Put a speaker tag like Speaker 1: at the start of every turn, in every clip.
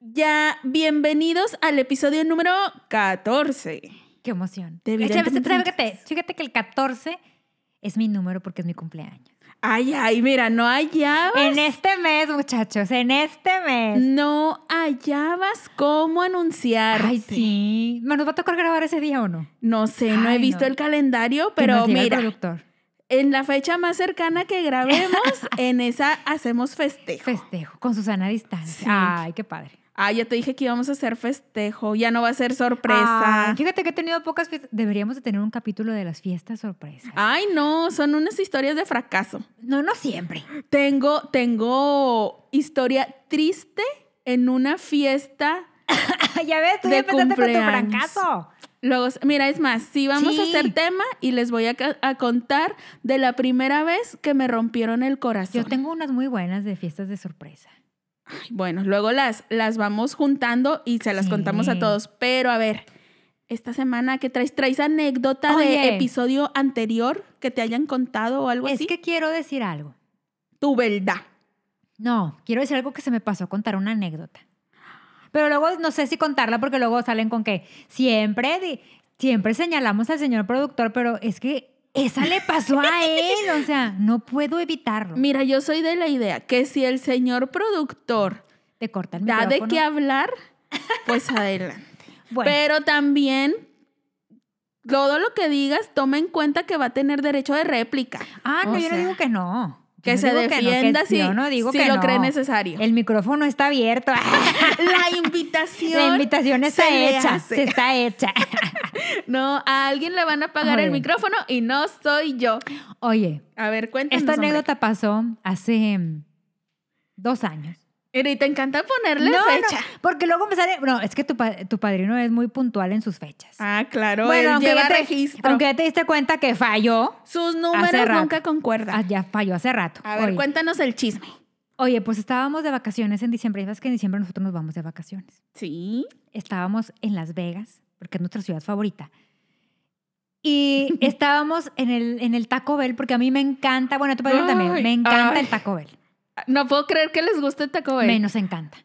Speaker 1: ya bienvenidos al episodio número 14.
Speaker 2: Qué emoción.
Speaker 1: De Vidente
Speaker 2: Fíjate,
Speaker 1: Mutantes.
Speaker 2: fíjate, fíjate que el 14 es mi número porque es mi cumpleaños.
Speaker 1: Ay, ay, mira, no hallabas.
Speaker 2: En este mes, muchachos, en este mes.
Speaker 1: No hallabas cómo anunciar.
Speaker 2: Ay, sí. Bueno, ¿Nos va a tocar grabar ese día o no? Que
Speaker 1: No sé, no he
Speaker 2: Ay,
Speaker 1: visto
Speaker 2: no.
Speaker 1: el calendario,
Speaker 2: nos
Speaker 1: pero
Speaker 2: diga el
Speaker 1: mira,
Speaker 2: productor.
Speaker 1: en la fecha más cercana que grabemos, en esa hacemos festejo.
Speaker 2: Festejo con Susana a distancia.
Speaker 1: Sí.
Speaker 2: Ay, qué padre.
Speaker 1: Ah, ya te dije que íbamos a hacer festejo, ya no va a ser sorpresa.
Speaker 2: Ay, fíjate que he tenido pocas fiestas. Deberíamos de tener un capítulo de las fiestas sorpresas.
Speaker 1: Ay, no, son unas historias de fracaso.
Speaker 2: No, no siempre.
Speaker 1: Tengo, tengo historia triste en una fiesta.
Speaker 2: ya ves, tú
Speaker 1: De
Speaker 2: ya empezaste con tu
Speaker 1: cumpleaños.
Speaker 2: fracaso.
Speaker 1: Luego, mira, es más, sí vamos a
Speaker 2: Sí.
Speaker 1: hacer tema y les voy a, ca- a contar de la primera vez que me rompieron el corazón.
Speaker 2: Yo tengo unas muy buenas de fiestas de sorpresa.
Speaker 1: Ay, Bueno, luego las, las vamos juntando y se las
Speaker 2: Sí.
Speaker 1: contamos a todos. Pero a ver, esta semana que traes, traes anécdota de
Speaker 2: Oye.
Speaker 1: episodio anterior que te hayan contado o algo
Speaker 2: Es
Speaker 1: así.
Speaker 2: que quiero decir algo.
Speaker 1: tu verdad.
Speaker 2: No, quiero decir algo que se me pasó, contar una anécdota. Pero luego no sé si contarla porque luego salen con que siempre, di- siempre señalamos al señor productor, pero es que esa le pasó a él, o sea, no puedo evitarlo.
Speaker 1: Mira, yo soy de la idea que si el señor productor
Speaker 2: Te corta el
Speaker 1: da de
Speaker 2: micrófono.
Speaker 1: qué hablar, pues adelante.
Speaker 2: Bueno,
Speaker 1: Pero también todo lo que digas, toma en cuenta que va a tener derecho de réplica.
Speaker 2: ah, no,
Speaker 1: o
Speaker 2: yo no
Speaker 1: sea,
Speaker 2: digo que no. Yo
Speaker 1: Que
Speaker 2: no
Speaker 1: se
Speaker 2: digo que no, que-
Speaker 1: defienda si,
Speaker 2: yo no digo
Speaker 1: si
Speaker 2: que
Speaker 1: lo
Speaker 2: no.
Speaker 1: cree necesario.
Speaker 2: El micrófono está abierto.
Speaker 1: La invitación.
Speaker 2: La invitación está
Speaker 1: se le
Speaker 2: hecha,
Speaker 1: hace.
Speaker 2: se está hecha.
Speaker 1: No, a alguien le van a pagar
Speaker 2: Muy
Speaker 1: el
Speaker 2: bien.
Speaker 1: micrófono y no soy yo.
Speaker 2: Oye,
Speaker 1: A ver, cuéntanos.
Speaker 2: esta
Speaker 1: hombre.
Speaker 2: anécdota pasó hace mm, dos años.
Speaker 1: Mira, Y te encanta ponerle fecha.
Speaker 2: porque luego me sale. No, es que tu, pa- tu padrino es muy puntual en sus fechas.
Speaker 1: Ah, claro. él lleva
Speaker 2: ya te,
Speaker 1: registro.
Speaker 2: aunque ya te diste cuenta que falló,
Speaker 1: Sus
Speaker 2: Hace
Speaker 1: números
Speaker 2: rato.
Speaker 1: nunca
Speaker 2: ah,
Speaker 1: concuerdan.
Speaker 2: ya falló hace rato.
Speaker 1: A ver,
Speaker 2: oye,
Speaker 1: cuéntanos el chisme.
Speaker 2: oye, pues estábamos de vacaciones en diciembre. Y sabes que en diciembre nosotros nos vamos de vacaciones.
Speaker 1: Sí.
Speaker 2: Estábamos en Las Vegas, porque es nuestra ciudad favorita. Y estábamos en el, en el Taco Bell, porque a mí me encanta. Bueno, a tu padrino también.
Speaker 1: Ay,
Speaker 2: Me encanta
Speaker 1: ay. Pues.
Speaker 2: el Taco Bell.
Speaker 1: No puedo creer que les guste Taco Bell.
Speaker 2: Me nos encanta.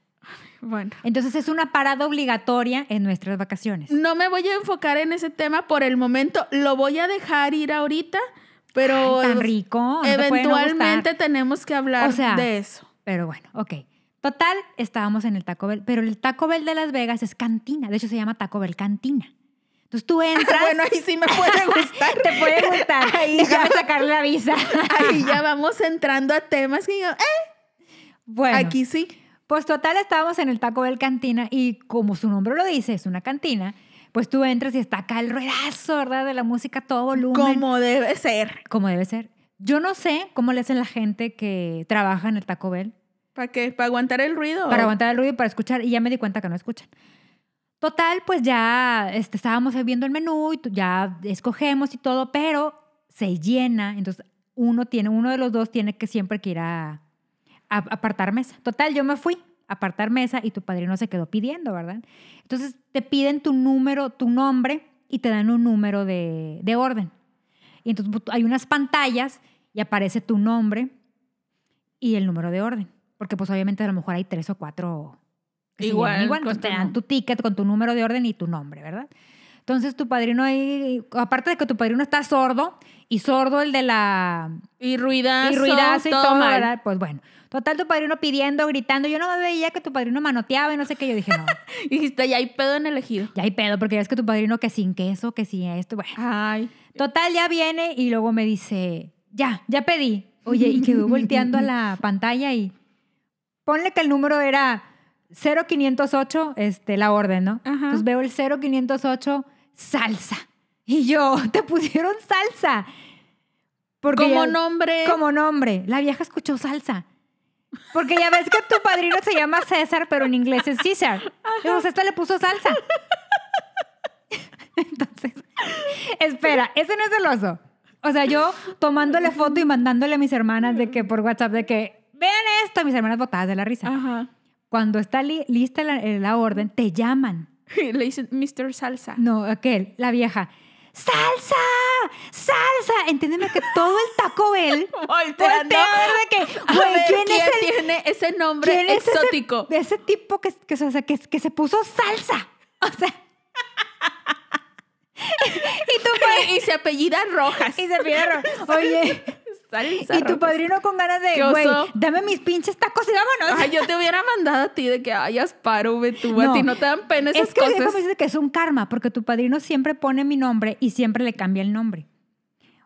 Speaker 1: Bueno.
Speaker 2: Entonces es una parada obligatoria en nuestras vacaciones.
Speaker 1: No me voy a enfocar en ese tema por el momento. Lo voy a dejar ir ahorita, pero
Speaker 2: Ay, tan rico. no te puede no gustar.
Speaker 1: pues, eventualmente tenemos que hablar
Speaker 2: O sea,
Speaker 1: de eso.
Speaker 2: Pero bueno, ok. Total, estábamos en el Taco Bell, pero el Taco Bell de Las Vegas es cantina. De hecho, se llama Taco Bell Cantina. Entonces tú entras,
Speaker 1: Ah, Bueno, ahí sí me puede gustar.
Speaker 2: te puede gustar.
Speaker 1: Ahí
Speaker 2: Déjame sacarle la visa.
Speaker 1: Ahí ya vamos entrando a temas que yo, eh,
Speaker 2: Bueno,
Speaker 1: aquí sí.
Speaker 2: pues total, estábamos en el Taco Bell Cantina y como su nombre lo dice, es una cantina, pues tú entras y está acá el ruedazo, ¿verdad? De la música a todo volumen.
Speaker 1: Como debe ser.
Speaker 2: Como debe ser. Yo no sé cómo le hacen la gente que trabaja en el Taco Bell
Speaker 1: ¿Para qué? ¿Para aguantar el ruido?
Speaker 2: para aguantar el ruido y para escuchar. Y ya me di cuenta que no escuchan. Total, pues ya este, estábamos viendo el menú y tú- ya escogemos y todo, pero se llena. Entonces, uno, tiene, uno de los dos tiene que siempre que ir a, a apartar mesa. Total, yo me fui a apartar mesa y tu padrino se quedó pidiendo, ¿verdad? Entonces, te piden tu número, tu nombre y te dan un número de, de orden. Y entonces pues, hay unas pantallas y aparece tu nombre y el número de orden. Porque pues obviamente a lo mejor hay tres o cuatro que se
Speaker 1: Igual,
Speaker 2: llaman igual.
Speaker 1: con
Speaker 2: Entonces te
Speaker 1: tu
Speaker 2: dan
Speaker 1: nom-
Speaker 2: tu ticket con tu número de orden y tu nombre, ¿verdad? Entonces tu padrino ahí, aparte de que tu padrino está sordo y sordo el de la
Speaker 1: Y ruidazo.
Speaker 2: y ruidazo y todo,
Speaker 1: Ah, mal.
Speaker 2: ¿verdad? Pues bueno, total tu padrino pidiendo, gritando. Yo no me veía que tu padrino manoteaba y no sé qué. Yo dije, no,
Speaker 1: Dijiste, ya hay pedo en el ejido.
Speaker 2: ya hay pedo, porque ya ves que tu padrino que sin queso, que sin esto. Bueno,
Speaker 1: Ay.
Speaker 2: Total, ya viene y luego me dice, ya, ya pedí. Oye, y quedó volteando a la pantalla y ponle que el número era 0508, este, la orden, ¿no?
Speaker 1: Ajá.
Speaker 2: Entonces veo el 0508, salsa. Y yo, te pusieron salsa. Porque
Speaker 1: Como
Speaker 2: ya-
Speaker 1: nombre.
Speaker 2: Como nombre. La vieja escuchó salsa. Porque ya ves que tu padrino se llama César, pero en inglés es César. Entonces, esta le puso salsa. Entonces, espera, ese no es el oso. O sea, yo tomándole foto y mandándole a mis hermanas de que por WhatsApp de que vean esto, mis hermanas botadas de la risa.
Speaker 1: Ajá.
Speaker 2: Cuando está li- lista la, eh, la orden, te llaman.
Speaker 1: Le dicen Mr. Salsa.
Speaker 2: No, aquel, la vieja. ¡Salsa! salsa. Entiéndeme que todo el Taco Bell voltea a ver
Speaker 1: Volteando.
Speaker 2: de que,
Speaker 1: A
Speaker 2: güey,
Speaker 1: ver,
Speaker 2: ¿quién, es el
Speaker 1: tiene ese nombre
Speaker 2: ¿Quién es ese-
Speaker 1: exótico?
Speaker 2: de ese tipo que, que, o sea, que, que se puso salsa. O sea. y tu padre.
Speaker 1: y se apellida Rojas.
Speaker 2: Y se vieron. Oye.
Speaker 1: Salsa
Speaker 2: Y tu
Speaker 1: Rojas.
Speaker 2: padrino con ganas de,
Speaker 1: Qué
Speaker 2: güey,
Speaker 1: oso.
Speaker 2: dame mis pinches tacos y vámonos.
Speaker 1: Ay, yo te hubiera mandado a ti de que, ay, Asparo, ve tú, a
Speaker 2: No.
Speaker 1: ti no te dan pena esas
Speaker 2: es que
Speaker 1: cosas.
Speaker 2: como dice que es un karma, porque tu padrino siempre pone mi nombre y siempre le cambia el nombre.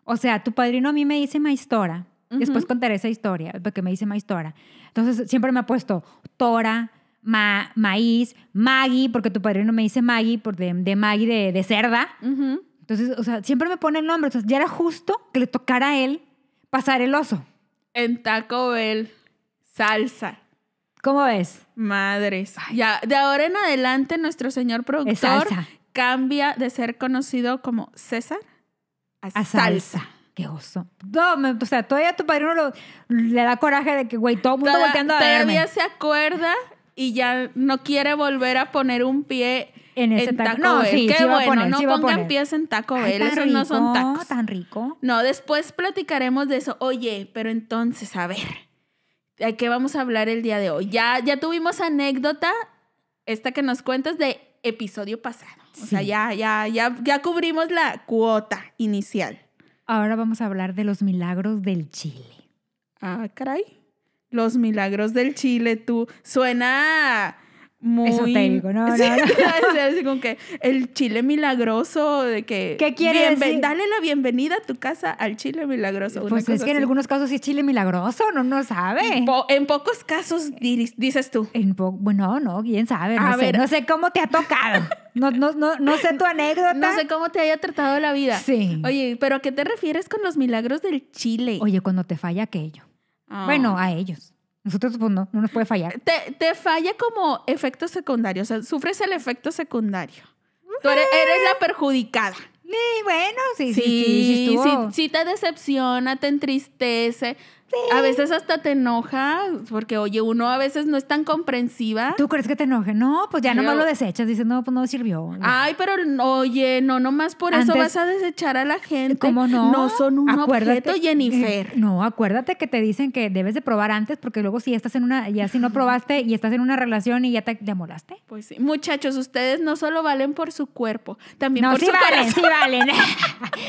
Speaker 2: O sea, tu padrino a mí me dice Maestora. Después
Speaker 1: Ujú.
Speaker 2: contaré esa historia, porque me dice Maestora. Entonces siempre me ha puesto Tora, Ma- Maíz, Maggie, porque tu padrino me dice Maggie, por de, de Maggie de, de cerda.
Speaker 1: Ujú.
Speaker 2: Entonces, o sea, siempre me pone el nombre. Entonces ya era justo que le tocara a él pasar el oso.
Speaker 1: En Taco Bell, salsa.
Speaker 2: ¿Cómo ves?
Speaker 1: Madres. Ya, de ahora en adelante, nuestro señor
Speaker 2: Es
Speaker 1: productor
Speaker 2: salsa.
Speaker 1: cambia de ser conocido como César a,
Speaker 2: A
Speaker 1: salsa.
Speaker 2: salsa. Qué oso. No, me- o sea, todavía tu padrino lo- le da coraje de que, güey, todo el mundo
Speaker 1: Toda-
Speaker 2: volteando a verme.
Speaker 1: todavía se acuerda y ya no quiere volver a poner un pie
Speaker 2: En ese
Speaker 1: en Taco
Speaker 2: taco. No,
Speaker 1: Bell.
Speaker 2: sí,
Speaker 1: Qué
Speaker 2: sí va a
Speaker 1: bueno,
Speaker 2: poner,
Speaker 1: no
Speaker 2: sí va a
Speaker 1: pongan
Speaker 2: poner.
Speaker 1: pies en Taco
Speaker 2: Ay,
Speaker 1: Bell,
Speaker 2: tan
Speaker 1: esos no son
Speaker 2: rico,
Speaker 1: tacos.
Speaker 2: Tan rico.
Speaker 1: No, después platicaremos de eso. Oye, pero entonces, a ver, ¿de qué vamos a hablar el día de hoy? Ya, ya tuvimos anécdota, esta que nos cuentas de episodio pasado. O sea,
Speaker 2: Sí.
Speaker 1: ya, ya, ya, ya cubrimos la cuota inicial.
Speaker 2: Ahora vamos a hablar de los milagros del chile.
Speaker 1: Ah, caray. Los milagros del Chile, tú. Suena muy.
Speaker 2: Esotérico, no, no,
Speaker 1: Sí,
Speaker 2: no.
Speaker 1: así como que el Chile milagroso, de que.
Speaker 2: ¿Qué quiere
Speaker 1: bienven-
Speaker 2: decir?
Speaker 1: Dale la bienvenida a tu casa al Chile milagroso. una
Speaker 2: Pues es
Speaker 1: cosa
Speaker 2: que en
Speaker 1: así.
Speaker 2: algunos casos sí es chile milagroso, no no sabe.
Speaker 1: Po- en pocos casos diris- dices tú.
Speaker 2: En po- bueno, no, quién sabe. No
Speaker 1: A
Speaker 2: sé,
Speaker 1: ver.
Speaker 2: no sé cómo te ha tocado. No, no, no, no sé tu anécdota.
Speaker 1: No sé cómo te haya tratado la vida.
Speaker 2: Sí. Oye,
Speaker 1: Oye, pero ¿a qué te refieres con los milagros del Chile?
Speaker 2: cuando te falla aquello.
Speaker 1: Ah.
Speaker 2: Bueno, a ellos. Nosotros pues, no, no nos puede fallar.
Speaker 1: te, te falla como efecto secundario, o sea, sufres el efecto secundario. Tú eres, eres la perjudicada.
Speaker 2: Y bueno, sí,
Speaker 1: Sí,
Speaker 2: sí, sí. sí,
Speaker 1: sí,
Speaker 2: estuvo.
Speaker 1: sí te decepciona, te entristece. A veces hasta te enoja, porque oye, uno a veces no es tan comprensiva.
Speaker 2: ¿Tú crees que te enoje? No, pues ya
Speaker 1: Yo- Ah,
Speaker 2: nomás lo desechas. Dices, no, pues no sirvió.
Speaker 1: Ay, pero oye, no, nomás por eso
Speaker 2: Antes-
Speaker 1: vas a desechar a la gente.
Speaker 2: ¿Cómo no?
Speaker 1: eh, No son un
Speaker 2: Acuérdate-
Speaker 1: objeto, Jennifer.
Speaker 2: Eh, No, acuérdate que te dicen que debes de probar antes porque luego si estás en una, ya si no probaste y estás en una relación y ya te, te amolaste.
Speaker 1: Pues sí. Muchachos, ustedes no solo valen por su cuerpo, también
Speaker 2: No,
Speaker 1: por
Speaker 2: sí
Speaker 1: su
Speaker 2: valen, sí
Speaker 1: corazón.
Speaker 2: valen.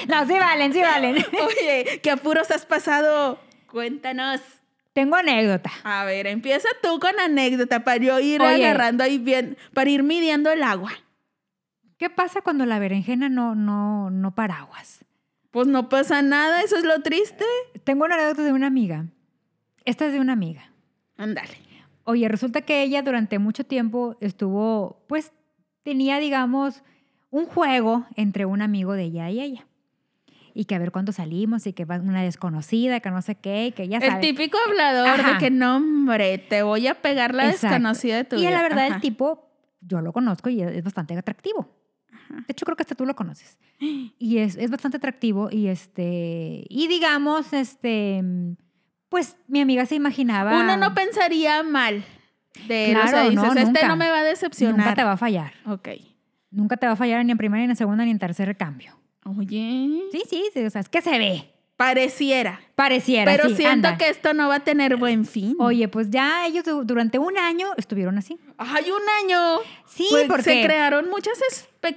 Speaker 2: no, sí valen, sí valen.
Speaker 1: Oye, ¿qué apuros has pasado? Cuéntanos.
Speaker 2: Tengo anécdota.
Speaker 1: A ver, empieza tú con anécdota para yo ir
Speaker 2: Oye.
Speaker 1: agarrando ahí bien, para ir midiendo el agua.
Speaker 2: ¿Qué pasa cuando la berenjena no, no, no paraguas?
Speaker 1: Pues no pasa nada, eso es lo triste.
Speaker 2: Tengo una anécdota de una amiga. Esta es de una amiga.
Speaker 1: Ándale.
Speaker 2: Oye, resulta que ella durante mucho tiempo estuvo, pues tenía, digamos, un juego entre un amigo de ella y ella. Y que a ver cuándo salimos y que va una desconocida, que no sé qué, y que ya
Speaker 1: El
Speaker 2: sabes.
Speaker 1: típico hablador
Speaker 2: Ajá.
Speaker 1: de que no, hombre, te voy a pegar la
Speaker 2: Exacto.
Speaker 1: desconocida de tu
Speaker 2: Y
Speaker 1: vida.
Speaker 2: la verdad,
Speaker 1: Ajá.
Speaker 2: el tipo, yo lo conozco y es bastante atractivo. De hecho, creo que hasta tú lo conoces. Y es, es bastante atractivo y este, y digamos, este, pues mi amiga se imaginaba.
Speaker 1: Uno no pensaría mal de él. o sea,
Speaker 2: Claro,
Speaker 1: dices,
Speaker 2: no,
Speaker 1: este
Speaker 2: nunca.
Speaker 1: no me va a decepcionar.
Speaker 2: Nunca te va a fallar.
Speaker 1: Ok.
Speaker 2: Nunca te va a fallar ni en primera, ni en segunda, ni en tercer cambio.
Speaker 1: Oye.
Speaker 2: Sí, sí, sí, o sea, es que se ve.
Speaker 1: Pareciera.
Speaker 2: Pareciera.
Speaker 1: Pero
Speaker 2: sí,
Speaker 1: siento
Speaker 2: anda.
Speaker 1: que esto no va a tener buen fin.
Speaker 2: Oye, pues ya ellos du- durante un año estuvieron así.
Speaker 1: Ay, un año.
Speaker 2: Sí,
Speaker 1: Pues se
Speaker 2: porque
Speaker 1: crearon muchas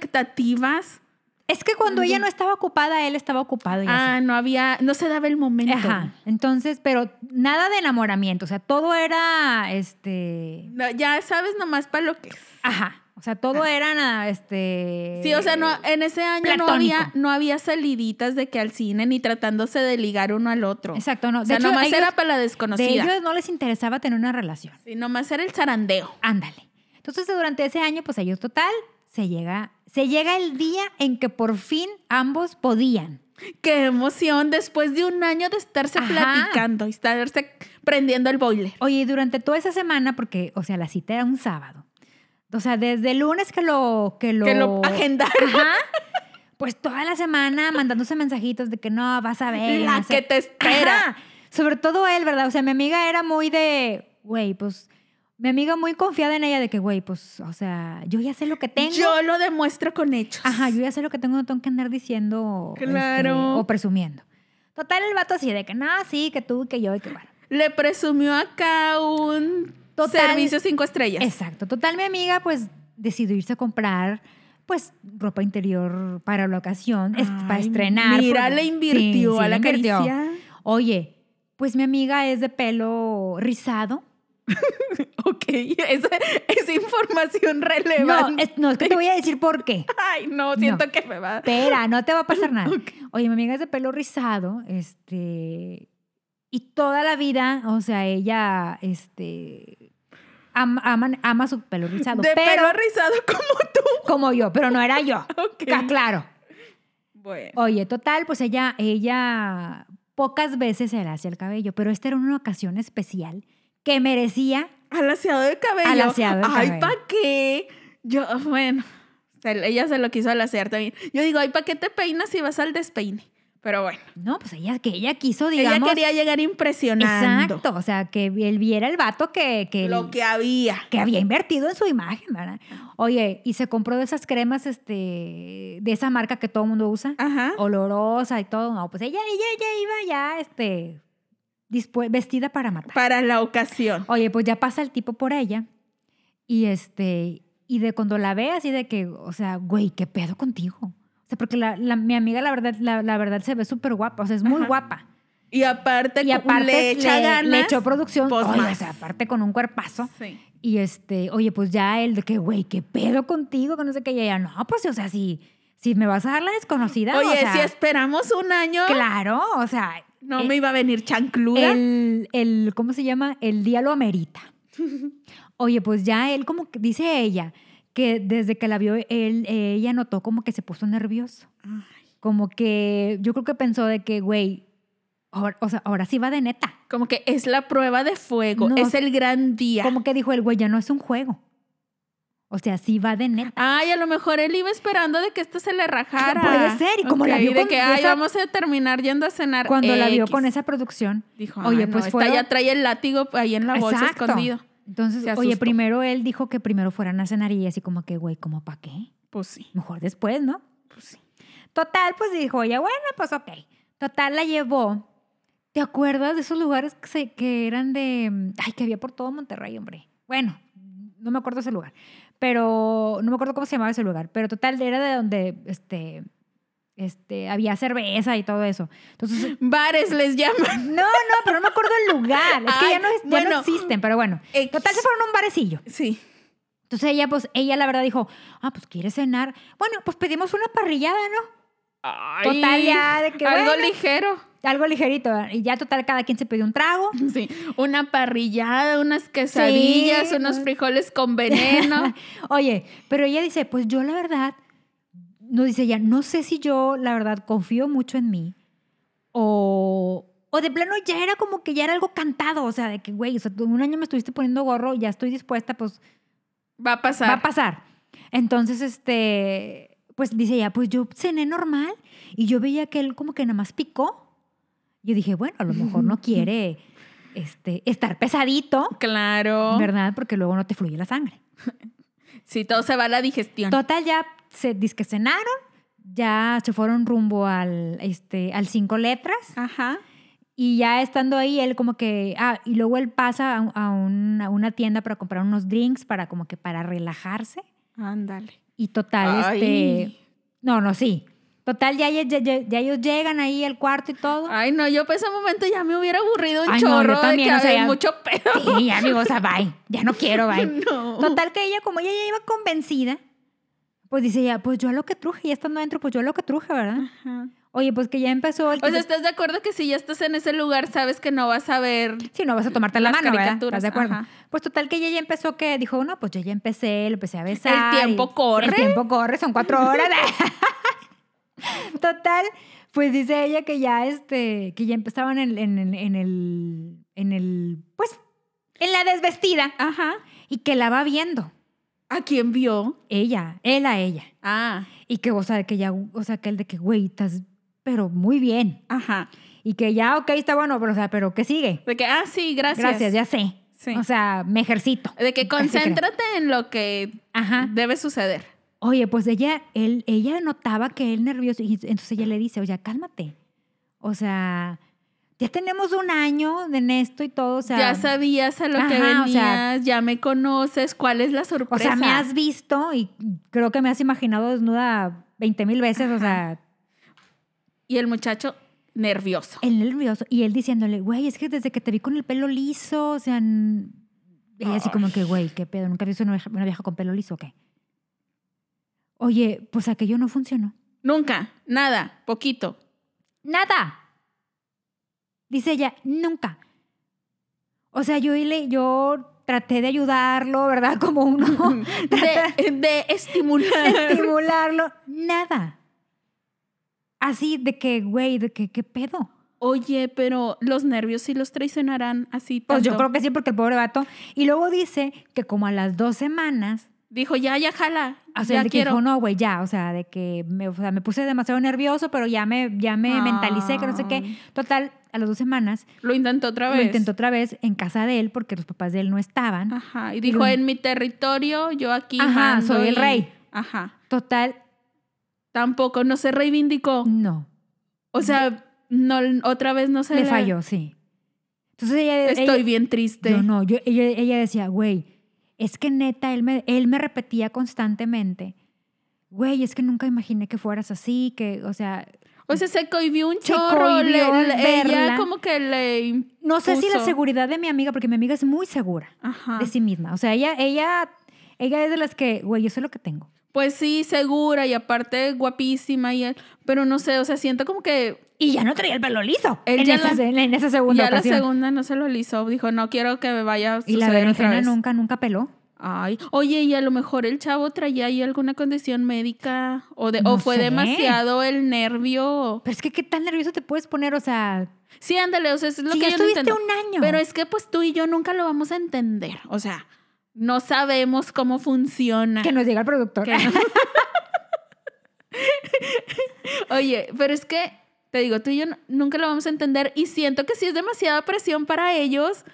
Speaker 1: expectativas.
Speaker 2: es que cuando ella no estaba ocupada, él estaba ocupado. Y
Speaker 1: Mm. Ah, no había, no se daba el
Speaker 2: así.
Speaker 1: momento.
Speaker 2: Ajá. Entonces, pero nada de enamoramiento. O sea, todo era este.
Speaker 1: No, ya sabes nomás para lo que es.
Speaker 2: Ajá. O sea, todo era nada, este.
Speaker 1: Ah. Sí, o sea, no, en ese año no
Speaker 2: platónico.
Speaker 1: había, no había saliditas de que al cine ni tratándose de ligar uno al otro.
Speaker 2: Exacto, no.
Speaker 1: O
Speaker 2: De
Speaker 1: sea,
Speaker 2: hecho,
Speaker 1: nomás
Speaker 2: ellos-
Speaker 1: era para la
Speaker 2: de
Speaker 1: desconocida.
Speaker 2: ellos no les interesaba tener una relación.
Speaker 1: Sí, nomás era el zarandeo.
Speaker 2: Ándale. Entonces, durante ese año, pues ellos total, se llega, se llega el día en que por fin ambos podían.
Speaker 1: Qué emoción después de un año de estarse
Speaker 2: Ajá.
Speaker 1: platicando y estarse prendiendo el boiler.
Speaker 2: Oye, y durante toda esa semana, porque, o sea, la cita era un sábado. O sea, desde el lunes que lo... Que lo,
Speaker 1: Que lo agendaron.
Speaker 2: Ajá. Pues toda la semana mandándose mensajitos de que no, vas a ver.
Speaker 1: La
Speaker 2: no sé.
Speaker 1: que te espera.
Speaker 2: Ajá. Sobre todo él, ¿verdad? O sea, mi amiga era muy de, güey, pues Mi amiga muy confiada en ella de que, güey, pues, o sea, yo ya sé lo que tengo.
Speaker 1: Yo lo demuestro con hechos.
Speaker 2: Ajá, yo ya sé lo que tengo, no tengo que andar diciendo este,
Speaker 1: Claro.
Speaker 2: o presumiendo. Total, el vato así de que, no, sí, que tú, que yo, y que bueno.
Speaker 1: Le presumió acá un
Speaker 2: Total-
Speaker 1: servicio cinco estrellas.
Speaker 2: Exacto. Total, mi amiga, pues, decidió irse a comprar, pues, ropa interior para la ocasión, est- para
Speaker 1: Ay,
Speaker 2: estrenar.
Speaker 1: Mira,
Speaker 2: porque-
Speaker 1: le invirtió
Speaker 2: Sí, sí,
Speaker 1: a
Speaker 2: le
Speaker 1: la
Speaker 2: invirtió.
Speaker 1: caricia.
Speaker 2: Oye, pues mi amiga es de pelo rizado.
Speaker 1: Ok, esa, esa información
Speaker 2: No,
Speaker 1: relevante.
Speaker 2: es, no, es que te voy a decir por qué.
Speaker 1: Ay, no, siento que me va.
Speaker 2: Espera, no te va a pasar nada.
Speaker 1: Ok.
Speaker 2: Oye, mi amiga es de pelo rizado, este, y toda la vida, o sea, ella, este, ama, ama- ama su pelo rizado,
Speaker 1: De
Speaker 2: pero
Speaker 1: pelo rizado como tú.
Speaker 2: como yo, pero no era yo.
Speaker 1: Ok.
Speaker 2: Ca- Claro.
Speaker 1: Bueno.
Speaker 2: Oye, total, pues ella, ella pocas veces se le hacía el cabello, pero esta era una ocasión especial que merecía
Speaker 1: Al aseado de cabello.
Speaker 2: Al aseado de
Speaker 1: Ay,
Speaker 2: cabello.
Speaker 1: ¿pa' qué? Yo, bueno, se- ella se lo quiso al asear también. Yo digo, ay, ¿pa' qué te peinas si vas al despeine? Pero bueno,
Speaker 2: No, pues ella que ella quiso, digamos.
Speaker 1: ella quería llegar impresionando.
Speaker 2: exacto, o sea, que él viera el vato que que,
Speaker 1: Lo que había.
Speaker 2: que había invertido en su imagen, ¿verdad? Oye, y se compró de esas cremas este de esa marca que todo el mundo usa,
Speaker 1: Ajá.
Speaker 2: olorosa y todo. No, pues ella ella ella iba ya este dispue- vestida para matar.
Speaker 1: Para la ocasión.
Speaker 2: Oye, pues ya pasa el tipo por ella y este y de cuando la ve así de que, o sea, güey, qué pedo contigo. O sea, porque la, la- mi amiga la verdad la, la verdad se ve súper guapa, o sea, es muy
Speaker 1: Ajá.
Speaker 2: guapa.
Speaker 1: Y aparte,
Speaker 2: y aparte
Speaker 1: le echa
Speaker 2: le-
Speaker 1: ganas.
Speaker 2: le echó producción
Speaker 1: pues,
Speaker 2: oye,
Speaker 1: más.
Speaker 2: o sea, aparte con un cuerpazo
Speaker 1: Sí.
Speaker 2: y este oye pues ya él de que güey qué pedo contigo que no sé qué y ella no pues o sea si si me vas a dar la desconocida
Speaker 1: Oye,
Speaker 2: o sea,
Speaker 1: si esperamos un año,
Speaker 2: claro o sea
Speaker 1: no
Speaker 2: eh,
Speaker 1: me iba a venir chancluda.
Speaker 2: el, el cómo se llama el día lo amerita oye pues ya él como que dice ella que desde que la vio él eh, ella notó como que se puso nervioso
Speaker 1: Ay,
Speaker 2: como que yo creo que pensó de que güey ahora- o sea ahora sí va de neta
Speaker 1: Como que es la prueba de fuego,
Speaker 2: No.
Speaker 1: es el gran día.
Speaker 2: Como que dijo el güey, ya no es un juego. O sea, sí va de neta.
Speaker 1: Ay, a lo mejor él iba esperando de que esto se le rajara.
Speaker 2: Puede ser, y como la
Speaker 1: Ok,
Speaker 2: vio
Speaker 1: de
Speaker 2: con
Speaker 1: que, ay,
Speaker 2: esa-
Speaker 1: vamos a terminar yendo a cenar.
Speaker 2: Cuando la vio
Speaker 1: X.
Speaker 2: con esa producción.
Speaker 1: Dijo,
Speaker 2: Oye,
Speaker 1: oye, pues
Speaker 2: pues
Speaker 1: no, esta
Speaker 2: fueron-
Speaker 1: ya trae el látigo ahí en la bolsa
Speaker 2: Exacto.
Speaker 1: escondido.
Speaker 2: Entonces,
Speaker 1: Se
Speaker 2: oye,
Speaker 1: asustó.
Speaker 2: primero él dijo que primero fueran a cenar y así como que, güey, ¿como para qué?
Speaker 1: Pues sí,
Speaker 2: Mejor después, ¿no?
Speaker 1: pues sí.
Speaker 2: Total, pues dijo ella, bueno, pues ok. Total, la llevó. ¿Te acuerdas de esos lugares que, se- que eran de... mm, Ay, que había por todo Monterrey, hombre. Bueno, no me acuerdo ese lugar. Pero no me acuerdo cómo se llamaba ese lugar. Pero total, era de donde este, este, había cerveza y todo eso. Entonces,
Speaker 1: Bares les llaman.
Speaker 2: no, no, pero no me acuerdo el lugar. ¡Ah! Es que ya,
Speaker 1: Ay,
Speaker 2: no, es- ya no
Speaker 1: bueno.
Speaker 2: existen, pero bueno.
Speaker 1: X.
Speaker 2: Total, se fueron a un barecillo.
Speaker 1: Sí.
Speaker 2: Entonces ella, pues, ella la verdad dijo, ah, pues quiere cenar. Bueno, pues pedimos una parrillada, ¿no? Total, ya, de que,
Speaker 1: Algo
Speaker 2: bueno.
Speaker 1: ligero.
Speaker 2: Algo ligerito. Y ya total, cada quien se pidió un trago.
Speaker 1: Sí. Una parrillada, unas quesadillas,
Speaker 2: Sí.
Speaker 1: unos frijoles con veneno.
Speaker 2: Oye, pero ella dice, pues yo la verdad, no dice ella, no sé si yo la verdad confío mucho en mí o, o de plano ya era como que ya era algo cantado, o sea, de que, güey, o sea, tú un año me estuviste poniendo gorro, ya estoy dispuesta, pues
Speaker 1: Va a pasar.
Speaker 2: va a pasar. Entonces, este, pues dice ella, pues yo cené normal y yo veía que él como que nada más picó. Yo dije, bueno, a lo mejor no quiere este, estar pesadito.
Speaker 1: Claro.
Speaker 2: ¿Verdad? Porque luego no te fluye la sangre.
Speaker 1: Sí, todo se va a la digestión.
Speaker 2: Total, ya se que cenaron, ya se fueron rumbo al, este, al cinco letras
Speaker 1: Ajá.
Speaker 2: y ya estando ahí, él como que, ah, y luego él pasa a, un- a un- a una tienda para comprar unos drinks para como que para relajarse
Speaker 1: Ándale.
Speaker 2: y total, este, no, no, sí. Total, ya, ya, ya- ya ellos llegan ahí al cuarto y todo.
Speaker 1: Ay, no, yo para ese momento ya me hubiera aburrido un
Speaker 2: Ay, no, yo
Speaker 1: chorro
Speaker 2: también,
Speaker 1: de
Speaker 2: o
Speaker 1: que
Speaker 2: sea,
Speaker 1: había
Speaker 2: ya-
Speaker 1: mucho pedo.
Speaker 2: Sí, ya digo, o sea, bye, ya no quiero, bye.
Speaker 1: No.
Speaker 2: Total que ella, como ella ya iba convencida, pues dice ella, pues yo a lo que truje, ya estando adentro, pues yo a lo que truje, ¿verdad?
Speaker 1: Ajá.
Speaker 2: Oye, pues que ya empezó el...
Speaker 1: Ah. O sea, ¿estás de acuerdo que si ya estás en ese lugar, sabes que no vas a ver?
Speaker 2: si no vas a tomarte la
Speaker 1: las
Speaker 2: mano, ¿verdad?
Speaker 1: caricaturas,
Speaker 2: ¿Estás de acuerdo?
Speaker 1: ajá.
Speaker 2: Pues total que ella ya empezó que dijo, no, pues yo ya empecé, lo empecé a besar.
Speaker 1: El tiempo
Speaker 2: y-
Speaker 1: corre.
Speaker 2: El tiempo corre, son cuatro horas. total, pues dice ella que ya, este, que ya empezaban en, en- en- en el, en el, pues, en la desvestida
Speaker 1: Ajá.
Speaker 2: y que la va viendo.
Speaker 1: ¿A quién vio?
Speaker 2: Ella, él a ella.
Speaker 1: Ah,
Speaker 2: Y que, o sea, que ya, o sea, que el de que, güey, estás, pero muy bien.
Speaker 1: ajá.
Speaker 2: Y que ya, ok, está bueno, pero, o sea, pero ¿qué sigue?
Speaker 1: De que, ah, sí, gracias.
Speaker 2: Gracias, ya sé.
Speaker 1: Sí.
Speaker 2: O sea, me ejercito.
Speaker 1: de que
Speaker 2: Así creo. Ah.
Speaker 1: concéntrate en lo que
Speaker 2: Ajá.
Speaker 1: debe suceder.
Speaker 2: Oye, pues ella, él, ella notaba que él nervioso y entonces ella le dice, oye, cálmate. O sea, ya tenemos un año en esto y todo, o sea,
Speaker 1: ya sabías a lo que
Speaker 2: ajá,
Speaker 1: venías,
Speaker 2: o sea-
Speaker 1: ya me conoces, ¿cuál es la
Speaker 2: o
Speaker 1: sorpresa?
Speaker 2: sea, me has visto y creo que me has imaginado desnuda 20 mil veces, o sea,
Speaker 1: Y el muchacho nervioso.
Speaker 2: él nervioso y él diciéndole, güey, es que desde que te vi con el pelo liso, o sea, n- ella así como que, güey, qué pedo, nunca he visto una vieja, una vieja con pelo liso, ¿o qué? Oye, pues aquello no funcionó.
Speaker 1: Nunca, nada, poquito.
Speaker 2: Nada. Dice ella, nunca. O sea, yo, y le, yo traté de ayudarlo, ¿verdad? Como uno trata
Speaker 1: De, de
Speaker 2: de
Speaker 1: estimular.
Speaker 2: estimularlo. Nada. Así de que, güey, de que, ¿qué pedo?
Speaker 1: Oye, pero los nervios sí los traicionarán así.
Speaker 2: Pues yo
Speaker 1: tanto.
Speaker 2: creo que sí, porque el pobre vato. Y luego dice que como a las dos semanas,
Speaker 1: Dijo, ya, ya jala.
Speaker 2: o sea,
Speaker 1: ya
Speaker 2: Ah, de que
Speaker 1: quiero.
Speaker 2: dijo, no, güey, ya, o sea, de que me, o sea, me puse demasiado nervioso, pero ya me, ya me mentalicé, que no sé qué.
Speaker 1: Ay.
Speaker 2: Total, a las dos semanas
Speaker 1: Lo intentó otra vez. Ah.
Speaker 2: Lo intentó otra vez en casa de él porque los papás de él no estaban.
Speaker 1: Ajá. Y dijo,
Speaker 2: lo-
Speaker 1: en mi territorio, yo aquí.
Speaker 2: Ajá,
Speaker 1: mando
Speaker 2: soy el
Speaker 1: y-
Speaker 2: rey.
Speaker 1: Ajá.
Speaker 2: Total,
Speaker 1: Tampoco, no se reivindicó.
Speaker 2: no.
Speaker 1: O sea, no, otra vez no se
Speaker 2: le falló, sí. Entonces ella...
Speaker 1: Estoy
Speaker 2: ella-
Speaker 1: bien triste.
Speaker 2: Yo no, yo- ella, ella decía, güey, es que neta, él me, él me repetía constantemente, güey, es que nunca imaginé que fueras así, que, o sea,
Speaker 1: O sea, se cohibió un
Speaker 2: Se
Speaker 1: chorro. le-
Speaker 2: cohibió
Speaker 1: le-
Speaker 2: verla.
Speaker 1: ella como que le.
Speaker 2: no sé si la
Speaker 1: Puso. Ah.
Speaker 2: seguridad de mi amiga, porque mi amiga es muy segura
Speaker 1: Ajá.
Speaker 2: de sí misma. O sea, ella, ella, ella es de las que, güey, yo sé lo que tengo.
Speaker 1: Pues sí, segura y aparte guapísima. Y, pero no sé, o sea, siento como que
Speaker 2: Y ya no traía el pelo liso.
Speaker 1: Él
Speaker 2: en,
Speaker 1: ya
Speaker 2: esa,
Speaker 1: la-
Speaker 2: se- en esa segunda
Speaker 1: ya
Speaker 2: ocasión.
Speaker 1: la segunda no se lo alisó. Dijo, no quiero que me vaya a
Speaker 2: y
Speaker 1: suceder
Speaker 2: la
Speaker 1: otra
Speaker 2: berenjena
Speaker 1: vez.
Speaker 2: nunca, nunca peló.
Speaker 1: Ay, oye, y a lo mejor el chavo traía ahí alguna condición médica o, de,
Speaker 2: No
Speaker 1: o fue
Speaker 2: sé.
Speaker 1: demasiado el nervio.
Speaker 2: Pero es que qué tan nervioso te puedes poner, o sea,
Speaker 1: Sí, ándale, o sea, es lo
Speaker 2: si
Speaker 1: que
Speaker 2: ya
Speaker 1: yo no
Speaker 2: estuviste
Speaker 1: entiendo.
Speaker 2: un año.
Speaker 1: Pero es que pues tú y yo nunca lo vamos a entender. O sea, no sabemos cómo funciona.
Speaker 2: que nos diga el productor.
Speaker 1: Que no. Oye, pero es que, te digo, tú y yo no- nunca lo vamos a entender y siento que sí es demasiada presión para ellos.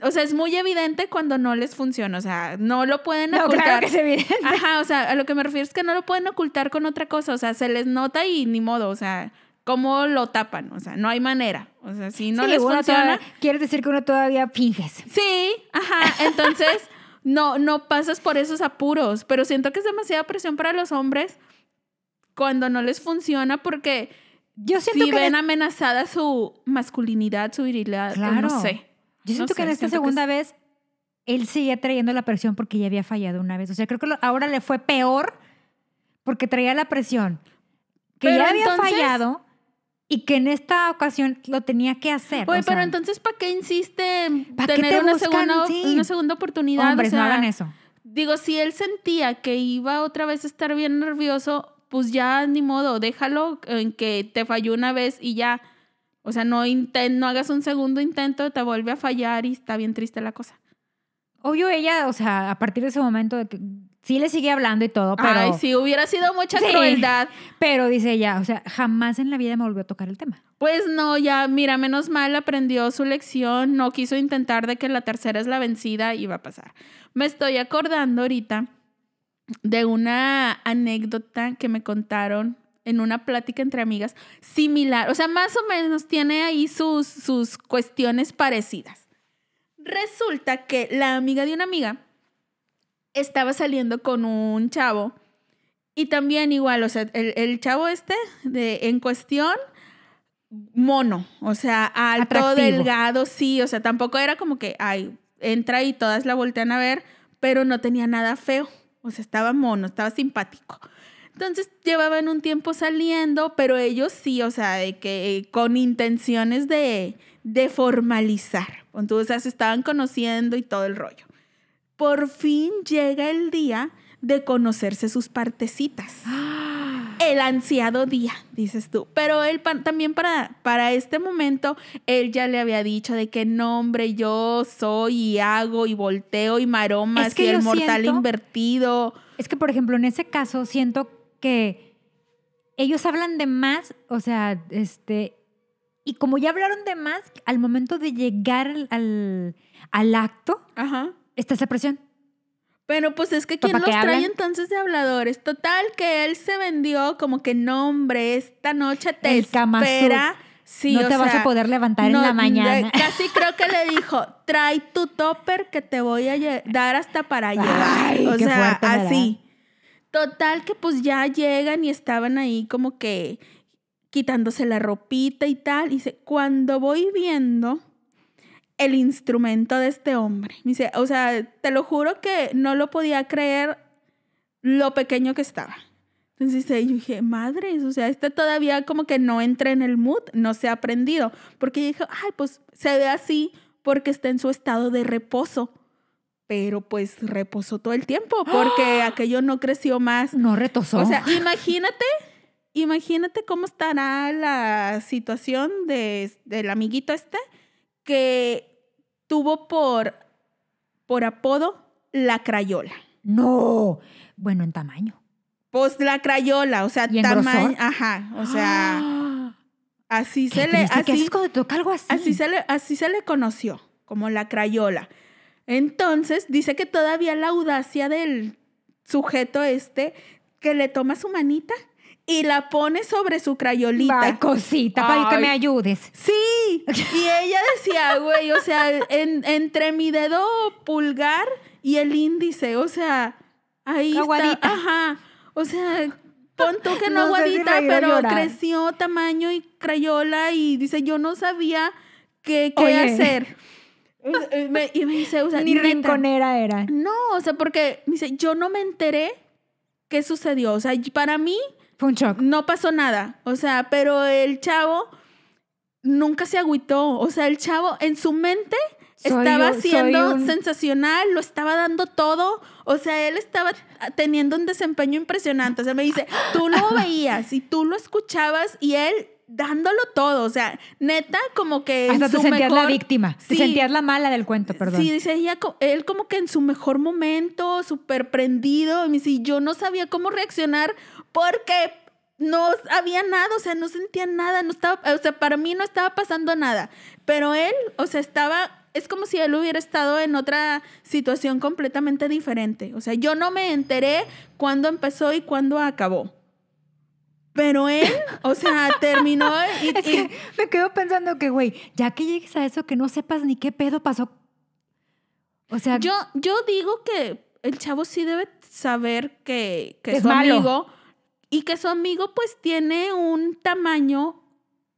Speaker 1: O sea, es muy evidente cuando no les funciona. O sea, no lo pueden
Speaker 2: No,
Speaker 1: ocultar.
Speaker 2: claro que se evidente.
Speaker 1: Ajá, o sea, a lo que me refiero es que no lo pueden ocultar con otra cosa. O sea, se les nota y ni modo. O sea, ¿cómo lo tapan? O sea, no hay manera. O sea, si no
Speaker 2: Sí,
Speaker 1: les
Speaker 2: uno
Speaker 1: funciona.
Speaker 2: todavía- quieres decir que uno todavía finges.
Speaker 1: Sí, ajá. Entonces, no, no pasas por esos apuros, pero siento que es demasiada presión para los hombres cuando no les funciona porque
Speaker 2: Yo
Speaker 1: si
Speaker 2: siento que
Speaker 1: ven
Speaker 2: en-
Speaker 1: amenazada su masculinidad, su virilidad, o
Speaker 2: Claro.
Speaker 1: no sé.
Speaker 2: yo siento
Speaker 1: no
Speaker 2: que en
Speaker 1: sé,
Speaker 2: esta
Speaker 1: siento que
Speaker 2: segunda vez él sigue trayendo la presión porque ya había fallado una vez. O sea, creo que lo- ahora le fue peor porque traía la presión que
Speaker 1: Pero
Speaker 2: ya había
Speaker 1: entonces-
Speaker 2: fallado y que en esta ocasión lo tenía que hacer.
Speaker 1: Oye,
Speaker 2: o sea,
Speaker 1: pero entonces, ¿para qué insiste en
Speaker 2: ¿Pa' qué
Speaker 1: tener
Speaker 2: te
Speaker 1: una,
Speaker 2: buscan?
Speaker 1: segunda,
Speaker 2: Sí.
Speaker 1: una segunda oportunidad? O
Speaker 2: hombres, no
Speaker 1: sea,
Speaker 2: hagan eso.
Speaker 1: Digo, si él sentía que iba otra vez a estar bien nervioso, pues ya ni modo, déjalo en que te falló una vez y ya. O sea, no, inten- no hagas un segundo intento, te vuelve a fallar y está bien triste la cosa.
Speaker 2: Obvio ella, o sea, a partir de ese momento de que sí le sigue hablando y todo, pero,
Speaker 1: Ay, si hubiera sido mucha
Speaker 2: Sí.
Speaker 1: crueldad,
Speaker 2: pero dice ella, o sea, jamás en la vida me volvió a tocar el tema.
Speaker 1: pues no, ya, mira, menos mal aprendió su lección, no quiso intentar de que la tercera es la vencida y va a pasar. Me estoy acordando ahorita de una anécdota que me contaron en una plática entre amigas similar, o sea, más o menos tiene ahí sus, sus cuestiones parecidas. Resulta que la amiga de una amiga estaba saliendo con un chavo y también igual, o sea, el, el chavo este de, en cuestión, mono, o sea, alto,
Speaker 2: Atractivo.
Speaker 1: delgado, sí, o sea, tampoco era como que, ay, entra y todas la voltean a ver, pero no tenía nada feo, o sea, estaba mono, estaba simpático. Entonces llevaban un tiempo saliendo, pero ellos sí, o sea, de que eh, con intenciones de, de formalizar. Entonces, o sea, se estaban conociendo y todo el rollo. Por fin llega el día de conocerse sus partecitas. El ansiado día, dices tú. Pero él pa- también para, para este momento, él ya le había dicho de que no, hombre, yo soy y hago y volteo y maromas
Speaker 2: Es que
Speaker 1: y el
Speaker 2: yo
Speaker 1: mortal
Speaker 2: siento-
Speaker 1: invertido.
Speaker 2: Es que, por ejemplo, en ese caso siento que ellos hablan de más, o sea, este, Y como ya hablaron de más, al momento de llegar al, al, al acto,
Speaker 1: Ajá.
Speaker 2: está esa presión.
Speaker 1: Pero pues es que ¿quién
Speaker 2: Pues,
Speaker 1: los
Speaker 2: ¿para qué
Speaker 1: trae
Speaker 2: hablan?
Speaker 1: entonces de habladores? Total, que él se vendió como que no, hombre, esta noche te
Speaker 2: El Kama Sutra.
Speaker 1: espera. Sí,
Speaker 2: no
Speaker 1: o
Speaker 2: te vas
Speaker 1: sea,
Speaker 2: a poder levantar
Speaker 1: no,
Speaker 2: en la
Speaker 1: de-
Speaker 2: mañana.
Speaker 1: casi creo que le dijo, trae tu topper que te voy a lle- dar hasta para llevar.
Speaker 2: Ay,
Speaker 1: o
Speaker 2: qué
Speaker 1: sea,
Speaker 2: fuerte, ¿verdad?
Speaker 1: así. Total que pues ya llegan y estaban ahí como que quitándose la ropita y tal. Y dice, cuando voy viendo el instrumento de este hombre, me dice, o sea, te lo juro que no lo podía creer lo pequeño que estaba. Entonces dice, yo dije, madres, o sea, esta todavía como que no entra en el mood, no se ha aprendido. Porque yo dije, ay, pues se ve así porque está en su estado de reposo. Pero pues reposó todo el tiempo porque aquello no creció más.
Speaker 2: No retozó.
Speaker 1: O sea, imagínate, imagínate cómo estará la situación de, del amiguito este que tuvo por, por apodo la crayola.
Speaker 2: no. Bueno, en tamaño.
Speaker 1: Pues la crayola, o sea,
Speaker 2: ¿Y en
Speaker 1: tamaño,
Speaker 2: grosor?
Speaker 1: ajá, o sea,
Speaker 2: Ah,
Speaker 1: así
Speaker 2: qué
Speaker 1: se le
Speaker 2: triste, ¿Qué
Speaker 1: así,
Speaker 2: haces cuando te toca algo así?
Speaker 1: así se le así se le conoció, como la crayola. Entonces, dice que todavía la audacia del sujeto este que le toma su manita y la pone sobre su crayolita.
Speaker 2: Ay, cosita, para que
Speaker 1: Ay.
Speaker 2: me ayudes.
Speaker 1: Sí, y ella decía, güey, o sea, en- entre mi dedo pulgar y el índice, o sea, ahí
Speaker 2: Aguadita.
Speaker 1: está, ajá, o sea, pon tú que no,
Speaker 2: No sé si
Speaker 1: aguadita,
Speaker 2: reír o
Speaker 1: pero
Speaker 2: llorar.
Speaker 1: creció tamaño y crayola y dice, yo no sabía qué, qué
Speaker 2: Oye. eh,
Speaker 1: hacer. Y me- y me dice, o sea,
Speaker 2: Ni
Speaker 1: neta,
Speaker 2: rinconera era.
Speaker 1: No, o sea, porque me dice, yo no me enteré qué sucedió, o sea, y para mí
Speaker 2: Fue un shock.
Speaker 1: no pasó nada. O sea, pero el chavo nunca se agüitó. O sea, el chavo en su mente
Speaker 2: Soy
Speaker 1: estaba
Speaker 2: un- soy
Speaker 1: siendo
Speaker 2: un-
Speaker 1: sensacional, lo estaba dando todo. O sea, él estaba teniendo un desempeño impresionante. O sea, me dice, tú lo veías y tú lo escuchabas y él dándolo todo. O sea, neta, como que. en
Speaker 2: Hasta te
Speaker 1: su
Speaker 2: sentías la
Speaker 1: mejor-
Speaker 2: víctima.
Speaker 1: Sí.
Speaker 2: Te sentías la mala del cuento, perdón.
Speaker 1: Sí, dice ella, co- él como que en su mejor momento, súper prendido. Y me dice, "Y yo no sabía cómo reaccionar porque no había nada, o sea, no sentía nada, no estaba, o sea, para mí no estaba pasando nada. Pero él, o sea, estaba, es como si él hubiera estado en otra situación completamente diferente. O sea, yo no me enteré cuándo empezó y cuándo acabó. Pero él, o sea, terminó y,
Speaker 2: Es
Speaker 1: y-
Speaker 2: que me quedo pensando que, güey, ya que llegues a eso, que no sepas ni qué pedo pasó. O sea,
Speaker 1: Yo, yo digo que el chavo sí debe saber que, que
Speaker 2: Es
Speaker 1: su
Speaker 2: malo.
Speaker 1: amigo y que su amigo pues tiene un tamaño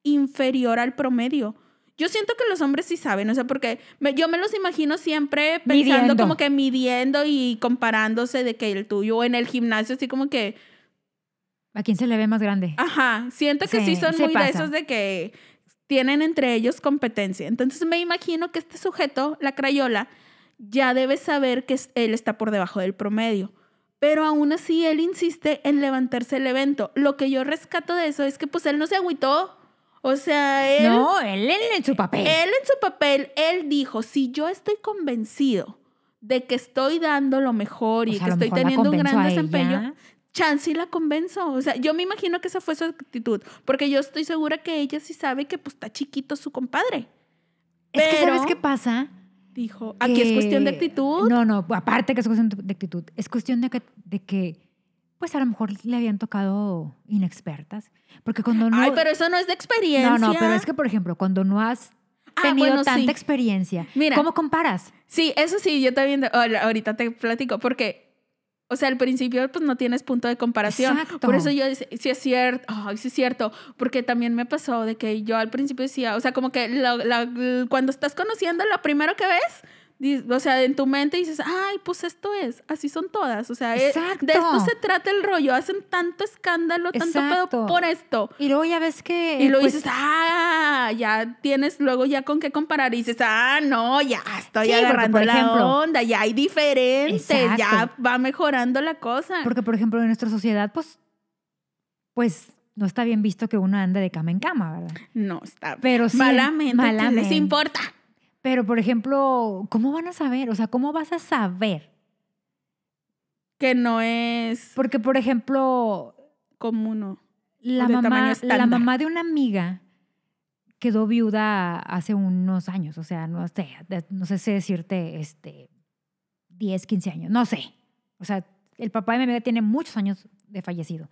Speaker 1: inferior al promedio. Yo siento que los hombres sí saben, o sea, porque me- yo me los imagino siempre pensando
Speaker 2: Midiendo.
Speaker 1: como que midiendo y comparándose de que el tuyo en el gimnasio, así como que,
Speaker 2: ¿a quién se le ve más grande?
Speaker 1: ajá, siento que sí,
Speaker 2: Sí,
Speaker 1: son
Speaker 2: sí
Speaker 1: muy de
Speaker 2: pasa.
Speaker 1: esos de que tienen entre ellos competencia. Entonces me imagino que este sujeto, la crayola, ya debe saber que es- él está por debajo del promedio. Pero aún así él insiste en levantarse el evento. Lo que yo rescato de eso es que pues él no se agüitó. O sea, él,
Speaker 2: no, él, él en su papel.
Speaker 1: él en su papel, él dijo, si yo estoy convencido de que estoy dando lo mejor
Speaker 2: O
Speaker 1: y
Speaker 2: sea,
Speaker 1: que
Speaker 2: a lo
Speaker 1: estoy
Speaker 2: mejor la
Speaker 1: teniendo un
Speaker 2: convenzo
Speaker 1: gran
Speaker 2: a
Speaker 1: desempeño,
Speaker 2: ella.
Speaker 1: chance y la convenzo. O sea, yo me imagino que esa fue su actitud, porque yo estoy segura que ella sí sabe que pues está chiquito su compadre.
Speaker 2: Es que, ¿sabes
Speaker 1: Pero-
Speaker 2: qué pasa?
Speaker 1: Dijo, aquí es cuestión de
Speaker 2: que-
Speaker 1: actitud.
Speaker 2: No, no, aparte que es cuestión de actitud. Es cuestión de que, de que pues a lo mejor le habían tocado inexpertas. Porque cuando no.
Speaker 1: Ay, pero eso no es de experiencia.
Speaker 2: no, no, pero es que, por ejemplo, cuando no has
Speaker 1: Ah,
Speaker 2: tenido
Speaker 1: bueno,
Speaker 2: tanta
Speaker 1: sí.
Speaker 2: experiencia,
Speaker 1: Mira.
Speaker 2: ¿cómo comparas?
Speaker 1: Sí, eso sí, yo también, ahor- ahorita te platico, porque, o sea, al principio pues no tienes punto de comparación.
Speaker 2: Exacto.
Speaker 1: Por eso yo decía, sí es cierto, ay, sí es cierto, porque también me pasó de que yo al principio decía, o sea, como que la- la- cuando estás conociendo, lo primero que ves, di- o sea, en tu mente dices, ay, pues esto es, así son todas, o sea, eh, de esto
Speaker 2: Exacto.
Speaker 1: se trata el rollo, hacen tanto escándalo, tanto pedo
Speaker 2: Exacto.
Speaker 1: por esto.
Speaker 2: Y luego ya ves que.
Speaker 1: Y
Speaker 2: eh,
Speaker 1: lo
Speaker 2: pues,
Speaker 1: dices, ah, ya tienes luego ya con qué comparar. Y dices, ah, no, ya estoy
Speaker 2: Sí, porque,
Speaker 1: agarrando
Speaker 2: por
Speaker 1: la
Speaker 2: ejemplo-
Speaker 1: onda, ya hay diferentes, ya
Speaker 2: Exacto.
Speaker 1: va mejorando la cosa.
Speaker 2: Porque, por ejemplo, en nuestra sociedad, pues, pues no está bien visto que uno ande de cama en cama, ¿verdad?
Speaker 1: no, está
Speaker 2: Pero sí.
Speaker 1: malamente, ¿qué les
Speaker 2: malamente.
Speaker 1: importa?
Speaker 2: Pero, por ejemplo, ¿cómo van a saber? O sea, ¿cómo vas a saber?
Speaker 1: Que no es
Speaker 2: Porque, por ejemplo,
Speaker 1: común. ¿no?
Speaker 2: la
Speaker 1: de tamaño
Speaker 2: mamá, la
Speaker 1: estándar.
Speaker 2: mamá de una amiga quedó viuda hace unos años, o sea, no sé, de- no sé si decirte este, 10, 15 años, no sé. O sea, el papá de mi amiga tiene muchos años de fallecido.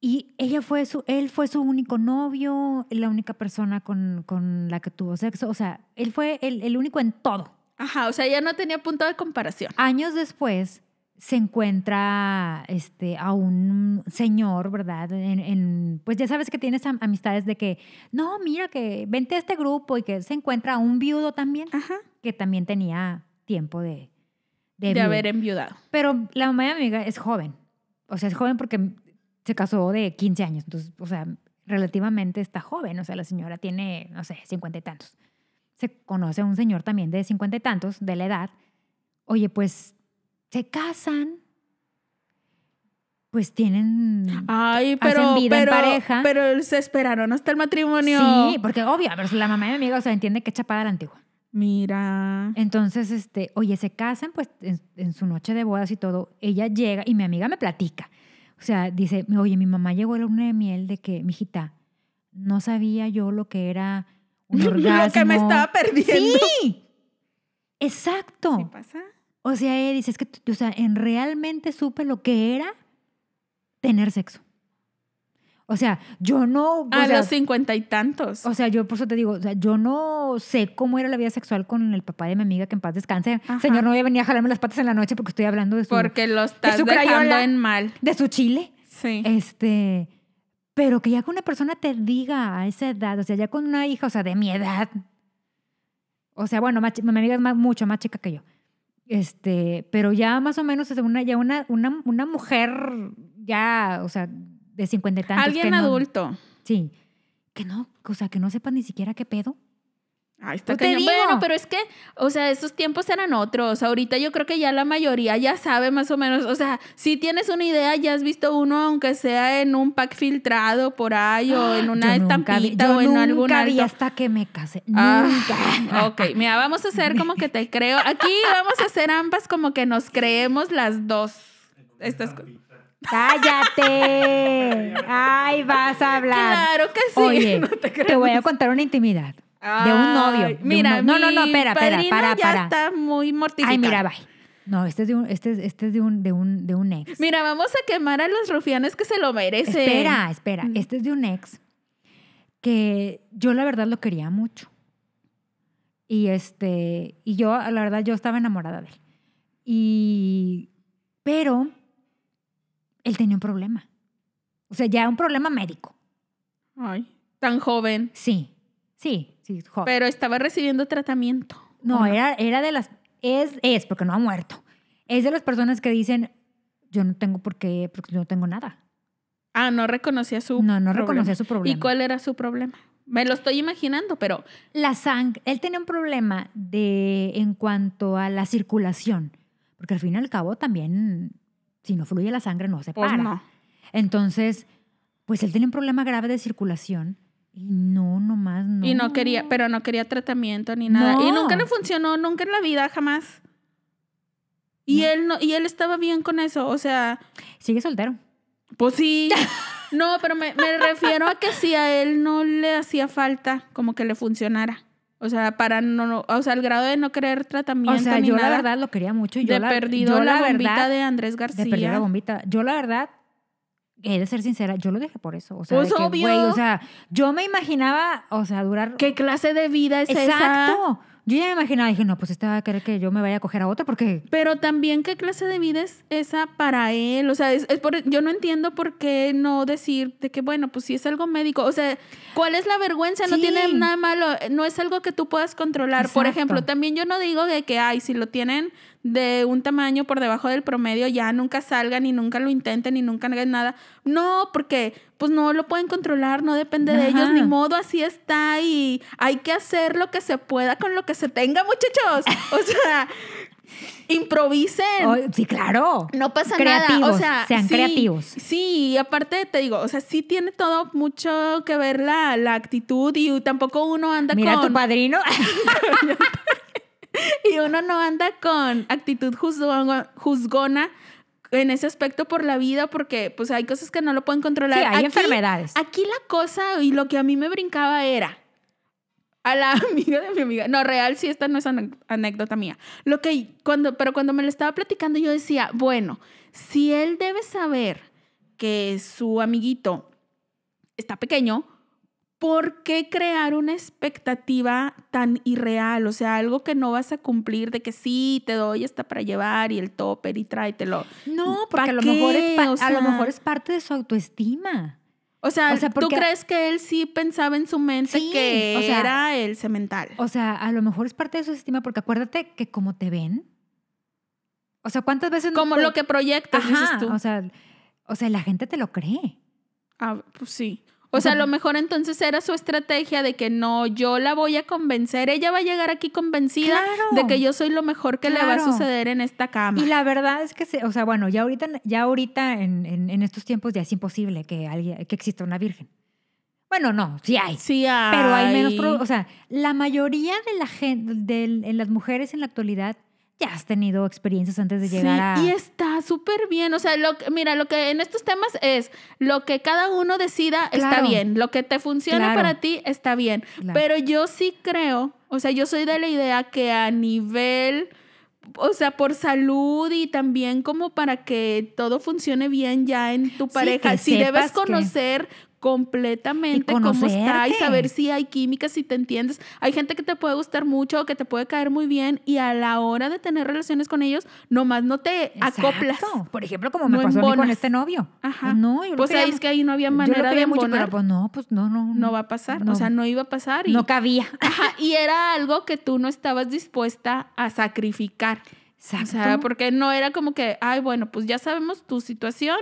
Speaker 2: Y ella fue su, él fue su único novio, la única persona con, con la que tuvo sexo, o sea, él fue el, el único en todo.
Speaker 1: Ajá, o sea, ya no tenía punto de comparación.
Speaker 2: Años después se encuentra este, a un señor, ¿verdad? En, en- pues ya sabes que tienes am- amistades de que, no, mira, que vente a este grupo y que se encuentra a un viudo también,
Speaker 1: Ajá.
Speaker 2: que también tenía tiempo de...
Speaker 1: De,
Speaker 2: viudo.
Speaker 1: haber enviudado.
Speaker 2: Pero la mamá de mi amiga es joven. O sea, es joven porque se casó de 15 años. Entonces, o sea, relativamente está joven. O sea, la señora tiene, no sé, 50 y tantos. Se conoce a un señor también de 50 y tantos, de la edad. Oye, pues se casan. Pues tienen.
Speaker 1: Ay,
Speaker 2: Hacen
Speaker 1: pero,
Speaker 2: vida en
Speaker 1: pero,
Speaker 2: pareja.
Speaker 1: pero se esperaron hasta el matrimonio.
Speaker 2: Sí, porque obvio, pero la mamá de mi amiga, o sea, entiende que es chapada la antigua.
Speaker 1: Mira.
Speaker 2: Entonces, este, oye, se casan, pues en, en su noche de bodas y todo, ella llega y mi amiga me platica. O sea, dice, oye, mi mamá llegó a la luna de miel de que, mijita, no sabía yo lo que era un orgasmo.
Speaker 1: Lo que me estaba perdiendo.
Speaker 2: ¡Sí!
Speaker 1: ¿Qué
Speaker 2: Exacto.
Speaker 1: pasa?
Speaker 2: O sea, ella dice, es que, t- o sea, en realmente supe lo que era tener sexo. O sea, yo no... o
Speaker 1: A
Speaker 2: sea,
Speaker 1: los cincuenta y tantos.
Speaker 2: o sea, yo por eso te digo, o sea, yo no sé cómo era la vida sexual con el papá de mi amiga que en paz descanse.
Speaker 1: Ajá.
Speaker 2: Señor, no voy a venir a jalarme las patas en la noche porque estoy hablando de su,
Speaker 1: porque lo estás
Speaker 2: su
Speaker 1: dejando
Speaker 2: crayola.
Speaker 1: en mal. Eh,
Speaker 2: de su chile.
Speaker 1: Sí.
Speaker 2: Este, pero que ya que una persona te diga a esa edad, o sea, ya con una hija, o sea, de mi edad. O sea, bueno, más chi- mi amiga es más- mucho más chica que yo. Este, pero ya más o menos, o sea, una, ya una, una, una mujer ya, o sea, de cincuenta y tantos. que
Speaker 1: Alguien
Speaker 2: no-
Speaker 1: adulto.
Speaker 2: sí. Que no, o sea, que no sepa ni siquiera qué pedo.
Speaker 1: Ahí está
Speaker 2: Pues te
Speaker 1: cañón.
Speaker 2: digo.
Speaker 1: Bueno, pero es que, o sea, esos tiempos eran otros. Ahorita yo creo que ya la mayoría ya sabe más o menos. O sea, si tienes una idea, ya has visto uno, aunque sea en un pack filtrado por ahí o en una
Speaker 2: Yo nunca vi-
Speaker 1: estampita
Speaker 2: yo
Speaker 1: o en
Speaker 2: nunca
Speaker 1: algún
Speaker 2: vi
Speaker 1: alto.
Speaker 2: hasta que me casé.
Speaker 1: Ah,
Speaker 2: nunca.
Speaker 1: ok, mira, vamos a hacer como que te creo. Aquí vamos a hacer ambas como que nos creemos las dos. Estas co-
Speaker 2: ¡Cállate! ¡Ay, vas a hablar!
Speaker 1: Claro que sí.
Speaker 2: Oye,
Speaker 1: no te,
Speaker 2: te,
Speaker 1: creo.
Speaker 2: voy a contar una intimidad. de un novio,
Speaker 1: Ay,
Speaker 2: de un
Speaker 1: Mira,
Speaker 2: novio. No, no, no,
Speaker 1: mi
Speaker 2: espera, espera,
Speaker 1: padrino
Speaker 2: para,
Speaker 1: ya
Speaker 2: para.
Speaker 1: está muy mortificado.
Speaker 2: Ay, mira, bye. No, este es de un, este es, este es de un, de un, de un ex.
Speaker 1: Mira, vamos a quemar a los rufianes que se lo merecen.
Speaker 2: Espera, espera.
Speaker 1: Mm.
Speaker 2: Este es de un ex que yo la verdad lo quería mucho. Y este, y yo, la verdad, yo estaba enamorada de él. Y, pero, él tenía un problema. O sea, ya un problema médico.
Speaker 1: Ay, tan joven.
Speaker 2: Sí, sí, sí, joven.
Speaker 1: Pero estaba recibiendo tratamiento.
Speaker 2: No,
Speaker 1: ¿O
Speaker 2: Era, era de las. Es, es, porque no ha muerto. Es de las personas que dicen: Yo no tengo por qué, porque yo no tengo nada.
Speaker 1: Ah, no reconocía su
Speaker 2: No,
Speaker 1: problema.
Speaker 2: no reconocía su problema.
Speaker 1: ¿Y cuál era su problema? Me lo estoy imaginando, pero
Speaker 2: La sangre. Él tenía un problema de, en cuanto a la circulación. Porque al fin y al cabo también, si no fluye la sangre, no se
Speaker 1: pues
Speaker 2: para.
Speaker 1: no.
Speaker 2: Entonces, pues él tenía un problema grave de circulación. Y no, nomás no.
Speaker 1: Y no quería, pero no quería tratamiento ni nada. Y
Speaker 2: No.
Speaker 1: nunca le funcionó, nunca en la vida, jamás. Y
Speaker 2: No.
Speaker 1: él no, y él estaba bien con eso. O sea,
Speaker 2: Sigue soltero.
Speaker 1: Pues sí. No, pero me, me refiero a que si a él no le hacía falta, como que le funcionara. O sea, para no, no- o sea, al grado de no querer tratamiento.
Speaker 2: O sea,
Speaker 1: ni
Speaker 2: yo
Speaker 1: nada,
Speaker 2: la verdad lo quería mucho.
Speaker 1: de
Speaker 2: Yo la,
Speaker 1: perdido
Speaker 2: yo
Speaker 1: la,
Speaker 2: la
Speaker 1: bombita
Speaker 2: verdad,
Speaker 1: de Andrés García.
Speaker 2: De perder la bombita. Yo, la verdad, he de ser sincera, yo lo dejé por eso. O sea,
Speaker 1: Pues
Speaker 2: de que,
Speaker 1: obvio.
Speaker 2: güey, o sea, yo me imaginaba, o sea, durar.
Speaker 1: ¿Qué clase de vida es esa?
Speaker 2: Exacto. Yo ya me imaginaba, dije, no, pues esta va a querer que yo me vaya a coger a otro porque.
Speaker 1: Pero también qué clase de vida es esa para él. O sea, es, es por- yo no entiendo por qué no decir de que, bueno, pues si es algo médico. O sea, ¿cuál es la vergüenza? No
Speaker 2: Sí.
Speaker 1: tiene nada malo. No es algo que tú puedas controlar. Por
Speaker 2: Exacto.
Speaker 1: ejemplo, también yo no digo de que, ay, si lo tienen de un tamaño por debajo del promedio, ya nunca salgan y nunca lo intenten y nunca hagan nada. No, porque pues no lo pueden controlar, no depende de ellos,
Speaker 2: Ajá.
Speaker 1: ni modo, así está y hay que hacer lo que se pueda con lo que se tenga, muchachos. O sea... Improvisen.
Speaker 2: Oh, sí, claro.
Speaker 1: no pasa nada.
Speaker 2: Creativos,
Speaker 1: O sea,
Speaker 2: sean
Speaker 1: sí,
Speaker 2: creativos.
Speaker 1: Sí, y aparte te digo, o sea, sí tiene todo mucho que ver la, la actitud y tampoco uno anda
Speaker 2: Mira
Speaker 1: con.
Speaker 2: tu padrino.
Speaker 1: Y uno no anda con actitud juzgona, juzgona en ese aspecto por la vida porque pues hay cosas que no lo pueden controlar.
Speaker 2: Sí, hay
Speaker 1: Aquí-
Speaker 2: enfermedades.
Speaker 1: Aquí la cosa y lo que a mí me brincaba era a la amiga de mi amiga. No, real, sí, esta no es ane- anécdota mía. Lo que cuando, pero cuando me lo estaba platicando, yo decía, bueno, si él debe saber que su amiguito está pequeño, ¿por qué crear una expectativa tan irreal? O sea, algo que no vas a cumplir de que sí, te doy esta para llevar y el topper y tráetelo.
Speaker 2: No,
Speaker 1: ¿Pa
Speaker 2: porque a lo,
Speaker 1: qué?
Speaker 2: mejor es pa-
Speaker 1: O
Speaker 2: a lo
Speaker 1: sea-
Speaker 2: mejor es parte de su autoestima.
Speaker 1: O sea,
Speaker 2: O sea,
Speaker 1: ¿tú
Speaker 2: porque-
Speaker 1: crees que él sí pensaba en su mente
Speaker 2: Sí,
Speaker 1: que
Speaker 2: o sea-
Speaker 1: era el cemental?
Speaker 2: O sea, a lo mejor es parte de su autoestima porque acuérdate que como te ven, o sea, ¿cuántas veces no
Speaker 1: Como
Speaker 2: te-
Speaker 1: lo que proyectas, dices
Speaker 2: Ajá,
Speaker 1: tú.
Speaker 2: o sea, o sea, la gente te lo cree.
Speaker 1: Ah, pues sí.
Speaker 2: O
Speaker 1: O sea, a
Speaker 2: sea,
Speaker 1: lo mejor entonces era su estrategia de que no, yo la voy a convencer. Ella va a llegar aquí convencida
Speaker 2: Claro.
Speaker 1: de que yo soy lo mejor que le va a
Speaker 2: Claro.
Speaker 1: suceder en esta cama.
Speaker 2: Y la verdad es que, se- o sea, bueno, ya ahorita, ya ahorita en, en- en estos tiempos ya es imposible que, alguien, que exista una virgen. Bueno, no, sí hay.
Speaker 1: Sí, hay.
Speaker 2: Pero hay menos, pro- o sea, la mayoría de la gente, de las mujeres en la actualidad, ya has tenido experiencias antes de
Speaker 1: Sí,
Speaker 2: llegar a...
Speaker 1: Y está súper bien. O sea, lo que- mira, lo que en estos temas es lo que cada uno decida está
Speaker 2: Claro.
Speaker 1: bien. Lo que te funciona
Speaker 2: Claro.
Speaker 1: para ti está bien.
Speaker 2: Claro.
Speaker 1: Pero yo sí creo, o sea, yo soy de la idea que a nivel, o sea, por salud y también como para que todo funcione bien ya en tu pareja,
Speaker 2: que
Speaker 1: si debes
Speaker 2: sepas que-
Speaker 1: conocer completamente
Speaker 2: Y
Speaker 1: cómo está y
Speaker 2: conocerte.
Speaker 1: saber si hay química, si te entiendes. Hay gente que te puede gustar mucho, que te puede caer muy bien y a la hora de tener relaciones con ellos, nomás no te
Speaker 2: Exacto.
Speaker 1: acoplas.
Speaker 2: Por ejemplo, como me
Speaker 1: No
Speaker 2: pasó a mí con
Speaker 1: embonas.
Speaker 2: este novio.
Speaker 1: Ajá.
Speaker 2: No, yo lo
Speaker 1: Pues
Speaker 2: quería
Speaker 1: ahí es
Speaker 2: mu-
Speaker 1: que ahí no había
Speaker 2: yo lo
Speaker 1: manera de
Speaker 2: quería mucho,
Speaker 1: embonar.
Speaker 2: pero pues no, pues no, no.
Speaker 1: no va a pasar,
Speaker 2: no.
Speaker 1: o sea, no iba a pasar y
Speaker 2: No cabía.
Speaker 1: Ajá, y era algo que tú no estabas dispuesta a sacrificar.
Speaker 2: Exacto.
Speaker 1: O sea, porque no era como que, ay, bueno, pues ya sabemos tu situación,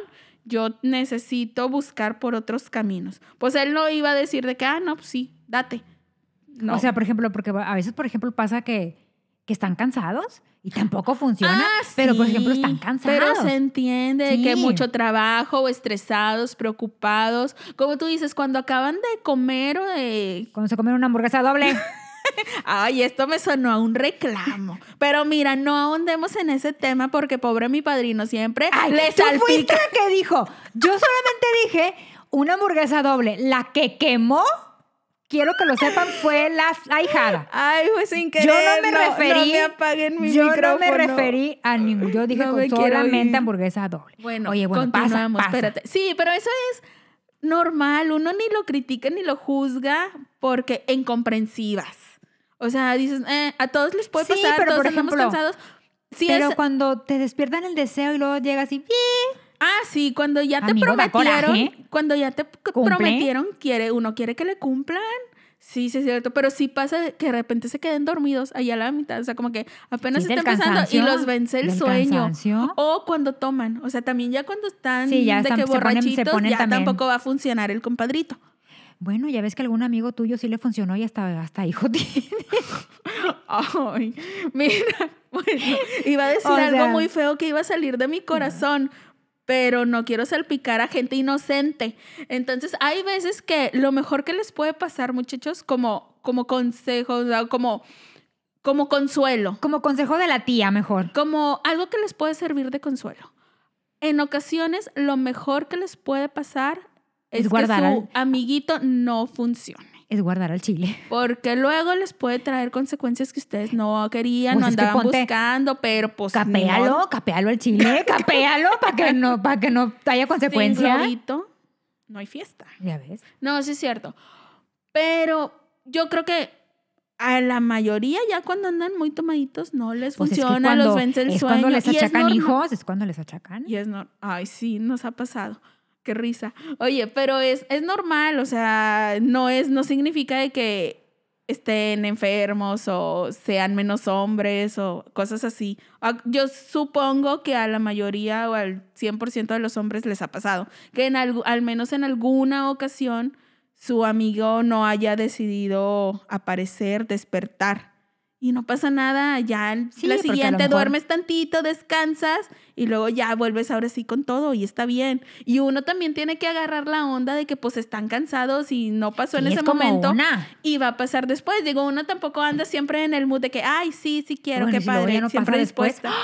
Speaker 1: yo necesito buscar por otros caminos. Pues él no iba a decir de que, ah, no, pues sí, date. No.
Speaker 2: O sea, por ejemplo, porque a veces, por ejemplo, pasa que, que están cansados y tampoco funciona.
Speaker 1: Ah,
Speaker 2: pero, por ejemplo,
Speaker 1: sí,
Speaker 2: están
Speaker 1: Pero
Speaker 2: cansados.
Speaker 1: se entiende
Speaker 2: Sí.
Speaker 1: que mucho trabajo, o estresados, preocupados. Como tú dices, cuando acaban de comer o de
Speaker 2: Cuando se comen una hamburguesa doble.
Speaker 1: Ay, esto me sonó a un reclamo. Pero mira, no ahondemos en ese tema porque pobre mi padrino siempre
Speaker 2: Ay,
Speaker 1: le
Speaker 2: tú
Speaker 1: salpica.
Speaker 2: fuiste la que dijo. Yo solamente dije una hamburguesa doble. La que quemó, quiero que lo sepan, fue la ahijada.
Speaker 1: Ay, pues sin
Speaker 2: Yo no me referí.
Speaker 1: me apaguen mi
Speaker 2: yo no me
Speaker 1: micrófono.
Speaker 2: referí a ningún. Yo dije
Speaker 1: No
Speaker 2: con
Speaker 1: me quiero ir.
Speaker 2: solamente hamburguesa doble.
Speaker 1: Bueno,
Speaker 2: Oye, bueno, pasa,
Speaker 1: continuamos,
Speaker 2: pasa.
Speaker 1: espérate. Sí, pero eso es normal. Uno ni lo critica ni lo juzga porque incomprensivas. O sea, dices, eh, a todos les puede
Speaker 2: Sí,
Speaker 1: pasar,
Speaker 2: pero,
Speaker 1: todos
Speaker 2: por
Speaker 1: andamos
Speaker 2: ejemplo,
Speaker 1: cansados. Sí,
Speaker 2: Pero
Speaker 1: es-
Speaker 2: cuando te despiertan el deseo y luego llegas y
Speaker 1: Ah, sí, cuando ya te
Speaker 2: Amigo, da
Speaker 1: prometieron,
Speaker 2: coraje.
Speaker 1: cuando ya te p-
Speaker 2: ¿Cumple?
Speaker 1: prometieron, quiere, uno quiere que le cumplan. Sí, sí es cierto, pero sí pasa que de repente se queden dormidos allá a la mitad, o sea, como que apenas
Speaker 2: Sí, del
Speaker 1: están empezando y
Speaker 2: cansancio,
Speaker 1: los vence el
Speaker 2: del
Speaker 1: sueño.
Speaker 2: cansancio.
Speaker 1: O cuando toman, o sea, también ya cuando están
Speaker 2: Sí, ya
Speaker 1: de
Speaker 2: están-
Speaker 1: que
Speaker 2: se ponen- se
Speaker 1: borrachitos,
Speaker 2: ponen
Speaker 1: ya
Speaker 2: también.
Speaker 1: tampoco va a funcionar el compadrito.
Speaker 2: Bueno, ya ves que algún amigo tuyo sí le funcionó y hasta, hasta hijo tiene.
Speaker 1: Ay, mira, bueno, iba a decir
Speaker 2: O
Speaker 1: algo
Speaker 2: sea-
Speaker 1: muy feo que iba a salir de mi corazón, pero no quiero salpicar a gente inocente. Entonces, hay veces que lo mejor que les puede pasar, muchachos, como, como consejo, o sea, como, como consuelo,
Speaker 2: Como consejo de la tía, mejor.
Speaker 1: como algo que les puede servir de consuelo. En ocasiones, lo mejor que les puede pasar
Speaker 2: Es
Speaker 1: es,
Speaker 2: guardar
Speaker 1: que
Speaker 2: al-
Speaker 1: su amiguito no funcione.
Speaker 2: Es guardar al chile.
Speaker 1: Porque luego les puede traer consecuencias que ustedes no querían,
Speaker 2: Pues
Speaker 1: no
Speaker 2: es que
Speaker 1: andaban
Speaker 2: ponte-
Speaker 1: buscando, pero pues. ni modo.
Speaker 2: Capéalo, capéalo al chile, capéalo para que no, para que no haya
Speaker 1: Sin
Speaker 2: consecuencia.
Speaker 1: glorito, no hay fiesta.
Speaker 2: Ya ves.
Speaker 1: No, sí es cierto. Pero yo creo que a la mayoría, ya cuando andan muy tomaditos, no les
Speaker 2: Pues es que
Speaker 1: funciona, los
Speaker 2: cuando-
Speaker 1: vence el
Speaker 2: es
Speaker 1: sueño.
Speaker 2: cuando les
Speaker 1: y es
Speaker 2: achacan
Speaker 1: normal.
Speaker 2: hijos, es cuando les achacan.
Speaker 1: Y es normal. Ay, sí, nos ha pasado. Qué risa. Oye, pero es, es normal, o sea, no es, no significa de que estén enfermos o sean menos hombres o cosas así. Ah, Yo supongo que a la mayoría o al 100% de los hombres les ha pasado que en algu- al menos en alguna ocasión su amigo no haya decidido aparecer, despertar. y no pasa nada, ya el-
Speaker 2: Sí,
Speaker 1: la
Speaker 2: porque a lo
Speaker 1: siguiente
Speaker 2: mejor-
Speaker 1: duermes tantito, descansas y luego ya vuelves ahora sí con todo y está bien. Y uno también tiene que agarrar la onda de que pues están cansados y no pasó en
Speaker 2: Sí,
Speaker 1: ese
Speaker 2: es como
Speaker 1: momento
Speaker 2: una.
Speaker 1: y va a pasar después. Digo, uno tampoco anda siempre en el mood de que, ay, sí, sí quiero,
Speaker 2: Bueno,
Speaker 1: qué
Speaker 2: si luego
Speaker 1: padre,
Speaker 2: ya no
Speaker 1: siempre
Speaker 2: pasa después.
Speaker 1: dispuesta.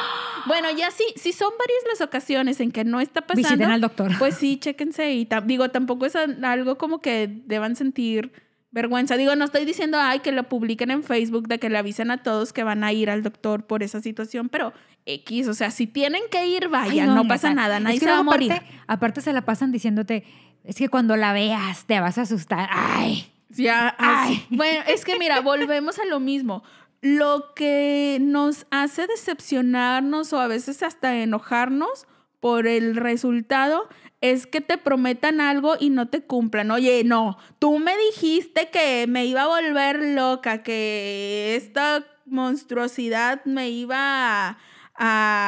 Speaker 1: Bueno, ya sí, si son varias las ocasiones en que no está pasando.
Speaker 2: Visiten al doctor.
Speaker 1: Pues sí, chéquense. Y tam- digo, tampoco es an- algo como que deban sentir vergüenza. Digo, no estoy diciendo, ay, que lo publiquen en Facebook, de que le avisen a todos que van a ir al doctor por esa situación, pero X, o sea, si tienen que ir,
Speaker 2: Ay,
Speaker 1: vayan, no,
Speaker 2: neta.
Speaker 1: pasa nada,
Speaker 2: Es
Speaker 1: nadie
Speaker 2: que
Speaker 1: se va a
Speaker 2: luego aparte-
Speaker 1: morir.
Speaker 2: Aparte se la pasan diciéndote, es que cuando la veas te vas a asustar. Ay,
Speaker 1: Ya, así.
Speaker 2: Ay.
Speaker 1: Bueno, es que mira, volvemos a lo mismo. Lo que nos hace decepcionarnos o a veces hasta enojarnos por el resultado es que te prometan algo y no te cumplan. Oye, no, tú me dijiste que me iba a volver loca, que esta monstruosidad me iba a,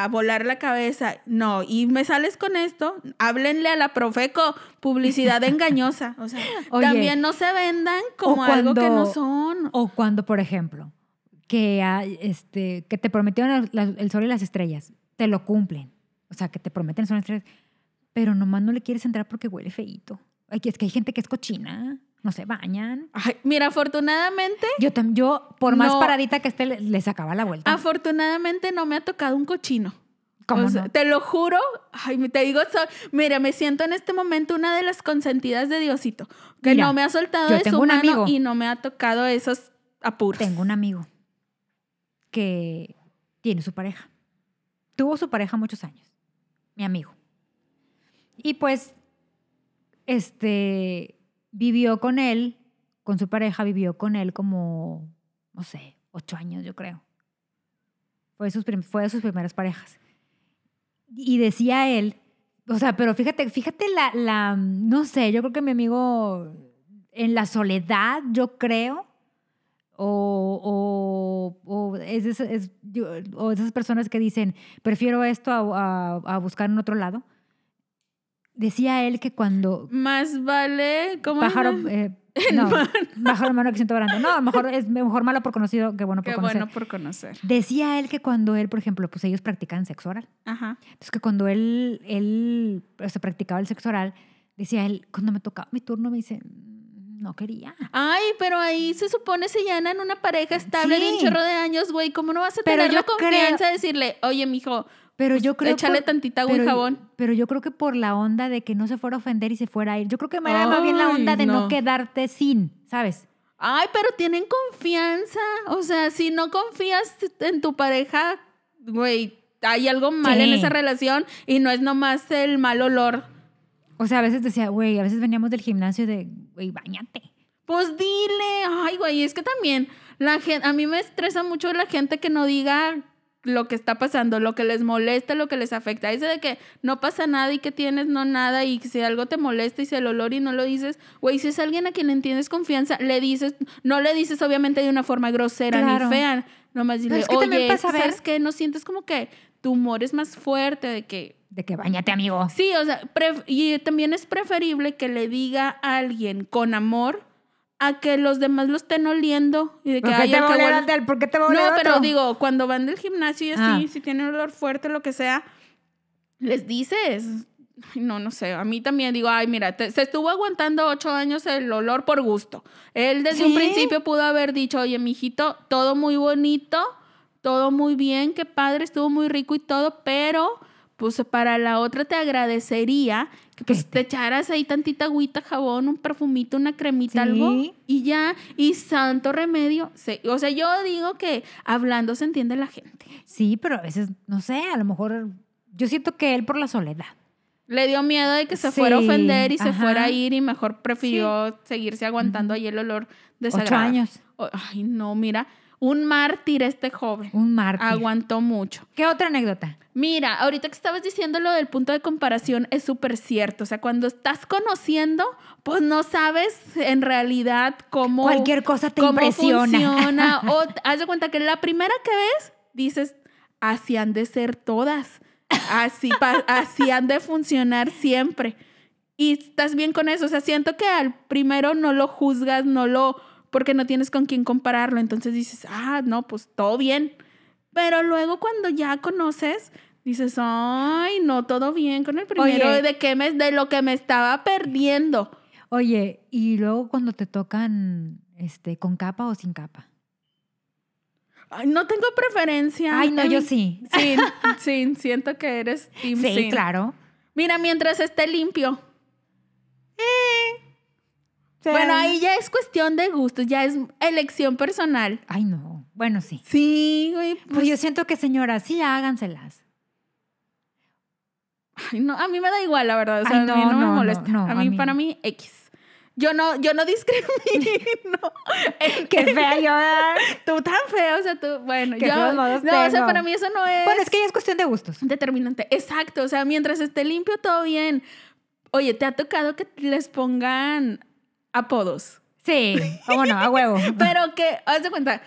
Speaker 1: a volar la cabeza. No, y me sales con esto, háblenle a la Profeco, publicidad engañosa. O sea,
Speaker 2: Oye.
Speaker 1: también no se vendan como
Speaker 2: O
Speaker 1: algo que no
Speaker 2: cuando-
Speaker 1: son.
Speaker 2: O cuando, por ejemplo, que, hay, este, que te prometieron la- la- el sol y las estrellas, te lo cumplen. O sea, que te prometen el sol y las estrellas, pero nomás no le quieres entrar porque huele feíto. Ay, que Es que hay gente que es cochina, no se bañan.
Speaker 1: Ay, mira, afortunadamente,
Speaker 2: Yo, tam- yo por más
Speaker 1: No.
Speaker 2: paradita que esté, le- le sacaba la
Speaker 1: Ah.
Speaker 2: vuelta.
Speaker 1: afortunadamente no me ha tocado un cochino.
Speaker 2: ¿Cómo
Speaker 1: O sea,
Speaker 2: no?
Speaker 1: Te lo juro. Ay, te digo, so- mira, me siento en este momento una de las consentidas de Diosito, que
Speaker 2: Mira,
Speaker 1: no me ha soltado
Speaker 2: yo
Speaker 1: de su
Speaker 2: tengo un
Speaker 1: mano
Speaker 2: amigo.
Speaker 1: y no me ha tocado esos apuros.
Speaker 2: Tengo un amigo que tiene su pareja. Tuvo su pareja muchos años, mi amigo. Y pues, este, vivió con él, con su pareja, vivió con él como, no sé, ocho años, yo creo. Fue, sus prim- fue de sus primeras parejas. Y decía él, o sea, pero fíjate, fíjate la, la, no sé, yo creo que mi amigo, en la soledad, yo creo, o, o- o es, de esa- es- yo- o esas personas que dicen, prefiero esto a, a- a buscar en otro lado. Decía él que cuando
Speaker 1: Más vale como
Speaker 2: pájaro... eh, no, pájaro en mano que siento grande. No, mejor, es mejor malo por conocido que bueno por
Speaker 1: Qué
Speaker 2: conocer.
Speaker 1: bueno por conocer.
Speaker 2: Decía él que cuando él, por ejemplo, pues ellos practican sexo oral.
Speaker 1: Ajá.
Speaker 2: Entonces, que cuando él, él o sea, practicaba el sexo oral, decía él, cuando me tocaba mi turno, me dice, "Mm, no quería.
Speaker 1: Ay, pero ahí se supone se llenan una pareja estable de un
Speaker 2: Sí.
Speaker 1: chorro de años, güey. ¿Cómo no vas a
Speaker 2: Pero
Speaker 1: tener la
Speaker 2: yo creo-
Speaker 1: confianza de decirle, oye, mijo,
Speaker 2: Pero yo creo
Speaker 1: Pues échale
Speaker 2: por-
Speaker 1: tantita agua y
Speaker 2: pero-
Speaker 1: jabón?
Speaker 2: Pero yo creo que por la onda de que no se fuera a ofender y se fuera a ir. Yo creo que era más bien la
Speaker 1: Ay,
Speaker 2: onda de no.
Speaker 1: no.
Speaker 2: quedarte sin, ¿sabes?
Speaker 1: Ay, pero tienen confianza. O sea, si no confías en tu pareja, güey, hay algo mal en
Speaker 2: Sí.
Speaker 1: esa relación y no es nomás el mal olor.
Speaker 2: O sea, a veces decía, güey, a veces veníamos del gimnasio de, güey, bañate.
Speaker 1: Pues dile, ay, güey, es que también la gente, a mí me estresa mucho la gente que no diga lo que está pasando, lo que les molesta, lo que les afecta. Ese de que no pasa nada y que tienes no nada y que si algo te molesta y si el olor y no lo dices, güey, si es alguien a quien le tienes confianza, le dices, no le dices obviamente de una forma grosera
Speaker 2: Claro.
Speaker 1: ni fea, nomás dile,
Speaker 2: es que también
Speaker 1: oye,
Speaker 2: para
Speaker 1: es que,
Speaker 2: saber-
Speaker 1: ¿sabes qué? No sientes como que tu humor es más fuerte, de que
Speaker 2: De que bañate, amigo.
Speaker 1: Sí, o sea, pref- y también es preferible que le diga a alguien con amor a que los demás lo estén oliendo y de que
Speaker 2: ¿Por qué
Speaker 1: "Ay,
Speaker 2: te
Speaker 1: el
Speaker 2: va a
Speaker 1: que
Speaker 2: oler
Speaker 1: huele-".
Speaker 2: al del- ¿Por qué te va a
Speaker 1: No,
Speaker 2: oler
Speaker 1: pero
Speaker 2: otro?
Speaker 1: digo, cuando van del gimnasio y así,
Speaker 2: Ah.
Speaker 1: si tienen olor fuerte, lo que sea, les dices. Ay, No, no sé. A mí también digo, ay, mira, te- se estuvo aguantando ocho años el olor por gusto. Él desde un
Speaker 2: Sí.
Speaker 1: principio pudo haber dicho, oye, mijito, todo muy bonito, todo muy bien, qué padre, estuvo muy rico y todo, pero pues para la otra te agradecería que pues,
Speaker 2: Que
Speaker 1: te echaras ahí tantita agüita, jabón, un perfumito, una cremita,
Speaker 2: Sí.
Speaker 1: algo y ya, y santo remedio. se- o sea, yo digo que hablando se entiende la gente.
Speaker 2: Sí, pero a veces, no sé, a lo mejor yo siento que él por la soledad.
Speaker 1: Le dio miedo de que se
Speaker 2: Sí,
Speaker 1: fuera a ofender y se
Speaker 2: ajá.
Speaker 1: fuera a ir y mejor prefirió seguirse aguantando ahí el olor
Speaker 2: Ocho
Speaker 1: desagradable.
Speaker 2: años,
Speaker 1: O- Ay, no, mira, un mártir este joven.
Speaker 2: un mártir.
Speaker 1: Aguantó mucho.
Speaker 2: ¿Qué otra anécdota?
Speaker 1: Mira, ahorita que estabas diciendo lo del punto de comparación es súper cierto. O sea, cuando estás conociendo, pues no sabes en realidad cómo...
Speaker 2: Cualquier cosa te
Speaker 1: cómo
Speaker 2: impresiona.
Speaker 1: funciona. O t- haz de cuenta que la primera que ves, dices, así han de ser todas. Así, pa- así han de funcionar siempre. Y estás bien con eso. O sea, siento que al primero no lo juzgas, no lo porque no tienes con quién compararlo. Entonces dices, ah, no, pues todo bien. Pero luego cuando ya conoces, dices, ay, no, todo bien con el primero.
Speaker 2: Oye.
Speaker 1: ¿De qué me, de lo que me estaba perdiendo?
Speaker 2: Oye, y luego cuando te tocan este, con capa o sin capa.
Speaker 1: Ay, no tengo preferencia.
Speaker 2: Ay, no, yo
Speaker 1: Em,
Speaker 2: sí.
Speaker 1: Sí, sí, siento que eres team
Speaker 2: Sí,
Speaker 1: sin.
Speaker 2: claro.
Speaker 1: Mira, mientras esté limpio. Bueno, ahí ya es cuestión de gustos, ya es elección personal.
Speaker 2: Ay, no. Bueno, sí.
Speaker 1: Sí, güey.
Speaker 2: Pues, yo siento que, señora, sí, háganselas.
Speaker 1: Ay, no, a mí me da igual, la verdad. O sea,
Speaker 2: Ay,
Speaker 1: a mí
Speaker 2: no,
Speaker 1: no, me
Speaker 2: no, no,
Speaker 1: molesta.
Speaker 2: no,
Speaker 1: a
Speaker 2: a
Speaker 1: mí,
Speaker 2: mí
Speaker 1: para
Speaker 2: no.
Speaker 1: mí, X. Yo no, yo no discrimino. En-
Speaker 2: Qué fea yo. ¿verdad?
Speaker 1: tú tan feo, o sea, tú, bueno,
Speaker 2: Qué
Speaker 1: yo.
Speaker 2: feos
Speaker 1: no,
Speaker 2: modos
Speaker 1: o sea,
Speaker 2: tengo.
Speaker 1: para mí eso no es,
Speaker 2: Bueno, es que ya es cuestión de gustos.
Speaker 1: determinante. Exacto, o sea, mientras esté limpio, todo bien. Oye, ¿te ha tocado que les pongan apodos?
Speaker 2: Sí, cómo no, a huevo.
Speaker 1: Pero que, haz de cuenta,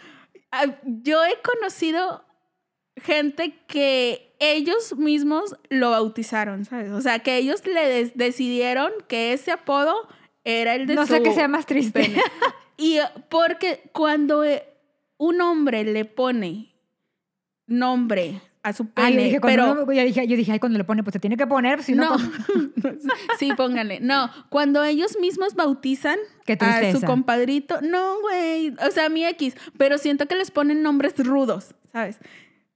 Speaker 1: ah, yo he conocido gente que ellos mismos lo bautizaron, ¿sabes? O sea, que ellos le des- decidieron que ese apodo era el de
Speaker 2: No sé
Speaker 1: su
Speaker 2: qué sea más triste.
Speaker 1: pene. Y eh, porque cuando eh, un hombre le pone nombre a su
Speaker 2: Ay,
Speaker 1: pene,
Speaker 2: yo, Ah, dije, cuando
Speaker 1: pero...
Speaker 2: uno- yo, dije, yo dije, ay, cuando le pone, pues se tiene que poner, pues, si no,
Speaker 1: No,
Speaker 2: pues,
Speaker 1: sí, pónganle. No, cuando ellos mismos bautizan
Speaker 2: Qué
Speaker 1: a su
Speaker 2: tristeza.
Speaker 1: compadrito, no, güey, o sea, mi X, pero siento que les ponen nombres rudos, ¿sabes?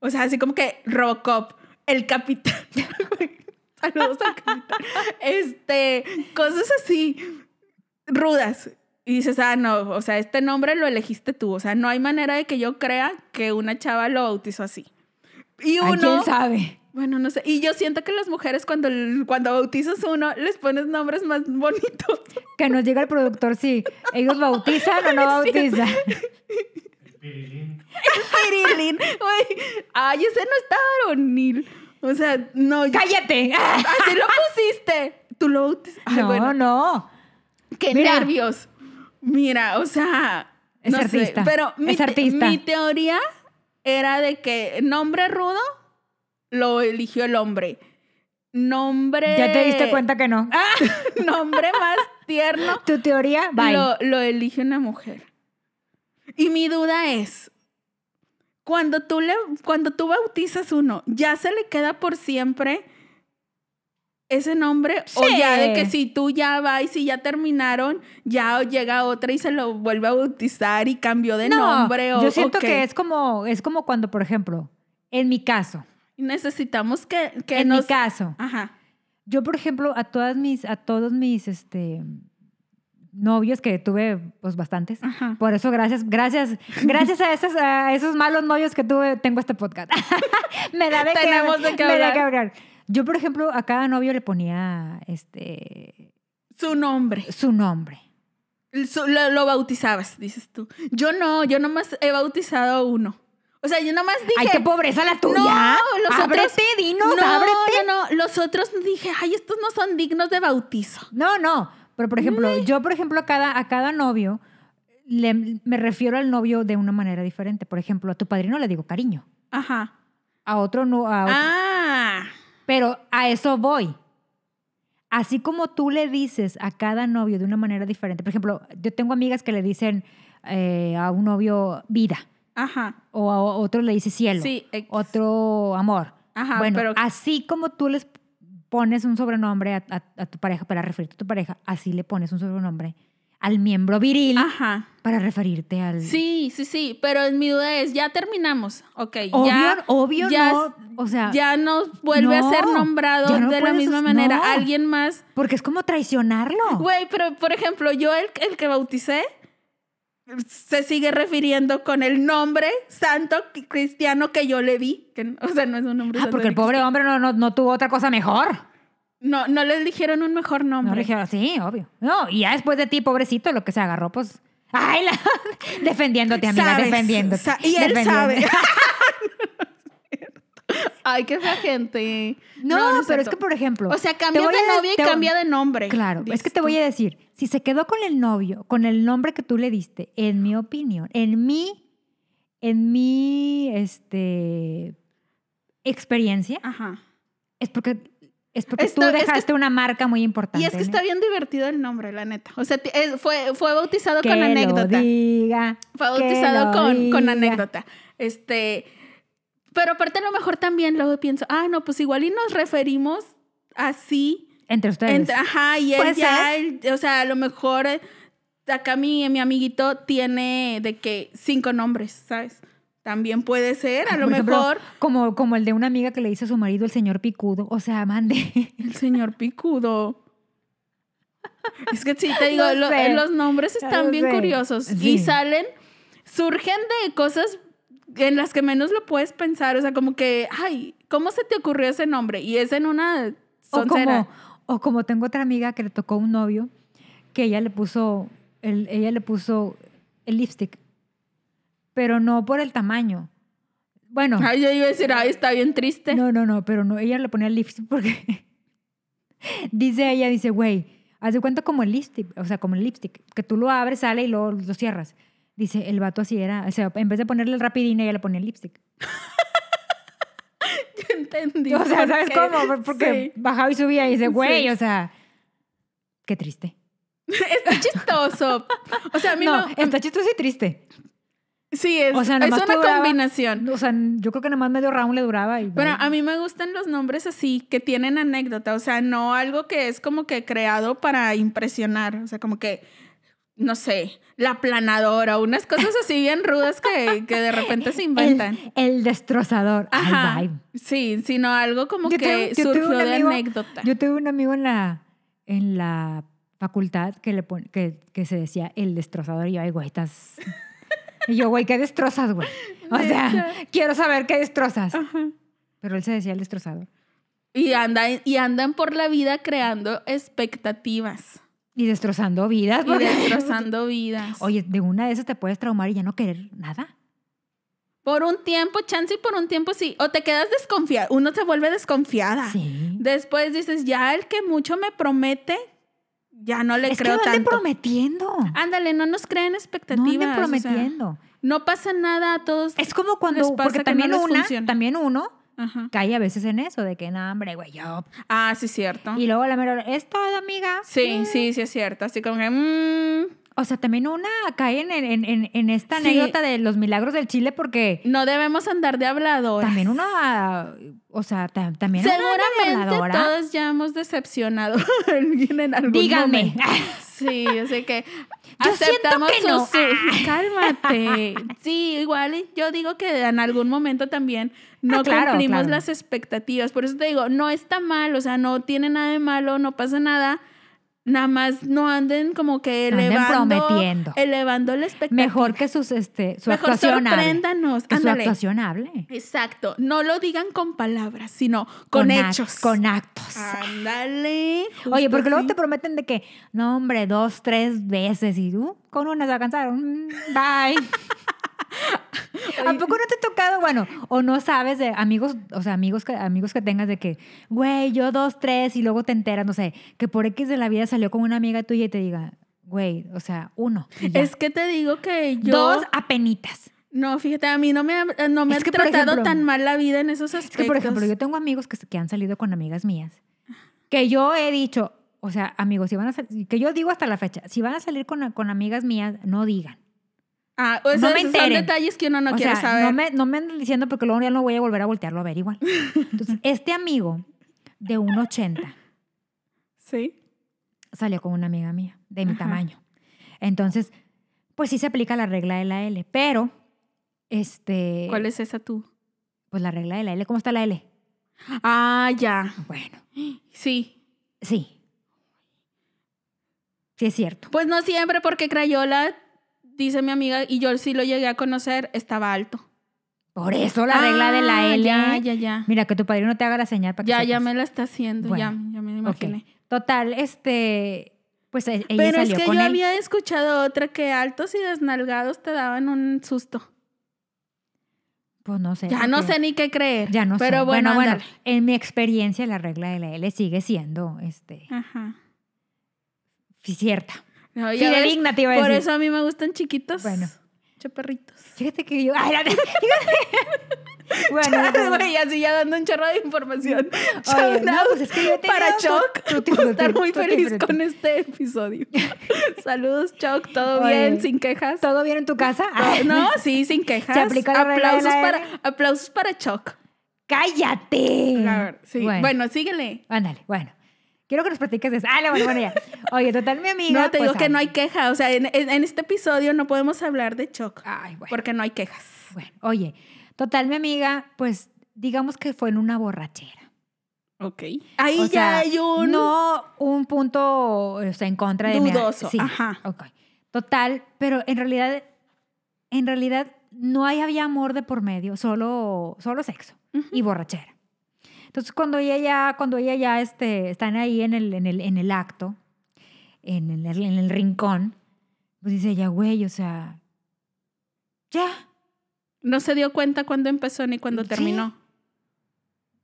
Speaker 1: O sea, así como que Robocop, el capitán. Saludos al capitán. Este, cosas así rudas. Y dices, ah, no, o sea, este nombre lo elegiste tú. O sea, no hay manera de que yo crea que una chava lo bautizó así. Y uno,
Speaker 2: ay, quién sabe.
Speaker 1: bueno, no sé. Y yo siento que las mujeres cuando, cuando bautizas uno, les pones nombres más bonitos.
Speaker 2: Que nos diga el productor si ellos bautizan o no bautizan.
Speaker 1: Pirilín. Güey. Ay, ese no está varonil. O sea, no. yo-
Speaker 2: ¡Cállate!
Speaker 1: Así lo pusiste. Tú lo bautizas. Ay,
Speaker 2: no,
Speaker 1: bueno.
Speaker 2: no.
Speaker 1: Qué
Speaker 2: Mira.
Speaker 1: nervios. Mira, o sea.
Speaker 2: Es
Speaker 1: no sé,
Speaker 2: artista.
Speaker 1: pero mi,
Speaker 2: Es
Speaker 1: te-
Speaker 2: artista.
Speaker 1: mi teoría era de que nombre rudo lo eligió el hombre. Nombre.
Speaker 2: Ya te diste cuenta que no. Ah,
Speaker 1: Nombre más tierno
Speaker 2: Tu teoría, bye.
Speaker 1: Lo, lo elige una mujer. Y mi duda es, cuando tú, le, cuando tú bautizas uno, ¿ya se le queda por siempre ese nombre? O
Speaker 2: Sí.
Speaker 1: ya de que si tú ya vas y si ya terminaron, ya llega otra y se lo vuelve a bautizar y cambió de nombre. O,
Speaker 2: yo siento
Speaker 1: o qué?
Speaker 2: que es como, es como cuando, por ejemplo, en mi caso,
Speaker 1: Necesitamos que, que
Speaker 2: en
Speaker 1: nos...
Speaker 2: mi caso,
Speaker 1: Ajá.
Speaker 2: yo, por ejemplo, a todas mis, a todos mis, este, novios que tuve, pues, bastantes,
Speaker 1: Ajá.
Speaker 2: Por eso, gracias, gracias, gracias a esos, a esos malos novios que tuve, tengo este podcast. me da de
Speaker 1: Tenemos
Speaker 2: que,
Speaker 1: de qué
Speaker 2: me da
Speaker 1: hablar.
Speaker 2: que hablar. Yo, por ejemplo, a cada novio le ponía este
Speaker 1: Su nombre.
Speaker 2: su nombre.
Speaker 1: Su- lo, lo bautizabas, dices tú. Yo no, yo nomás he bautizado a uno. O sea, yo nomás dije...
Speaker 2: ¡Ay, qué pobreza la tuya!
Speaker 1: No, los
Speaker 2: ábrete,
Speaker 1: otros-
Speaker 2: dinos, ábrete.
Speaker 1: no, no, los otros dije, ay, estos no son dignos de bautizo.
Speaker 2: No, no. Pero, por ejemplo, yo, por ejemplo, a cada, a cada novio le- me refiero al novio de una manera diferente. Por ejemplo, a tu padrino le digo cariño.
Speaker 1: Ajá.
Speaker 2: A otro no. A otro-
Speaker 1: Ah,
Speaker 2: Pero a eso voy. Así como tú le dices a cada novio de una manera diferente. Por ejemplo, yo tengo amigas que le dicen eh, a un novio vida,
Speaker 1: ajá.
Speaker 2: o a o- otro le dice cielo,
Speaker 1: Sí, ex.
Speaker 2: otro amor.
Speaker 1: Ajá,
Speaker 2: bueno,
Speaker 1: pero-
Speaker 2: así como tú les pones un sobrenombre a, a- a tu pareja para referirte a tu pareja, así le pones un sobrenombre al miembro viril
Speaker 1: Ajá.
Speaker 2: para referirte al...
Speaker 1: Ah. Sí, sí, sí, pero mi duda es, ya terminamos. Ok,
Speaker 2: Obvio,
Speaker 1: ya.
Speaker 2: obvio
Speaker 1: ya-
Speaker 2: no. O sea,
Speaker 1: Ya no vuelve a ser
Speaker 2: No,
Speaker 1: nombrado
Speaker 2: ya no
Speaker 1: de la
Speaker 2: puedes
Speaker 1: misma
Speaker 2: us-
Speaker 1: manera.
Speaker 2: no.
Speaker 1: Alguien más.
Speaker 2: porque es como traicionarlo.
Speaker 1: Güey, pero por ejemplo, yo el, el que bauticé se sigue refiriendo con el nombre santo cristiano que yo le di. Que, o sea, no es un nombre
Speaker 2: ah,
Speaker 1: santo
Speaker 2: porque
Speaker 1: ni
Speaker 2: el pobre hombre no, no, no tuvo otra cosa mejor.
Speaker 1: No, no les dijeron un mejor
Speaker 2: No,
Speaker 1: nombre.
Speaker 2: dijeron, sí, obvio. No, y ya después de ti, pobrecito, lo que se agarró, pues. Ay, la- defendiéndote, amiga,
Speaker 1: Sabes,
Speaker 2: defendiéndote.
Speaker 1: sa- y él
Speaker 2: defendiéndote.
Speaker 1: sabe. Ay, qué fea gente.
Speaker 2: No,
Speaker 1: es
Speaker 2: pero es
Speaker 1: cierto.
Speaker 2: que, por ejemplo.
Speaker 1: O sea,
Speaker 2: te
Speaker 1: cambias
Speaker 2: voy
Speaker 1: de
Speaker 2: a-
Speaker 1: novia y
Speaker 2: te-
Speaker 1: cambia de nombre.
Speaker 2: Claro, es
Speaker 1: dices
Speaker 2: que te
Speaker 1: tú.
Speaker 2: voy a decir, si se quedó con el novio, con el nombre que tú le diste, en mi opinión, en mi, en mi, este, experiencia,
Speaker 1: Ajá.
Speaker 2: es porque Es porque
Speaker 1: Esto-
Speaker 2: tú
Speaker 1: es que-
Speaker 2: dejaste una marca muy importante.
Speaker 1: Y es que
Speaker 2: en
Speaker 1: está
Speaker 2: él.
Speaker 1: bien divertido el nombre, la neta. O sea, ti- es- fue, fue bautizado
Speaker 2: que
Speaker 1: con
Speaker 2: lo
Speaker 1: anécdota.
Speaker 2: diga.
Speaker 1: Fue
Speaker 2: que
Speaker 1: bautizado
Speaker 2: lo
Speaker 1: con, con
Speaker 2: diga.
Speaker 1: anécdota. Este. Pero aparte, a lo mejor también luego pienso, ah, no, pues igual y nos referimos así.
Speaker 2: Entre ustedes.
Speaker 1: Entre- ajá, y él
Speaker 2: Puede
Speaker 1: ya, él- o sea, a lo mejor eh, acá mi, mi amiguito tiene de que cinco nombres, ¿sabes? También puede ser, a lo
Speaker 2: Por ejemplo,
Speaker 1: mejor
Speaker 2: como, como el de una amiga que le hizo a su marido el señor picudo. O sea, mande.
Speaker 1: el señor Picudo. Es que sí, te digo,
Speaker 2: No
Speaker 1: lo-
Speaker 2: sé.
Speaker 1: los nombres
Speaker 2: No
Speaker 1: están bien
Speaker 2: sé.
Speaker 1: curiosos y
Speaker 2: Sí.
Speaker 1: salen, surgen de cosas en las que menos lo puedes pensar, o sea, como que, ay, ¿cómo se te ocurrió ese nombre? Y es en una...
Speaker 2: O
Speaker 1: soncera.
Speaker 2: como, o como tengo otra amiga que le tocó un novio que ella le puso el, ella le puso el lipstick. Pero no por el tamaño. Bueno,
Speaker 1: Ay, yo iba a decir, ay, está bien triste.
Speaker 2: no, no, no, pero no, ella le ponía el lipstick porque dice ella, dice, güey, haz de cuenta como el lipstick, o sea, como el lipstick, que tú lo abres, sale y luego lo cierras. Dice, el vato así era, o sea, en vez de ponerle el rapidín, ella le ponía el lipstick.
Speaker 1: entendí.
Speaker 2: O sea,
Speaker 1: por
Speaker 2: ¿sabes
Speaker 1: qué.
Speaker 2: cómo? Por- Porque
Speaker 1: Sí.
Speaker 2: bajaba y subía y dice, güey,
Speaker 1: Sí.
Speaker 2: o sea, qué triste.
Speaker 1: Está chistoso. O sea, a mí
Speaker 2: No,
Speaker 1: no.
Speaker 2: está chistoso y triste.
Speaker 1: Sí, es,
Speaker 2: o sea,
Speaker 1: es
Speaker 2: nomás
Speaker 1: una
Speaker 2: tú daba-
Speaker 1: combinación.
Speaker 2: O sea, yo creo que nada más medio round le duraba. Y,
Speaker 1: Pero a mí me gustan los nombres así, que tienen anécdota. O sea, no algo que es como que creado para impresionar. O sea, como que, no sé, la planadora, unas cosas así bien rudas que, que de repente se inventan.
Speaker 2: el, el destrozador. Ay,
Speaker 1: Ajá.
Speaker 2: bye.
Speaker 1: Sí, sino algo como
Speaker 2: Yo tengo-
Speaker 1: que
Speaker 2: yo tengo
Speaker 1: surgió
Speaker 2: un
Speaker 1: de
Speaker 2: amigo-
Speaker 1: anécdota.
Speaker 2: Yo tuve un amigo en la, en la facultad que, le pon- que, que se decía el destrozador. Y yo, ay, güey, estás... Y yo, güey, ¿qué destrozas, güey? O sea,
Speaker 1: Neta. Ah.
Speaker 2: quiero saber qué destrozas.
Speaker 1: Ajá.
Speaker 2: Pero él se decía el destrozador.
Speaker 1: Y, anda, y andan por la vida creando expectativas
Speaker 2: Y destrozando vidas.
Speaker 1: y
Speaker 2: porque-
Speaker 1: destrozando vidas.
Speaker 2: Oye, de una de esas te puedes traumar y ya no querer nada.
Speaker 1: Por un tiempo, chance y por un tiempo sí. O te quedas desconfiada. Uno se vuelve desconfiada.
Speaker 2: Sí.
Speaker 1: Después dices, ya el que mucho me promete, ya no le
Speaker 2: es que
Speaker 1: creo
Speaker 2: no anden
Speaker 1: tanto.
Speaker 2: prometiendo.
Speaker 1: Ándale, no nos creen
Speaker 2: No
Speaker 1: expectativas.
Speaker 2: anden
Speaker 1: o sea,
Speaker 2: prometiendo.
Speaker 1: no pasa nada a todos.
Speaker 2: es como
Speaker 1: les
Speaker 2: cuando,
Speaker 1: pasa
Speaker 2: porque
Speaker 1: que
Speaker 2: también,
Speaker 1: no les
Speaker 2: una,
Speaker 1: funciona.
Speaker 2: también uno
Speaker 1: Ajá.
Speaker 2: cae a veces en eso, de que, no, hombre, güey, yo.
Speaker 1: Ah, sí, cierto.
Speaker 2: Y luego la mera, hora, es todo, amiga.
Speaker 1: Sí,
Speaker 2: Mm.
Speaker 1: sí, sí, es cierto. Así como que, mm,
Speaker 2: O sea, también una cae en, en- en- en esta
Speaker 1: Sí.
Speaker 2: anécdota de los milagros del Chile porque
Speaker 1: no debemos andar de hablador.
Speaker 2: también uno, ah, o sea, ta- también uno anda de
Speaker 1: Seguramente
Speaker 2: habladora.
Speaker 1: todos ya hemos decepcionado a alguien en algún
Speaker 2: Díganme.
Speaker 1: momento. Sí, o sea que
Speaker 2: Yo siento
Speaker 1: aceptamos
Speaker 2: que no.
Speaker 1: sus- sus- Ah, Cálmate. Sí, igual y yo digo que en algún momento también no
Speaker 2: Ah, claro,
Speaker 1: cumplimos
Speaker 2: claro.
Speaker 1: las expectativas. Por eso te digo, no está mal, o sea, no tiene nada de malo, no pasa nada. Nada más no anden como que
Speaker 2: No anden
Speaker 1: elevando,
Speaker 2: prometiendo.
Speaker 1: elevando la expectativa.
Speaker 2: Mejor que sus, este, su
Speaker 1: Mejor
Speaker 2: actuación hable.
Speaker 1: sorpréndanos.
Speaker 2: Que su
Speaker 1: Ándale.
Speaker 2: actuación hable.
Speaker 1: Exacto. No lo digan con palabras, sino con,
Speaker 2: ac-
Speaker 1: hechos. Ah,
Speaker 2: Con actos.
Speaker 1: Ándale.
Speaker 2: Oye,
Speaker 1: justo
Speaker 2: porque luego
Speaker 1: así.
Speaker 2: te prometen de que, no, hombre, dos, tres veces y tú, con una se alcanzaron. Mm, Bye. ¿A poco no te ha tocado, bueno, o no sabes de amigos, o sea, amigos que, amigos que tengas de que, güey, yo dos, tres, y luego te enteras, no sé, que por X de la vida salió con una amiga tuya y te diga, güey, o sea, uno. y ya.
Speaker 1: Es que te digo que yo...
Speaker 2: Dos apenitas.
Speaker 1: No, fíjate, a mí no me, ha- no me
Speaker 2: Es
Speaker 1: ha
Speaker 2: que, por
Speaker 1: tratado
Speaker 2: ejemplo,
Speaker 1: tan mal la vida en esos aspectos.
Speaker 2: Es que, por ejemplo, yo tengo amigos que, se- que han salido con amigas mías, que yo he dicho, o sea, amigos, si van a sal- que yo digo hasta la fecha, si van a salir con, con amigas mías, no digan.
Speaker 1: Ah, o sea,
Speaker 2: no me
Speaker 1: esos son
Speaker 2: enteren.
Speaker 1: detalles que uno no
Speaker 2: o
Speaker 1: quiere
Speaker 2: sea,
Speaker 1: saber.
Speaker 2: No, me, no me anden diciendo porque luego ya no voy a volver a voltearlo a ver igual. Entonces, este amigo de 1,80
Speaker 1: Sí.
Speaker 2: salió con una amiga mía, de mi
Speaker 1: Ajá.
Speaker 2: tamaño. Entonces, pues sí se aplica la regla de la L, pero, este,
Speaker 1: ¿Cuál es esa tú?
Speaker 2: pues la regla de la L, ¿cómo está la L?
Speaker 1: Ah, ya.
Speaker 2: Bueno,
Speaker 1: Sí.
Speaker 2: sí. Sí es cierto.
Speaker 1: Pues no siempre, porque Crayola, dice mi amiga, y yo sí lo llegué a conocer, estaba alto.
Speaker 2: Por eso la regla de la
Speaker 1: Ah,
Speaker 2: L.
Speaker 1: Ya, ya, ya.
Speaker 2: Mira, que tu padrino te haga la señal para que
Speaker 1: Ya,
Speaker 2: sepas.
Speaker 1: ya me la está haciendo, ya,
Speaker 2: Bueno,
Speaker 1: ya me
Speaker 2: Ok.
Speaker 1: imaginé.
Speaker 2: Total, este... Pues e- ella
Speaker 1: Pero es
Speaker 2: salió
Speaker 1: que yo
Speaker 2: con él.
Speaker 1: había escuchado otra que altos y desnalgados te daban un susto.
Speaker 2: Pues no sé.
Speaker 1: Ya no
Speaker 2: porque-
Speaker 1: sé ni qué creer.
Speaker 2: Ya no
Speaker 1: Pero
Speaker 2: sé.
Speaker 1: bueno,
Speaker 2: bueno,
Speaker 1: ándale.
Speaker 2: en mi experiencia la regla de la L sigue siendo este,
Speaker 1: Ajá.
Speaker 2: cierta.
Speaker 1: No, ya ves,
Speaker 2: Fidedigna te iba a
Speaker 1: Por
Speaker 2: decir.
Speaker 1: eso a mí me gustan chiquitos.
Speaker 2: Bueno.
Speaker 1: Chaparritos.
Speaker 2: Fíjate que yo... ay, la- fíjate.
Speaker 1: Chale,
Speaker 2: Bueno,
Speaker 1: güey, así ya dando un chorro de información.
Speaker 2: Oye,
Speaker 1: Shout
Speaker 2: no,
Speaker 1: out
Speaker 2: pues es que yo he tenido
Speaker 1: para
Speaker 2: tu-
Speaker 1: Choc
Speaker 2: tutti
Speaker 1: por estar
Speaker 2: frutti,
Speaker 1: muy
Speaker 2: tutti
Speaker 1: feliz
Speaker 2: frutti.
Speaker 1: con este episodio. Saludos, Choc, todo
Speaker 2: Oye.
Speaker 1: bien, sin quejas.
Speaker 2: ¿todo bien en tu casa?
Speaker 1: No, sí, sin quejas.
Speaker 2: Se aplica la regla de
Speaker 1: aplausos
Speaker 2: la
Speaker 1: para
Speaker 2: R.
Speaker 1: aplausos para Choc.
Speaker 2: ¡Cállate!
Speaker 1: La verdad, sí. Bueno.
Speaker 2: Bueno.
Speaker 1: síguele.
Speaker 2: Ándale, bueno. Quiero que nos platiques de eso. Ah, no, bueno, bueno, ya. Oye, total, mi amiga.
Speaker 1: No, te
Speaker 2: pues,
Speaker 1: digo que no
Speaker 2: ay,
Speaker 1: hay queja. O sea, en, en- en este episodio no podemos hablar de Choc
Speaker 2: Ay, Ah, bueno.
Speaker 1: porque no hay quejas.
Speaker 2: Bueno, oye, total, mi amiga, pues digamos que fue en una borrachera.
Speaker 1: Ok. Ahí
Speaker 2: O
Speaker 1: ya
Speaker 2: sea,
Speaker 1: hay un...
Speaker 2: No un punto o sea, en contra de... mi-
Speaker 1: Dudoso, ajá.
Speaker 2: ok. Total, pero en realidad, en realidad no hay, había amor de por medio, solo, solo sexo
Speaker 1: Ujú.
Speaker 2: y borrachera. Entonces, cuando ella ya, cuando ella ya este, están ahí en el, en el, en el acto, en el, en el rincón, pues dice ella, güey, o sea, ya,
Speaker 1: No se dio cuenta cuándo empezó ni cuándo
Speaker 2: Sí.
Speaker 1: terminó.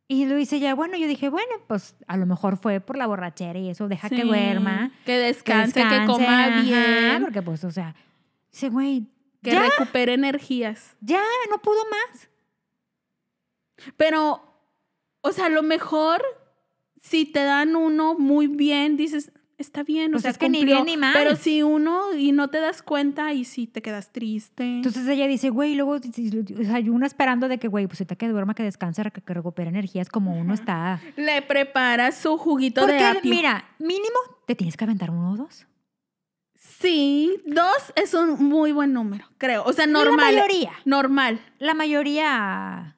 Speaker 2: Y lo hice ya, bueno, yo dije, bueno, pues a lo mejor fue por la borrachera y eso, deja que
Speaker 1: Sí.
Speaker 2: duerma.
Speaker 1: Que
Speaker 2: Que
Speaker 1: descanse, que,
Speaker 2: descanse,
Speaker 1: coma
Speaker 2: ajá,
Speaker 1: bien,
Speaker 2: Porque pues, o sea, dice, güey,
Speaker 1: que
Speaker 2: ya,
Speaker 1: recupere energías.
Speaker 2: ya, no pudo más.
Speaker 1: Pero, o sea, a lo mejor si te dan uno muy bien, dices, está bien, o
Speaker 2: Pues
Speaker 1: sea,
Speaker 2: es que ni
Speaker 1: cumplió.
Speaker 2: bien ni mal.
Speaker 1: Pero si uno y no te das cuenta y si te quedas triste.
Speaker 2: Entonces ella dice, güey, y luego, dice, o sea, yo uno esperando de que, güey, pues ahorita que duerma, que descanse, que, que recupere energías como uno está.
Speaker 1: le preparas su juguito de
Speaker 2: Porque,
Speaker 1: apio.
Speaker 2: mira, mínimo te tienes que aventar uno o dos.
Speaker 1: Sí, dos es un muy buen número, creo. O sea,
Speaker 2: La
Speaker 1: normal.
Speaker 2: mayoría,
Speaker 1: Normal.
Speaker 2: la mayoría,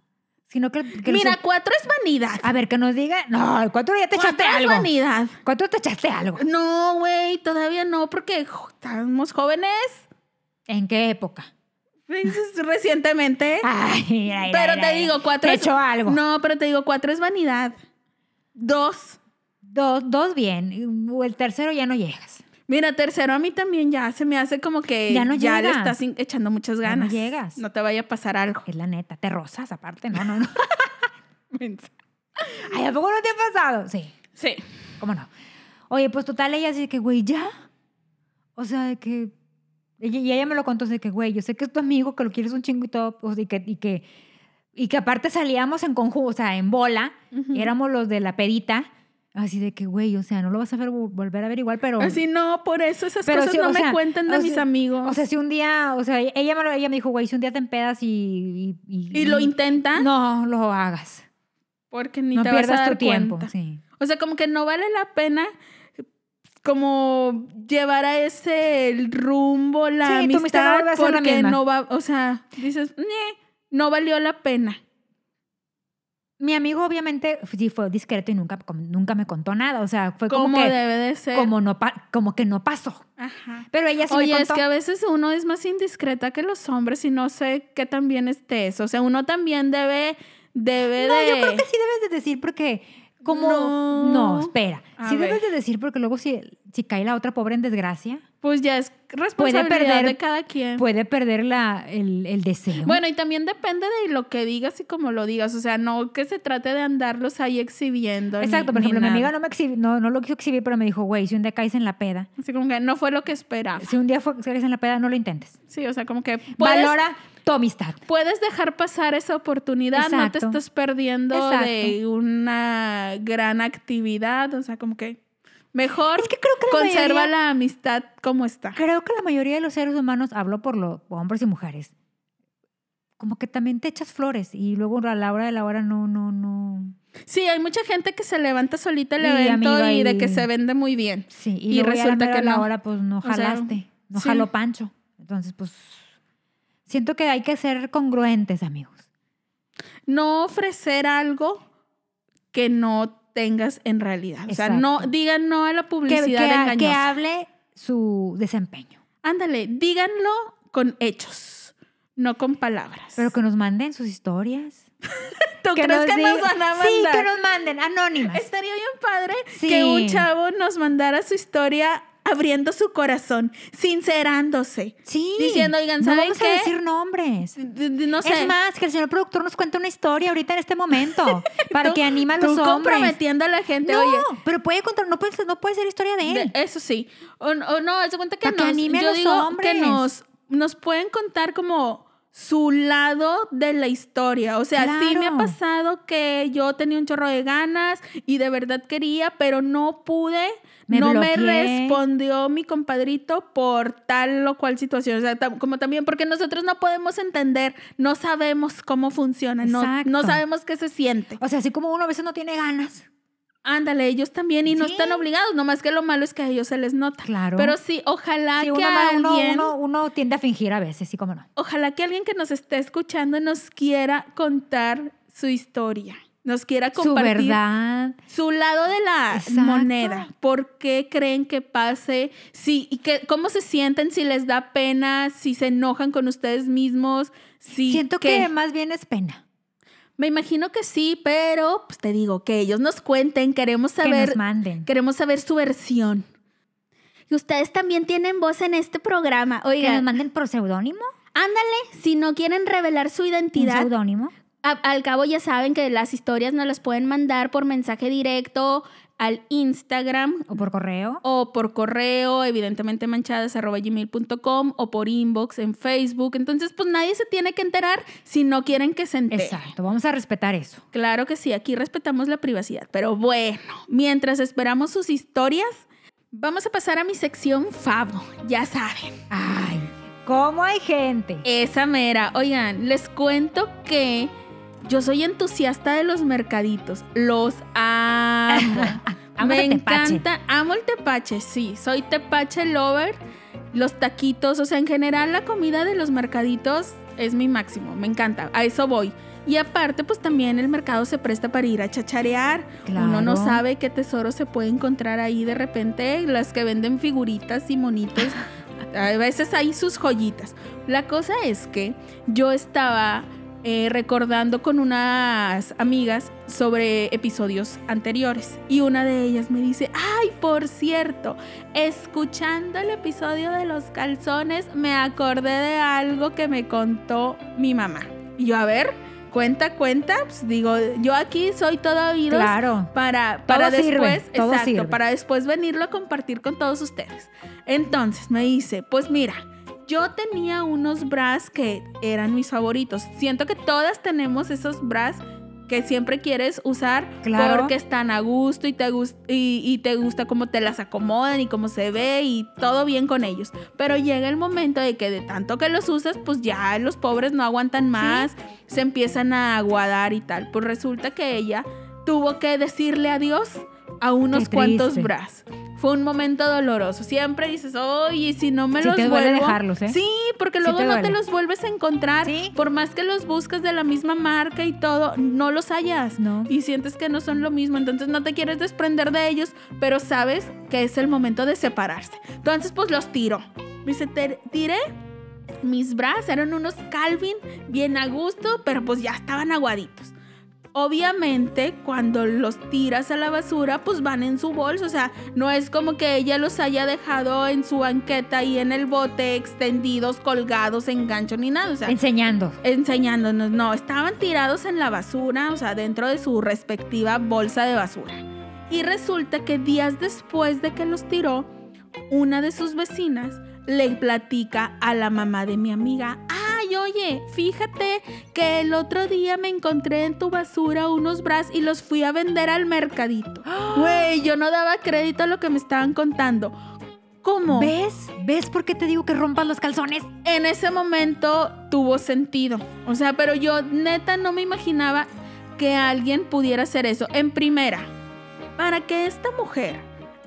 Speaker 2: sino que... que los- em,
Speaker 1: Mira, cuatro es vanidad.
Speaker 2: a ver, que nos diga, no, ¿cuánto ya te echaste
Speaker 1: Cuatro es
Speaker 2: algo?
Speaker 1: vanidad.
Speaker 2: ¿Cuánto te echaste algo?
Speaker 1: No, güey, todavía no, porque jo, estamos jóvenes.
Speaker 2: ¿En qué época?
Speaker 1: dices, Recientemente.
Speaker 2: Ay, mira, mira,
Speaker 1: pero
Speaker 2: mira,
Speaker 1: te
Speaker 2: mira.
Speaker 1: digo, cuatro
Speaker 2: Te
Speaker 1: es.
Speaker 2: echó algo.
Speaker 1: No, pero te digo, cuatro es vanidad. Dos.
Speaker 2: Dos, dos bien. O El tercero ya no llegas.
Speaker 1: Mira, tercero a mí también ya se me hace como que
Speaker 2: Ya no
Speaker 1: le
Speaker 2: llegas.
Speaker 1: estás in- echando muchas
Speaker 2: Ya no
Speaker 1: ganas.
Speaker 2: llegas.
Speaker 1: No te vaya a pasar algo.
Speaker 2: Es la neta. Te rozas aparte. No, no, no. Ay, ¿a poco no te ha pasado? Sí,
Speaker 1: Sí.
Speaker 2: cómo no. Oye, pues total, ella dice que, güey, ya. O sea, de que. ella- Y ella me lo contó, de que, güey, yo sé que es tu amigo, que lo quieres un chingo y todo, o sea, y que. Y que y que aparte salíamos en conjunto, o sea, en bola,
Speaker 1: Ujú.
Speaker 2: éramos los de la pedita, así de que, güey, o sea, no lo vas a ver, vol- volver a ver igual, pero...
Speaker 1: Así no, por eso esas
Speaker 2: Pero
Speaker 1: cosas
Speaker 2: sí,
Speaker 1: no
Speaker 2: o
Speaker 1: me
Speaker 2: sea,
Speaker 1: cuentan de
Speaker 2: o
Speaker 1: mis
Speaker 2: sea,
Speaker 1: amigos.
Speaker 2: O sea, si un día, o sea, e-, ella me, lo- ella me dijo, güey, si un día te empedas y... Y,
Speaker 1: y lo intentan
Speaker 2: No, lo hagas.
Speaker 1: porque ni
Speaker 2: no
Speaker 1: te vas a
Speaker 2: pierdas
Speaker 1: dar
Speaker 2: tu tiempo.
Speaker 1: cuenta.
Speaker 2: Sí.
Speaker 1: O sea, como que no vale la pena eh, como llevar a ese el rumbo, la
Speaker 2: Sí, tu amistad no
Speaker 1: amistad,
Speaker 2: vuelve a ser la
Speaker 1: porque
Speaker 2: misma.
Speaker 1: no va, o sea, dices, "Ñe, no valió la pena.
Speaker 2: Mi amigo obviamente sí fue discreto y nunca, com- nunca me contó nada. O sea, fue como,
Speaker 1: como
Speaker 2: que,
Speaker 1: debe de ser.
Speaker 2: como, no pa- como que no pasó.
Speaker 1: Ajá.
Speaker 2: Pero ella sí
Speaker 1: Oye,
Speaker 2: me
Speaker 1: es
Speaker 2: contó.
Speaker 1: que a veces uno es más indiscreta que los hombres y no sé qué también estés. O sea, uno también debe, debe
Speaker 2: No,
Speaker 1: de...
Speaker 2: yo creo que sí debes de decir porque como...
Speaker 1: No.
Speaker 2: No, espera.
Speaker 1: A
Speaker 2: sí
Speaker 1: ver.
Speaker 2: debes de decir porque luego si, si cae la otra pobre en desgracia,
Speaker 1: Pues ya es responsabilidad
Speaker 2: perder-
Speaker 1: de cada quien.
Speaker 2: puede perder la, el, el deseo.
Speaker 1: Bueno, y también depende de lo que digas y cómo lo digas. O sea, no que se trate de andarlos ahí exhibiendo. ni-
Speaker 2: Exacto, por
Speaker 1: ni
Speaker 2: ejemplo, mi
Speaker 1: nada.
Speaker 2: amiga no me exhibi- no, no lo quiso exhibir, pero me dijo, güey, si un día caes en la peda,
Speaker 1: Así como que no fue lo que esperaba.
Speaker 2: si un día fue- caes en la peda, no lo intentes.
Speaker 1: Sí, o sea, como que puedes,
Speaker 2: Valora tu amistad.
Speaker 1: puedes dejar pasar esa oportunidad, no te
Speaker 2: Exacto.
Speaker 1: estás perdiendo de
Speaker 2: Exacto.
Speaker 1: una gran actividad. O sea, como que mejor
Speaker 2: Es que creo que la
Speaker 1: conserva
Speaker 2: mayoría-
Speaker 1: la amistad como está.
Speaker 2: Creo que la mayoría de los seres humanos, hablo por los hombres y mujeres, como que también te echas flores y luego a la hora de la hora no, no, no.
Speaker 1: Sí, hay mucha gente que se levanta solita el
Speaker 2: Y,
Speaker 1: evento
Speaker 2: amiga,
Speaker 1: y de
Speaker 2: y-
Speaker 1: que se vende muy bien.
Speaker 2: Sí,
Speaker 1: Y
Speaker 2: y, luego ya a la
Speaker 1: resulta
Speaker 2: mera
Speaker 1: que
Speaker 2: de la
Speaker 1: no.
Speaker 2: hora pues no
Speaker 1: sea,
Speaker 2: jalaste, no
Speaker 1: sí.
Speaker 2: jaló pancho. Entonces, pues siento que hay que ser congruentes, amigos.
Speaker 1: no ofrecer algo que no tengas en realidad. O sea,
Speaker 2: Exacto.
Speaker 1: no digan no a la
Speaker 2: Que-
Speaker 1: publicidad
Speaker 2: que ha- que
Speaker 1: engañosa.
Speaker 2: hable su desempeño.
Speaker 1: Ándale, díganlo con hechos, no con palabras.
Speaker 2: Pero que nos manden sus historias.
Speaker 1: ¿Tú crees que
Speaker 2: digan-
Speaker 1: nos van a
Speaker 2: Sí,
Speaker 1: mandar?
Speaker 2: que nos manden, anónimas.
Speaker 1: Estaría bien padre
Speaker 2: Sí.
Speaker 1: que un chavo nos mandara su historia abriendo su corazón, sincerándose.
Speaker 2: Sí.
Speaker 1: Diciendo, oigan,
Speaker 2: no
Speaker 1: ¿saben
Speaker 2: vamos
Speaker 1: qué?
Speaker 2: a decir nombres.
Speaker 1: D- d- No sé.
Speaker 2: Es más, que el señor productor nos cuente una historia ahorita en este momento para
Speaker 1: tú-
Speaker 2: que anima a
Speaker 1: tú
Speaker 2: los hombres.
Speaker 1: comprometiendo a la gente,
Speaker 2: No,
Speaker 1: oye.
Speaker 2: pero puede contar, no puede, ser- no puede ser historia de él.
Speaker 1: De- eso sí. O, o no, haz de cuenta que
Speaker 2: Para que
Speaker 1: nos.
Speaker 2: anime a
Speaker 1: yo
Speaker 2: los
Speaker 1: digo que
Speaker 2: hombres.
Speaker 1: nos, nos pueden contar como su lado de la historia. O sea, sí me ha
Speaker 2: Claro.
Speaker 1: pasado que yo tenía un chorro de ganas y de verdad quería, pero no pude.
Speaker 2: Me
Speaker 1: no me
Speaker 2: bloqueé.
Speaker 1: respondió mi compadrito por tal o cual situación. O sea, tam- como también, porque nosotros no podemos entender, no sabemos cómo funciona, no, no
Speaker 2: Exacto.
Speaker 1: sabemos qué se siente.
Speaker 2: O sea, así como uno a veces no tiene ganas.
Speaker 1: Ándale, ellos también y no
Speaker 2: Sí.
Speaker 1: están obligados, nomás que lo malo es que a ellos se les nota.
Speaker 2: Claro.
Speaker 1: Pero sí, ojalá
Speaker 2: Sí,
Speaker 1: que
Speaker 2: uno, mal- uno-
Speaker 1: alguien,
Speaker 2: uno- uno tiende a fingir a veces, sí, como no.
Speaker 1: ojalá que alguien que nos esté escuchando nos quiera contar su historia, nos quiera
Speaker 2: Su
Speaker 1: compartir
Speaker 2: verdad.
Speaker 1: su lado de la
Speaker 2: Exacto.
Speaker 1: moneda. ¿Por qué creen que pase? Sí, y que, ¿Cómo se sienten? Si les da pena, si se enojan con ustedes mismos. Si,
Speaker 2: Siento
Speaker 1: ¿qué?
Speaker 2: que más bien es pena.
Speaker 1: Me imagino que sí, pero pues, te digo, que ellos nos cuenten, queremos
Speaker 2: que
Speaker 1: saber,
Speaker 2: nos manden.
Speaker 1: queremos saber su versión. Y ustedes también tienen voz en este programa.
Speaker 2: Que nos
Speaker 1: Oigan,
Speaker 2: manden por seudónimo.
Speaker 1: ándale, si no quieren revelar su
Speaker 2: Un
Speaker 1: identidad,
Speaker 2: seudónimo.
Speaker 1: A- al cabo ya saben que las historias nos las pueden mandar por mensaje directo al Instagram
Speaker 2: O por correo.
Speaker 1: o por correo, evidentemente manchadas arroba gmail.com o por inbox en Facebook. Entonces, pues nadie se tiene que enterar si no quieren que se entere.
Speaker 2: Exacto. Vamos a respetar eso.
Speaker 1: Claro que sí, aquí respetamos la privacidad. Pero bueno, mientras esperamos sus historias, vamos a pasar a mi sección Favo. Ya saben.
Speaker 2: Ay, ¿cómo hay gente?
Speaker 1: Esa mera. Oigan, les cuento que yo soy entusiasta de los mercaditos. Los amo.
Speaker 2: Amas
Speaker 1: Me
Speaker 2: el tepache.
Speaker 1: encanta. Amo el tepache, sí. Soy tepache lover. Los taquitos, o sea, en general la comida de los mercaditos es mi máximo. Me encanta. A eso voy. Y aparte, pues también el mercado se presta para ir a chacharear. Uno no
Speaker 2: Claro.
Speaker 1: sabe qué tesoro se puede encontrar ahí de repente. Las que venden figuritas y monitos. A veces hay sus joyitas. La cosa es que yo estaba eh, recordando con unas amigas sobre episodios anteriores y una de ellas me dice, ay, por cierto, escuchando el episodio de los calzones me acordé de algo que me contó mi mamá. Y yo, a ver, cuenta, cuenta, pues digo, yo aquí soy todo oídos
Speaker 2: Claro.
Speaker 1: para, para
Speaker 2: Todo sirve,
Speaker 1: después,
Speaker 2: todo
Speaker 1: exacto,
Speaker 2: sirve.
Speaker 1: para después venirlo a compartir con todos ustedes. Entonces me dice, pues mira, yo tenía unos bras que eran mis favoritos. Siento que todas tenemos esos bras que siempre quieres usar
Speaker 2: Claro.
Speaker 1: porque están a gusto y te, gus- y, y te gusta cómo te las acomodan y cómo se ve y todo bien con ellos. Pero llega el momento de que de tanto que los usas, pues ya los pobres no aguantan más, se empiezan a aguadar y tal. Pues resulta que ella tuvo que decirle adiós a unos
Speaker 2: Qué
Speaker 1: cuantos
Speaker 2: triste.
Speaker 1: bras. Fue un momento doloroso. Siempre dices, oye, y si no me
Speaker 2: Sí
Speaker 1: los
Speaker 2: te duele
Speaker 1: vuelvo-"
Speaker 2: dejarlos, ¿eh?
Speaker 1: Sí, porque
Speaker 2: Sí
Speaker 1: luego
Speaker 2: te
Speaker 1: no te
Speaker 2: duele.
Speaker 1: los vuelves a encontrar.
Speaker 2: Sí.
Speaker 1: Por más que los busques de la misma marca y todo, no los hallas
Speaker 2: No.
Speaker 1: y sientes que no son lo mismo, entonces no te quieres desprender de ellos, pero sabes que es el momento de separarse. Entonces, pues los tiro. Me dice, "Te- tiré mis bras, eran unos Calvin bien a gusto, pero pues ya estaban aguaditos. Obviamente, cuando los tiras a la basura, pues van en su bolso. O sea, no es como que ella los haya dejado en su banqueta y en el bote, extendidos, colgados, en gancho ni nada. O sea,
Speaker 2: Enseñando.
Speaker 1: enseñándonos. No, estaban tirados en la basura, o sea, dentro de su respectiva bolsa de basura. Y resulta que días después de que los tiró, una de sus vecinas le platica a la mamá de mi amiga, ay, oye, fíjate que el otro día me encontré en tu basura unos bras y los fui a vender al mercadito. Güey, yo no daba crédito a lo que me estaban contando. ¿Cómo?
Speaker 2: ¿Ves? ¿Ves por qué te digo que rompas los calzones?
Speaker 1: en ese momento tuvo sentido. O sea, pero yo neta no me imaginaba que alguien pudiera hacer eso. En primera, para que esta mujer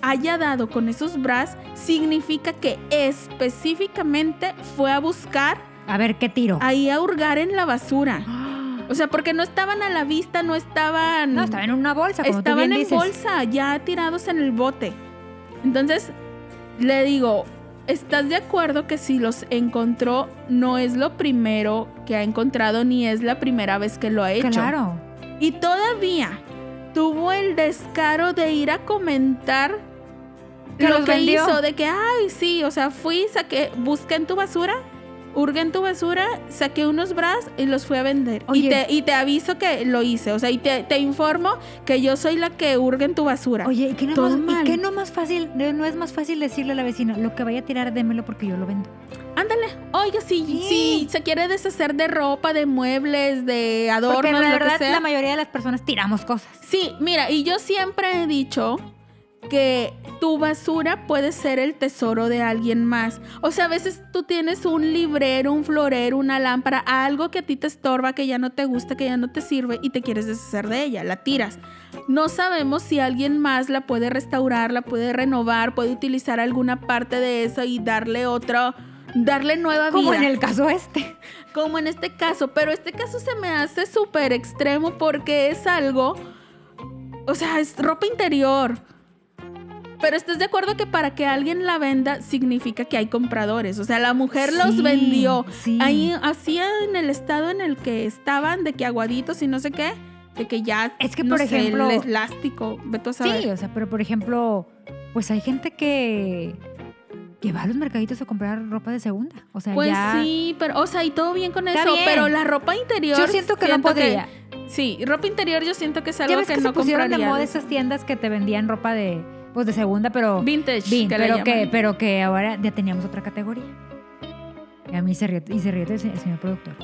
Speaker 1: haya dado con esos bras, significa que específicamente fue a buscar,
Speaker 2: A ver, ¿qué tiro?
Speaker 1: ahí a hurgar en la basura.
Speaker 2: Ah.
Speaker 1: O sea, porque no estaban a la vista, no estaban...
Speaker 2: No, estaba en una bolsa, como tú
Speaker 1: Estaban
Speaker 2: bien
Speaker 1: en
Speaker 2: dices.
Speaker 1: bolsa, ya tirados en el bote. Entonces, le digo, ¿estás de acuerdo que si los encontró no es lo primero que ha encontrado ni es la primera vez que lo ha hecho?
Speaker 2: Claro.
Speaker 1: Y todavía tuvo el descaro de ir a comentar
Speaker 2: Que
Speaker 1: lo
Speaker 2: los
Speaker 1: que
Speaker 2: vendió.
Speaker 1: hizo, de que, ay, sí, o sea, fui, saqué, busqué en tu basura, hurgué en tu basura, saqué unos bras y los fui a vender. Y
Speaker 2: Oye.
Speaker 1: te, y te aviso que lo hice, o sea, y te, te informo que yo soy la que hurga en tu basura.
Speaker 2: Oye, ¿y qué, no
Speaker 1: Todo
Speaker 2: más- y
Speaker 1: mal.
Speaker 2: qué no más fácil, no es más fácil decirle a la vecina, lo que vaya a tirar, démelo porque yo lo vendo?
Speaker 1: Ándale, Oiga, si,
Speaker 2: Sí.
Speaker 1: si se quiere deshacer de ropa, de muebles, de
Speaker 2: Porque
Speaker 1: adornos,
Speaker 2: la
Speaker 1: lo
Speaker 2: verdad
Speaker 1: que sea.
Speaker 2: la mayoría de las personas tiramos cosas.
Speaker 1: Sí, mira, y yo siempre he dicho que tu basura puede ser el tesoro de alguien más. O sea, a veces tú tienes un librero, un florero, una lámpara, algo que a ti te estorba, que ya no te gusta, que ya no te sirve y te quieres deshacer de ella, la tiras. No sabemos si alguien más la puede restaurar, la puede renovar, puede utilizar alguna parte de eso y darle otra, darle nueva
Speaker 2: Como
Speaker 1: vida
Speaker 2: en el caso este.
Speaker 1: como en este caso, pero este caso se me hace súper extremo porque es algo, o sea, es ropa interior. Pero estás de acuerdo que para que alguien la venda significa que hay compradores, o sea, la mujer
Speaker 2: Sí,
Speaker 1: los vendió.
Speaker 2: sí.
Speaker 1: Ahí hacía en el estado en el que estaban, de que aguaditos y no sé qué, de que ya
Speaker 2: Es que,
Speaker 1: no
Speaker 2: por
Speaker 1: sé,
Speaker 2: ejemplo-
Speaker 1: el elástico, ve tú a saber.
Speaker 2: Sí, o sea, pero por ejemplo, pues hay gente que, que va a los mercaditos a comprar ropa de segunda. O sea,
Speaker 1: Pues
Speaker 2: ya.
Speaker 1: sí, pero, o sea, y todo bien con
Speaker 2: Está
Speaker 1: eso,
Speaker 2: bien.
Speaker 1: pero la ropa interior.
Speaker 2: Yo siento que no podría.
Speaker 1: sí, ropa interior yo siento que es algo
Speaker 2: ya ves que,
Speaker 1: que,
Speaker 2: se
Speaker 1: no
Speaker 2: pusieron
Speaker 1: compraría.
Speaker 2: de moda esas tiendas que te vendían ropa de, pues de segunda, pero
Speaker 1: Vintage,
Speaker 2: Bien,
Speaker 1: que le
Speaker 2: pero, que,
Speaker 1: llaman.
Speaker 2: pero que ahora ya teníamos otra categoría. Y a mí se rió, y se rió el, se- el señor productor.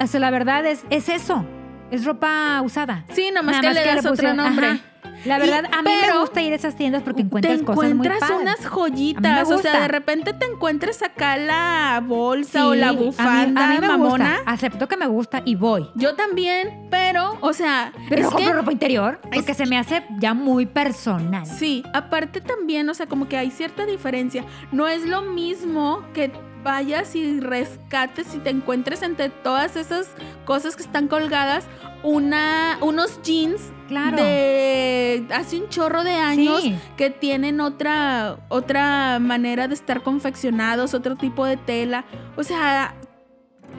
Speaker 2: O sea, la verdad es, es eso. Es ropa usada.
Speaker 1: Sí, nomás
Speaker 2: Nada
Speaker 1: que le das otro
Speaker 2: pusieron-
Speaker 1: nombre.
Speaker 2: ajá. La verdad,
Speaker 1: Y-
Speaker 2: a mí me
Speaker 1: pero-
Speaker 2: gusta ir a esas tiendas porque encuentras
Speaker 1: te
Speaker 2: cosas muy
Speaker 1: encuentras
Speaker 2: padres.
Speaker 1: unas
Speaker 2: A mí
Speaker 1: joyitas,
Speaker 2: me
Speaker 1: o sea,
Speaker 2: gusta.
Speaker 1: de repente te encuentras acá la bolsa
Speaker 2: Sí,
Speaker 1: o
Speaker 2: a
Speaker 1: la
Speaker 2: mí- a
Speaker 1: bufanda
Speaker 2: mí me
Speaker 1: mamona.
Speaker 2: gusta. Acepto que me gusta y voy.
Speaker 1: Yo también, pero, o sea,
Speaker 2: Pero no
Speaker 1: es que
Speaker 2: compro ropa interior porque se me hace ya muy personal.
Speaker 1: sí, aparte también, o sea, como que hay cierta diferencia. No es lo mismo que vayas y rescates y te encuentres entre todas esas cosas que están colgadas una unos jeans
Speaker 2: Claro.
Speaker 1: de hace un chorro de años
Speaker 2: Sí.
Speaker 1: que tienen otra, otra manera de estar confeccionados, otro tipo de tela. O sea,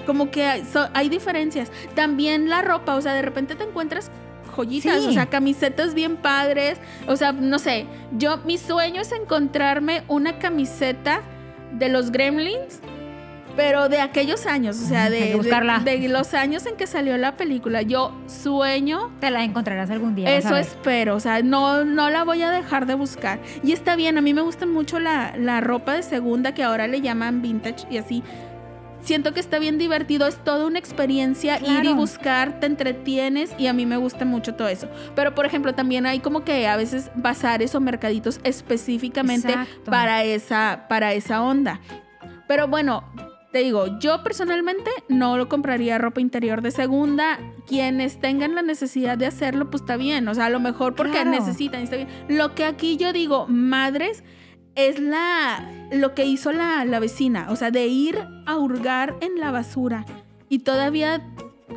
Speaker 1: como que hay, so- hay diferencias. También la ropa, o sea, de repente te encuentras joyitas,
Speaker 2: Sí.
Speaker 1: o sea, camisetas bien padres. O sea, no sé, yo mi sueño es encontrarme una camiseta de los gremlins. Pero de aquellos años, o sea,
Speaker 2: Mm, hay que
Speaker 1: de,
Speaker 2: buscarla.
Speaker 1: de, de los años en que salió la película. Yo sueño
Speaker 2: Te la encontrarás algún día. vas a
Speaker 1: eso
Speaker 2: ver.
Speaker 1: espero, o sea, no, no la voy a dejar de buscar. Y está bien, a mí me gusta mucho la, la ropa de segunda que ahora le llaman vintage y así. Siento que está bien divertido, es toda una experiencia ir y
Speaker 2: Claro.
Speaker 1: buscar, te entretienes y a mí me gusta mucho todo eso. Pero por ejemplo, también hay como que a veces bazares o mercaditos específicamente
Speaker 2: Exacto.
Speaker 1: para esa para esa onda. Pero bueno, te digo, yo personalmente no lo compraría ropa interior de segunda. Quienes tengan la necesidad de hacerlo, pues está bien. O sea, a lo mejor porque
Speaker 2: Claro.
Speaker 1: necesitan, está bien. Lo que aquí yo digo, madres, es la lo que hizo la, la vecina. O sea, de ir a hurgar en la basura y todavía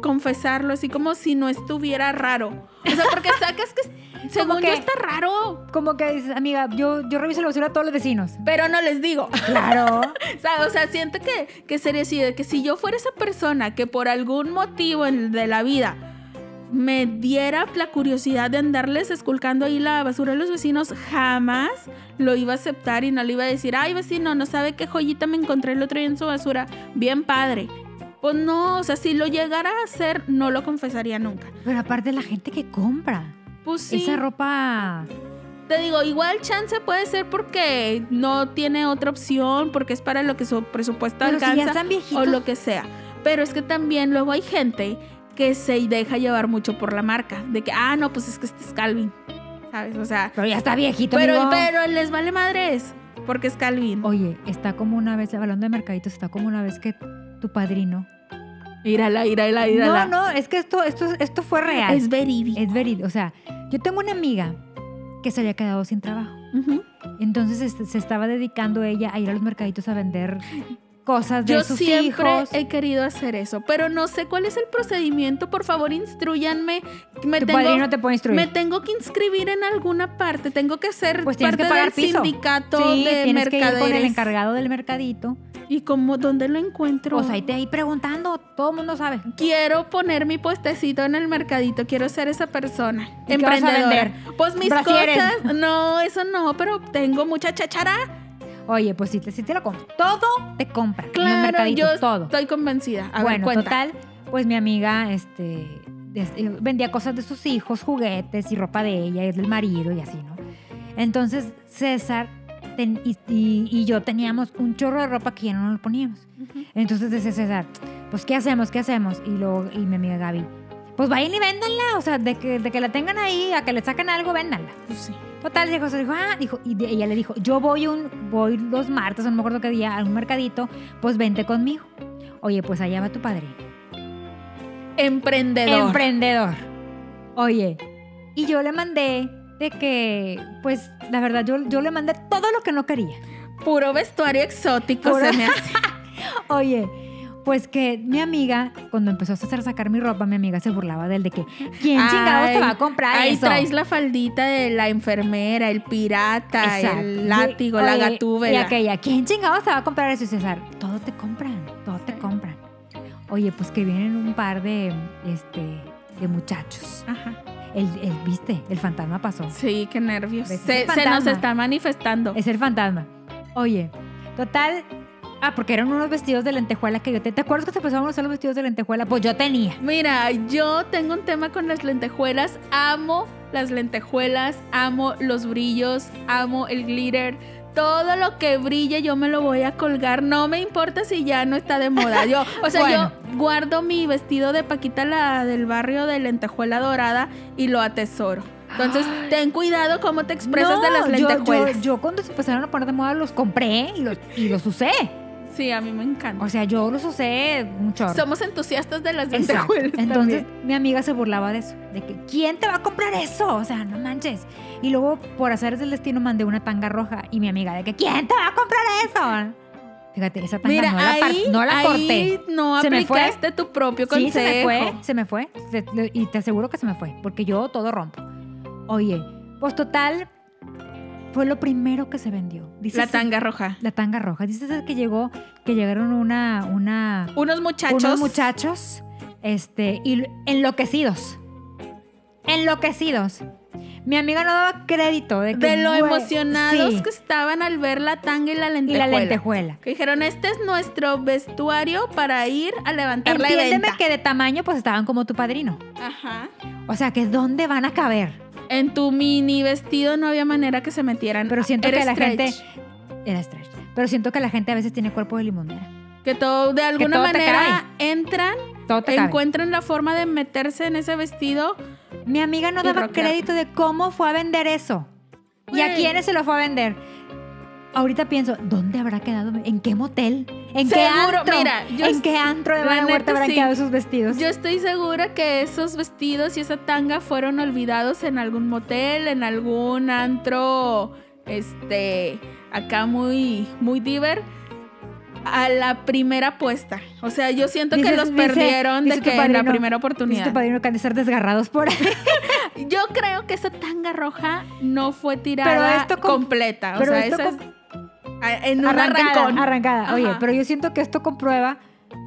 Speaker 1: confesarlo así como si no estuviera raro. O sea, porque sacas que según
Speaker 2: que-
Speaker 1: yo está raro,
Speaker 2: Como que dices, amiga, yo, yo reviso la basura a todos los vecinos.
Speaker 1: pero no les digo.
Speaker 2: Claro.
Speaker 1: O sea, o sea, siento que, que sería así, de que si yo fuera esa persona que por algún motivo en- de la vida me diera la curiosidad de andarles esculcando ahí la basura a los vecinos, jamás lo iba a aceptar y no le iba a decir, ay vecino, no sabe qué joyita me encontré el otro día en su basura, bien padre. Pues no, o sea, si lo llegara a hacer, no lo confesaría nunca.
Speaker 2: Pero aparte la gente que compra
Speaker 1: Pues sí,
Speaker 2: esa ropa.
Speaker 1: te digo, igual chance puede ser porque no tiene otra opción, porque es para lo que su presupuesto
Speaker 2: Pero si
Speaker 1: alcanza.
Speaker 2: ya están
Speaker 1: o
Speaker 2: viejitos.
Speaker 1: lo que sea. Pero es que también luego hay gente que se deja llevar mucho por la marca. De que, ah, no, pues es que este es Calvin. ¿Sabes? O sea,
Speaker 2: Pero ya está viejito,
Speaker 1: pero,
Speaker 2: amigo.
Speaker 1: pero les vale madres porque es Calvin.
Speaker 2: Oye, está como una vez, hablando de mercaditos, está como una vez que tu padrino.
Speaker 1: Írala, írala, írala.
Speaker 2: No, no, es que esto, esto, esto fue real.
Speaker 1: Es verídico.
Speaker 2: Es verídico. O sea, yo tengo una amiga que se había quedado sin trabajo.
Speaker 1: Ujú.
Speaker 2: Entonces este, se estaba dedicando ella a ir a los mercaditos a vender cosas de
Speaker 1: Yo
Speaker 2: sus
Speaker 1: siempre
Speaker 2: hijos.
Speaker 1: he querido hacer eso, pero no sé cuál es el procedimiento. Por favor, instruyanme. Me
Speaker 2: tu
Speaker 1: Pues tengo,
Speaker 2: padrino te puede instruir.
Speaker 1: me tengo que inscribir en alguna parte. Tengo que ser
Speaker 2: Pues tienes
Speaker 1: parte
Speaker 2: que pagar
Speaker 1: del
Speaker 2: piso.
Speaker 1: sindicato
Speaker 2: sí,
Speaker 1: de
Speaker 2: tienes que ir con el
Speaker 1: mercaderes.
Speaker 2: encargado del mercadito.
Speaker 1: ¿Y cómo, dónde lo encuentro?
Speaker 2: Pues ahí te ahí preguntando, todo el mundo sabe.
Speaker 1: quiero poner mi puestecito en el mercadito, quiero ser esa persona.
Speaker 2: ¿Y qué vas a
Speaker 1: emprendedora.
Speaker 2: vender?
Speaker 1: Pues mis
Speaker 2: Brasieres.
Speaker 1: cosas, no, eso no, pero tengo mucha chachara.
Speaker 2: Oye, pues sí, te- sí te lo compro. Todo te compra. en los
Speaker 1: Claro,
Speaker 2: mercaditos,
Speaker 1: yo
Speaker 2: todo.
Speaker 1: estoy convencida. A ver,
Speaker 2: bueno,
Speaker 1: cuenta.
Speaker 2: total, pues mi amiga este, des- eh, vendía cosas de sus hijos, juguetes y ropa de ella, y del marido y así, ¿no? Entonces César ten- y, y- y yo teníamos un chorro de ropa que ya no nos poníamos.
Speaker 1: Ujú.
Speaker 2: Entonces decía César, pues ¿qué hacemos? ¿Qué hacemos? Y luego, y mi amiga Gaby, pues vayan y véndanla, o sea, de que, de que la tengan ahí, a que le sacan algo, véndanla.
Speaker 1: Pues sí.
Speaker 2: Total, dijo, se dijo, ah, dijo, y de- ella le dijo, yo voy un, voy los martes, o no me acuerdo qué día, a un mercadito, pues vente conmigo. Oye, pues allá va tu padrino.
Speaker 1: Emprendedor.
Speaker 2: Emprendedor. Oye, y yo le mandé de que, pues, la verdad, yo, yo le mandé todo lo que no quería.
Speaker 1: Puro vestuario exótico
Speaker 2: Puro-
Speaker 1: se me hace.
Speaker 2: Oye, pues que mi amiga, cuando empezó a hacer sacar mi ropa, mi amiga se burlaba del de que, ¿quién chingados te
Speaker 1: Ay,
Speaker 2: va a comprar
Speaker 1: Ahí
Speaker 2: eso?
Speaker 1: traes la faldita de la enfermera, el pirata,
Speaker 2: Exacto.
Speaker 1: el látigo,
Speaker 2: Y-
Speaker 1: la
Speaker 2: oye, Y
Speaker 1: gatúbela.
Speaker 2: aquella, ¿quién chingados te va a comprar eso, César? Todo te compran, todo te
Speaker 1: Sí.
Speaker 2: compran. Oye, pues que vienen un par de, este, de muchachos.
Speaker 1: Ajá.
Speaker 2: El, el, viste, el fantasma pasó.
Speaker 1: Sí, qué nervios.
Speaker 2: Ves,
Speaker 1: Se,
Speaker 2: es un
Speaker 1: se nos
Speaker 2: fantasma.
Speaker 1: está manifestando.
Speaker 2: Es el fantasma. Oye, total. Ah, porque eran unos vestidos de lentejuela que yo te. ¿Te acuerdas que te empezaban a usar los vestidos de lentejuela? Pues yo tenía.
Speaker 1: Mira, yo tengo un tema con las lentejuelas. Amo las lentejuelas, amo los brillos, amo el glitter. Todo lo que brille yo me lo voy a colgar. No me importa si ya no está de moda. Yo, o sea, yo guardo mi vestido de Paquita la del barrio de lentejuela dorada y lo atesoro. Entonces, ten cuidado cómo te expresas de las
Speaker 2: No, yo-
Speaker 1: lentejuelas.
Speaker 2: Yo, yo cuando se empezaron a poner de moda los compré y los, y los usé.
Speaker 1: Sí, a mí me encanta.
Speaker 2: O sea, yo los usé un chorro.
Speaker 1: Somos entusiastas de las
Speaker 2: Exacto.
Speaker 1: lentejuelas.
Speaker 2: Entonces,
Speaker 1: también.
Speaker 2: mi amiga se burlaba de eso. De que, ¿quién te va a comprar eso? O sea, no manches. Y luego, por hacer del destino, mandé una tanga roja. Y mi amiga, de que, ¿quién te va a comprar eso? Fíjate, esa tanga
Speaker 1: Mira,
Speaker 2: no, la, par-
Speaker 1: ahí,
Speaker 2: no la corté.
Speaker 1: ahí no
Speaker 2: Se me fue.
Speaker 1: aplicaste tu propio consejo.
Speaker 2: Sí, se me fue, se me fue. Se- lo- y te aseguro que se me fue, porque yo todo rompo. Oye, pues total, fue lo primero que se vendió. Dice
Speaker 1: La
Speaker 2: ese-
Speaker 1: tanga roja.
Speaker 2: La tanga roja. Dices que llegó, que llegaron una, una,
Speaker 1: Unos muchachos.
Speaker 2: unos muchachos, este, y enloquecidos. Enloquecidos. Mi amiga no daba crédito de, que,
Speaker 1: De lo
Speaker 2: güey,
Speaker 1: emocionados
Speaker 2: sí,
Speaker 1: que estaban al ver la tanga y la
Speaker 2: y
Speaker 1: lentejuela.
Speaker 2: la lentejuela.
Speaker 1: Que dijeron, este es nuestro vestuario para ir a levantar la
Speaker 2: Entiéndeme
Speaker 1: venta.
Speaker 2: que de tamaño pues estaban como tu padrino.
Speaker 1: Ajá.
Speaker 2: O sea, que ¿dónde van a caber?
Speaker 1: En tu mini vestido no había manera que se metieran.
Speaker 2: Pero siento
Speaker 1: Era
Speaker 2: que la
Speaker 1: stretch.
Speaker 2: gente. Era stretch. Pero siento que la gente a veces tiene cuerpo de limonera.
Speaker 1: Que todo, de alguna
Speaker 2: todo te
Speaker 1: manera, entran,
Speaker 2: Todo te cabe.
Speaker 1: encuentran la forma de meterse en ese vestido.
Speaker 2: Mi amiga no
Speaker 1: y
Speaker 2: daba
Speaker 1: rockear.
Speaker 2: crédito de cómo fue a vender eso. Y a
Speaker 1: Güey.
Speaker 2: quiénes se lo fue a vender. Ahorita pienso, ¿dónde habrá quedado? ¿En qué motel? ¿En qué
Speaker 1: Seguro,
Speaker 2: antro?
Speaker 1: mira, yo
Speaker 2: ¿En qué antro de
Speaker 1: la
Speaker 2: Van
Speaker 1: neta
Speaker 2: Huerta habrán
Speaker 1: sí.
Speaker 2: quedado esos vestidos?
Speaker 1: Yo estoy segura que esos vestidos y esa tanga fueron olvidados en algún motel, en algún antro, este, acá muy, muy diver, a la primera apuesta. O sea, yo siento que
Speaker 2: Dices-
Speaker 1: los
Speaker 2: dice-
Speaker 1: perdieron
Speaker 2: dice
Speaker 1: de
Speaker 2: tu
Speaker 1: que en la
Speaker 2: padrino-
Speaker 1: primera
Speaker 2: Dice tu
Speaker 1: oportunidad.
Speaker 2: padrino que han de estar desgarrados por ahí.
Speaker 1: Yo creo que esa tanga roja no fue
Speaker 2: Pero
Speaker 1: tirada
Speaker 2: esto com-
Speaker 1: completa. O
Speaker 2: pero
Speaker 1: sea,
Speaker 2: esto
Speaker 1: esa es-
Speaker 2: com-
Speaker 1: a- en un
Speaker 2: arrancada,
Speaker 1: arrancón.
Speaker 2: arrancada. Oye,
Speaker 1: Ajá.
Speaker 2: pero yo siento que esto comprueba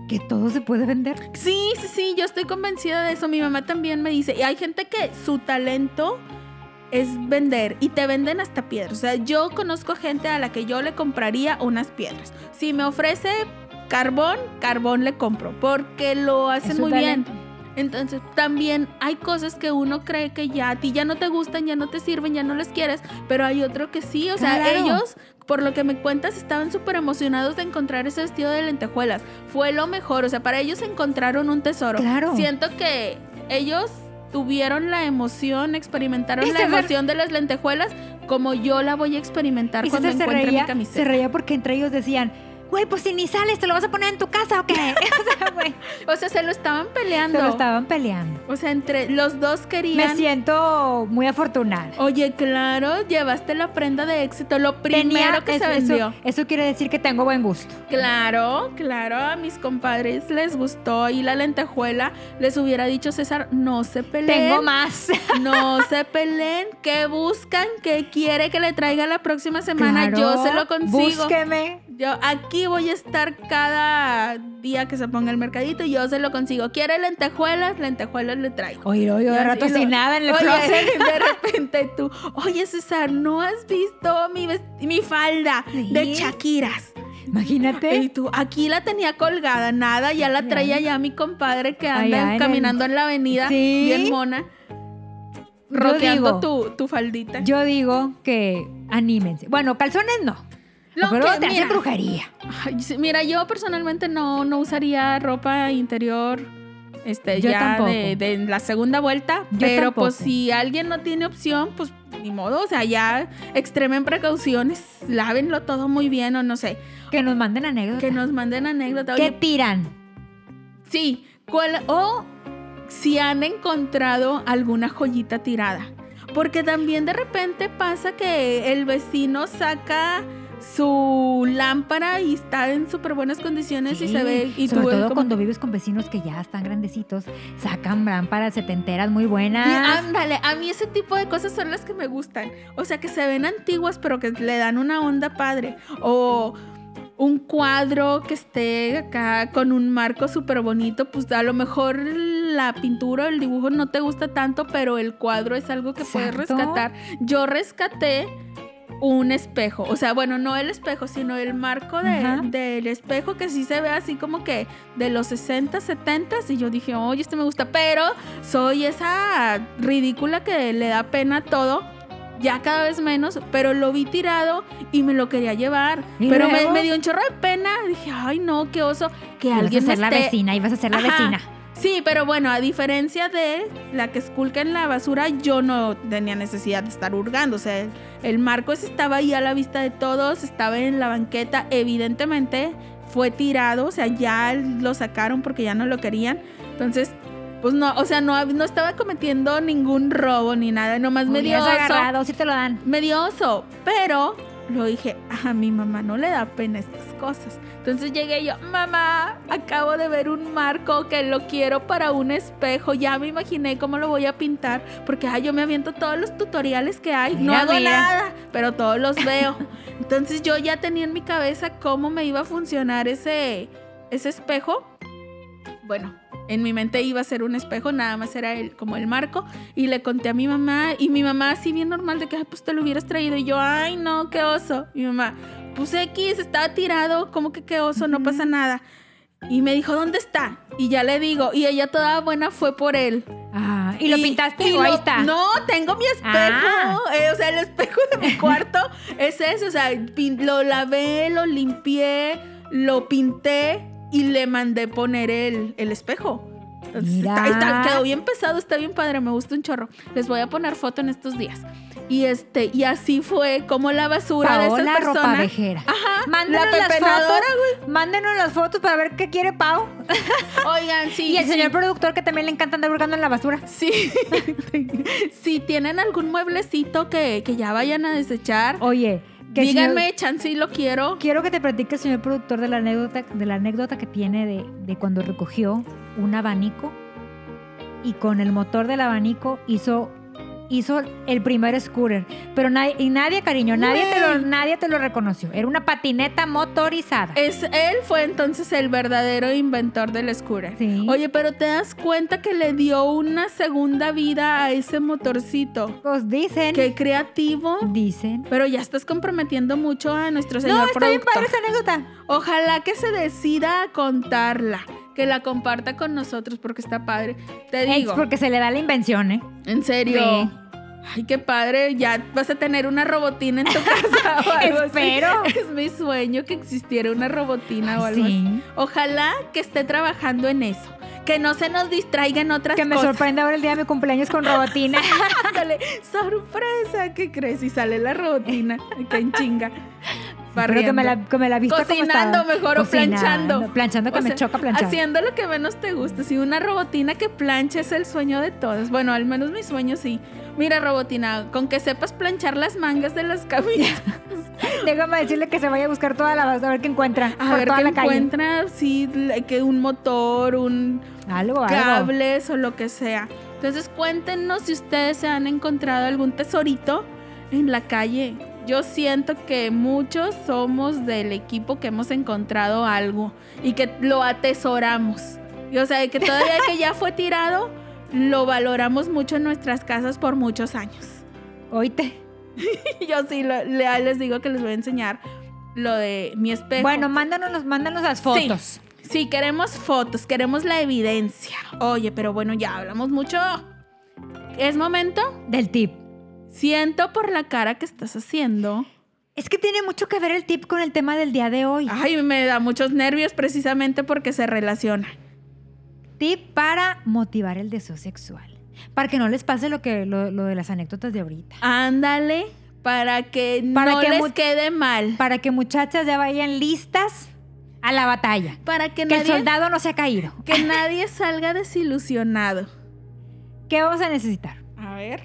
Speaker 2: que todo se puede vender.
Speaker 1: Sí, sí, sí, yo estoy convencida de eso. Mi mamá también me dice, y hay gente que su talento es vender y te venden hasta piedras. O sea, yo conozco gente a la que yo le compraría unas piedras. Si me ofrece carbón, carbón le compro, porque lo hacen
Speaker 2: Es un
Speaker 1: muy
Speaker 2: talento.
Speaker 1: bien. Entonces, también hay cosas que uno cree que ya a ti ya no te gustan, ya no te sirven, ya no les quieres, pero hay otro que sí. O sea,
Speaker 2: Claro.
Speaker 1: ellos, por lo que me cuentas, estaban súper emocionados de encontrar ese vestido de lentejuelas. Fue lo mejor. O sea, para ellos encontraron un tesoro.
Speaker 2: Claro.
Speaker 1: Siento que ellos tuvieron la emoción, experimentaron
Speaker 2: Y
Speaker 1: la
Speaker 2: se ver-
Speaker 1: emoción de las lentejuelas como yo la voy a experimentar
Speaker 2: Y
Speaker 1: cuando
Speaker 2: César se
Speaker 1: encuentre mi
Speaker 2: reía, se
Speaker 1: camiseta.
Speaker 2: reía porque entre ellos decían, güey, pues si ni sales, ¿te lo vas a poner en tu casa o qué? o sea, güey,
Speaker 1: O sea, se lo estaban
Speaker 2: se
Speaker 1: peleando.
Speaker 2: lo estaban peleando.
Speaker 1: O sea, entre los dos
Speaker 2: Me
Speaker 1: querían.
Speaker 2: siento muy afortunada.
Speaker 1: Oye, claro, llevaste la prenda de éxito, lo primero
Speaker 2: Tenía-
Speaker 1: que se
Speaker 2: eso-
Speaker 1: vendió.
Speaker 2: Eso, eso quiere decir que tengo buen gusto.
Speaker 1: Claro, claro, a mis compadres les gustó y la lentejuela les hubiera dicho César, no se peleen.
Speaker 2: Tengo más.
Speaker 1: No se peleen, ¿qué buscan? ¿Qué quiere que le traiga la próxima semana?
Speaker 2: Claro,
Speaker 1: Yo se lo consigo.
Speaker 2: Búsqueme.
Speaker 1: Yo aquí voy a estar cada día que se ponga el mercadito y yo se lo consigo. ¿Quiere lentejuelas? Lentejuelas le traigo.
Speaker 2: Oye, yo
Speaker 1: Y
Speaker 2: de
Speaker 1: así
Speaker 2: rato
Speaker 1: lo-
Speaker 2: sin nada en el
Speaker 1: Oye,
Speaker 2: closet.
Speaker 1: de repente tú, oye César, ¿no has visto mi, ves- mi falda de
Speaker 2: Sí. ¿Eh?
Speaker 1: Shakiras? Y
Speaker 2: Imagínate.
Speaker 1: tú, aquí la tenía colgada, nada, ya la traía ya mi compadre que anda
Speaker 2: Allá en
Speaker 1: caminando en la avenida,
Speaker 2: Sí.
Speaker 1: bien mona. roqueando
Speaker 2: digo-
Speaker 1: tu, tu faldita.
Speaker 2: Yo digo que anímense. Bueno, calzones no.
Speaker 1: Lo
Speaker 2: pero
Speaker 1: que-
Speaker 2: te hace
Speaker 1: mira.
Speaker 2: brujería.
Speaker 1: Ay, sí, mira, yo personalmente no, no usaría ropa interior. Este,
Speaker 2: Yo
Speaker 1: ya
Speaker 2: tampoco.
Speaker 1: de, de la segunda vuelta.
Speaker 2: Yo
Speaker 1: pero pues
Speaker 2: tampoco.
Speaker 1: si alguien no tiene opción, pues ni modo. O sea, ya extremen precauciones, lávenlo todo muy bien, o no sé.
Speaker 2: Que nos manden anécdotas.
Speaker 1: Que nos manden anécdota.
Speaker 2: ¿Qué
Speaker 1: Oye,
Speaker 2: tiran?
Speaker 1: Sí, ¿cuál- o si han encontrado alguna joyita tirada. Porque también de repente pasa que el vecino saca su lámpara y está en súper buenas condiciones y
Speaker 2: Sí,
Speaker 1: se ve y
Speaker 2: sobre
Speaker 1: tú
Speaker 2: todo
Speaker 1: como-
Speaker 2: cuando vives con vecinos que ya están grandecitos, sacan lámparas setenteras muy buenas.
Speaker 1: Sí, ándale, a mí ese tipo de cosas son las que me gustan. O sea, que se ven antiguas pero que le dan una onda padre. O un cuadro que esté acá con un marco súper bonito, pues a lo mejor la pintura o el dibujo no te gusta tanto, pero el cuadro es algo que puedes
Speaker 2: Exacto.
Speaker 1: rescatar. Yo rescaté un espejo, o sea, bueno, no el espejo, sino el marco de-
Speaker 2: Ajá.
Speaker 1: del espejo que sí se ve así como que de los 60, 70 y yo dije, oye, este me gusta, pero soy esa ridícula que le da pena todo. Ya cada vez menos, pero lo vi tirado y me lo quería llevar.
Speaker 2: ¿Y
Speaker 1: Pero me,
Speaker 2: luego?
Speaker 1: me dio un chorro de pena. Dije, ay, no, qué oso. Que
Speaker 2: Y vas
Speaker 1: alguien
Speaker 2: a
Speaker 1: me
Speaker 2: ser la
Speaker 1: esté...
Speaker 2: vecina, y vas a ser la
Speaker 1: Ajá.
Speaker 2: vecina.
Speaker 1: Sí, pero bueno, a diferencia de la que esculca en la basura, yo no tenía necesidad de estar hurgando. O sea, el, el marco ese estaba ahí a la vista de todos, estaba en la banqueta, evidentemente fue tirado, o sea, ya lo sacaron porque ya no lo querían. Entonces, pues no, o sea, no, hab- no estaba cometiendo ningún robo ni nada, nomás me dio
Speaker 2: Hubieras
Speaker 1: oso.
Speaker 2: agarrado, si te lo dan.
Speaker 1: Me dio oso, pero lo dije, a mi mamá no le da pena estas cosas. Entonces llegué yo, mamá, acabo de ver un marco que lo quiero para un espejo. Ya me imaginé cómo lo voy a pintar, porque ay, yo me aviento todos los tutoriales que hay. no
Speaker 2: Mira,
Speaker 1: hago
Speaker 2: mira.
Speaker 1: nada, pero todos los veo. Entonces yo ya tenía en mi cabeza cómo me iba a funcionar ese, ese espejo. Bueno, en mi mente iba a ser un espejo, nada más era el, como el marco. Y le conté a mi mamá, y mi mamá así bien normal de que, "Ay, pues te lo hubieras traído. Y yo, ay, no, qué oso. Mi mamá, pues X, estaba tirado, como que qué oso, no
Speaker 2: Ujú.
Speaker 1: pasa nada. Y me dijo, ¿dónde está? Y ya le digo, y ella toda buena fue por él.
Speaker 2: Ah, y lo pintaste
Speaker 1: y
Speaker 2: y ahí
Speaker 1: lo-
Speaker 2: está.
Speaker 1: No, tengo mi espejo.
Speaker 2: Ah.
Speaker 1: eh, o sea, el espejo de mi cuarto es ese. O sea, pin- lo lavé, lo limpié, lo pinté y le mandé poner el, el espejo. Entonces, está,
Speaker 2: Mira.
Speaker 1: está- quedó bien pesado, está bien padre, me gusta un chorro. Les voy a poner foto en estos días. Y este, y así fue como la basura de
Speaker 2: Paola
Speaker 1: esas personas.
Speaker 2: Ropavejera.
Speaker 1: Ajá,
Speaker 2: Mándenos
Speaker 1: la
Speaker 2: las
Speaker 1: pepenadora,
Speaker 2: fotos. Mándenos las fotos para ver qué quiere Pau.
Speaker 1: Oigan, sí.
Speaker 2: Y el
Speaker 1: sí.
Speaker 2: señor productor que también le encanta andar hurgando en la basura.
Speaker 1: Sí. si tienen algún mueblecito que, que ya vayan a desechar,
Speaker 2: Oye, que si
Speaker 1: Díganme,
Speaker 2: no-
Speaker 1: chance y lo quiero.
Speaker 2: quiero que te platique el señor productor de la anécdota, de la anécdota que tiene de, de cuando recogió un abanico y con el motor del abanico hizo hizo el primer scooter, pero nadie y nadie cariño, nadie te lo
Speaker 1: Güey.
Speaker 2: nadie te lo reconoció. Era una patineta motorizada.
Speaker 1: Es, él fue entonces el verdadero inventor del scooter.
Speaker 2: Sí.
Speaker 1: Oye, pero te das cuenta que le dio una segunda vida a ese motorcito.
Speaker 2: Pues dicen,
Speaker 1: Qué creativo.
Speaker 2: dicen.
Speaker 1: Pero ya estás comprometiendo mucho a nuestro señor
Speaker 2: no, está bien
Speaker 1: productor.
Speaker 2: padre esa anécdota.
Speaker 1: Ojalá que se decida a contarla, que la comparta con nosotros porque está padre. Te
Speaker 2: Ex,
Speaker 1: digo,
Speaker 2: porque se le da la invención, ¿eh?
Speaker 1: en serio.
Speaker 2: Sí.
Speaker 1: Ay, qué padre, ya vas a tener una robotina en tu casa o algo así.
Speaker 2: Espero.
Speaker 1: Es mi sueño que existiera una robotina Ah, o
Speaker 2: Ay,
Speaker 1: algo así.
Speaker 2: sí.
Speaker 1: Ojalá que esté trabajando en eso. Que no se nos distraigan otras
Speaker 2: Que me
Speaker 1: cosas.
Speaker 2: sorprenda ahora el día de mi cumpleaños con robotina.
Speaker 1: Ándale, sorpresa, ¿qué crees? Y sale la robotina, que en chinga.
Speaker 2: Pero que
Speaker 1: barriendo.
Speaker 2: me la, que me la vista como
Speaker 1: Cocinando
Speaker 2: estaba.
Speaker 1: mejor o planchando.
Speaker 2: Planchando, que
Speaker 1: O
Speaker 2: me
Speaker 1: sea,
Speaker 2: choca planchar.
Speaker 1: Haciendo lo que menos te gusta. Si una robotina que plancha es el sueño de todos. Bueno, al menos mi sueño sí. Mira, robotina, con que sepas planchar las mangas de las camisas.
Speaker 2: Déjame decirle que se vaya a buscar toda la basura, a ver qué encuentra.
Speaker 1: A
Speaker 2: por
Speaker 1: ver
Speaker 2: toda
Speaker 1: qué
Speaker 2: la calle.
Speaker 1: encuentra, sí, la- que un motor, un
Speaker 2: Algo, algo.
Speaker 1: cables o lo que sea. Entonces cuéntenos si ustedes se han encontrado algún tesorito en la calle. Yo siento que muchos somos del equipo que hemos encontrado algo y que lo atesoramos. Y, o sea, que todavía que ya fue tirado, lo valoramos mucho en nuestras casas por muchos años.
Speaker 2: Oíte.
Speaker 1: Yo sí lo- le- les digo que les voy a enseñar lo de mi espejo.
Speaker 2: Bueno, mándanos, mándanos las fotos.
Speaker 1: Sí, queremos fotos, queremos la evidencia. Oye, pero bueno, ya hablamos mucho. Es momento,
Speaker 2: Del tip.
Speaker 1: siento por la cara que estás haciendo.
Speaker 2: Es que tiene mucho que ver el tip con el tema del día de hoy.
Speaker 1: Ay, me da muchos nervios precisamente porque se relaciona.
Speaker 2: Tip para motivar el deseo sexual. Para que no les pase lo, que, lo, lo de las anécdotas de ahorita.
Speaker 1: Ándale, para que
Speaker 2: Para
Speaker 1: no
Speaker 2: que
Speaker 1: les
Speaker 2: mu-
Speaker 1: quede mal.
Speaker 2: Para que muchachas ya vayan listas a la batalla.
Speaker 1: Para que,
Speaker 2: Que el
Speaker 1: nadie,
Speaker 2: soldado no se ha caído.
Speaker 1: que nadie salga desilusionado.
Speaker 2: ¿Qué vamos a necesitar?
Speaker 1: A ver.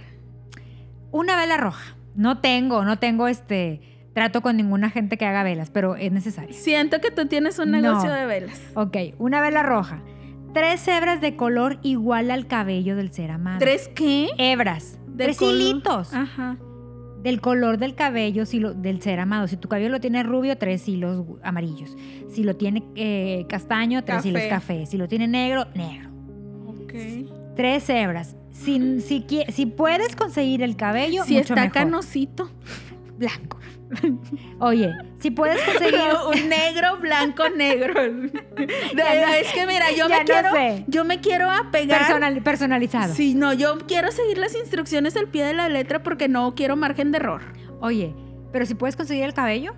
Speaker 2: Una vela roja. No tengo, no tengo este trato con ninguna gente que haga velas, pero es necesario.
Speaker 1: Siento que tú tienes un
Speaker 2: No.
Speaker 1: negocio de velas.
Speaker 2: Ok, una vela roja. Tres hebras de color igual al cabello del ser amado.
Speaker 1: ¿Tres qué?
Speaker 2: hebras.
Speaker 1: De
Speaker 2: tres
Speaker 1: color. Ah.
Speaker 2: hilitos
Speaker 1: Ajá.
Speaker 2: del color del cabello si lo- del ser amado. Si tu cabello lo tiene rubio, tres hilos gu- amarillos. Si lo tiene eh, castaño, tres
Speaker 1: Café.
Speaker 2: hilos café. Si lo tiene negro, negro. Tres hebras. Si, si, qui- si puedes conseguir el cabello,
Speaker 1: Si
Speaker 2: mucho
Speaker 1: está
Speaker 2: mejor.
Speaker 1: canosito.
Speaker 2: blanco. Oye, si puedes conseguir.
Speaker 1: un negro, blanco, negro. De-
Speaker 2: Ya no-
Speaker 1: es que mira, yo
Speaker 2: ya
Speaker 1: me
Speaker 2: no
Speaker 1: quiero.
Speaker 2: sé.
Speaker 1: Yo me quiero apegar.
Speaker 2: personal- personalizado.
Speaker 1: Sí, no, yo quiero seguir las instrucciones al pie de la letra porque no quiero margen de error.
Speaker 2: Oye, pero si puedes conseguir el cabello,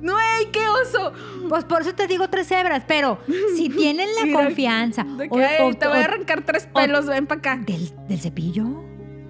Speaker 1: ¡No, ey, qué oso!
Speaker 2: pues por eso te digo tres hebras. Pero si tienen la
Speaker 1: Mira,
Speaker 2: confianza
Speaker 1: De que,
Speaker 2: o-
Speaker 1: "Ey,
Speaker 2: o-
Speaker 1: te voy a
Speaker 2: o-
Speaker 1: arrancar tres pelos, ven para acá.
Speaker 2: del, del cepillo,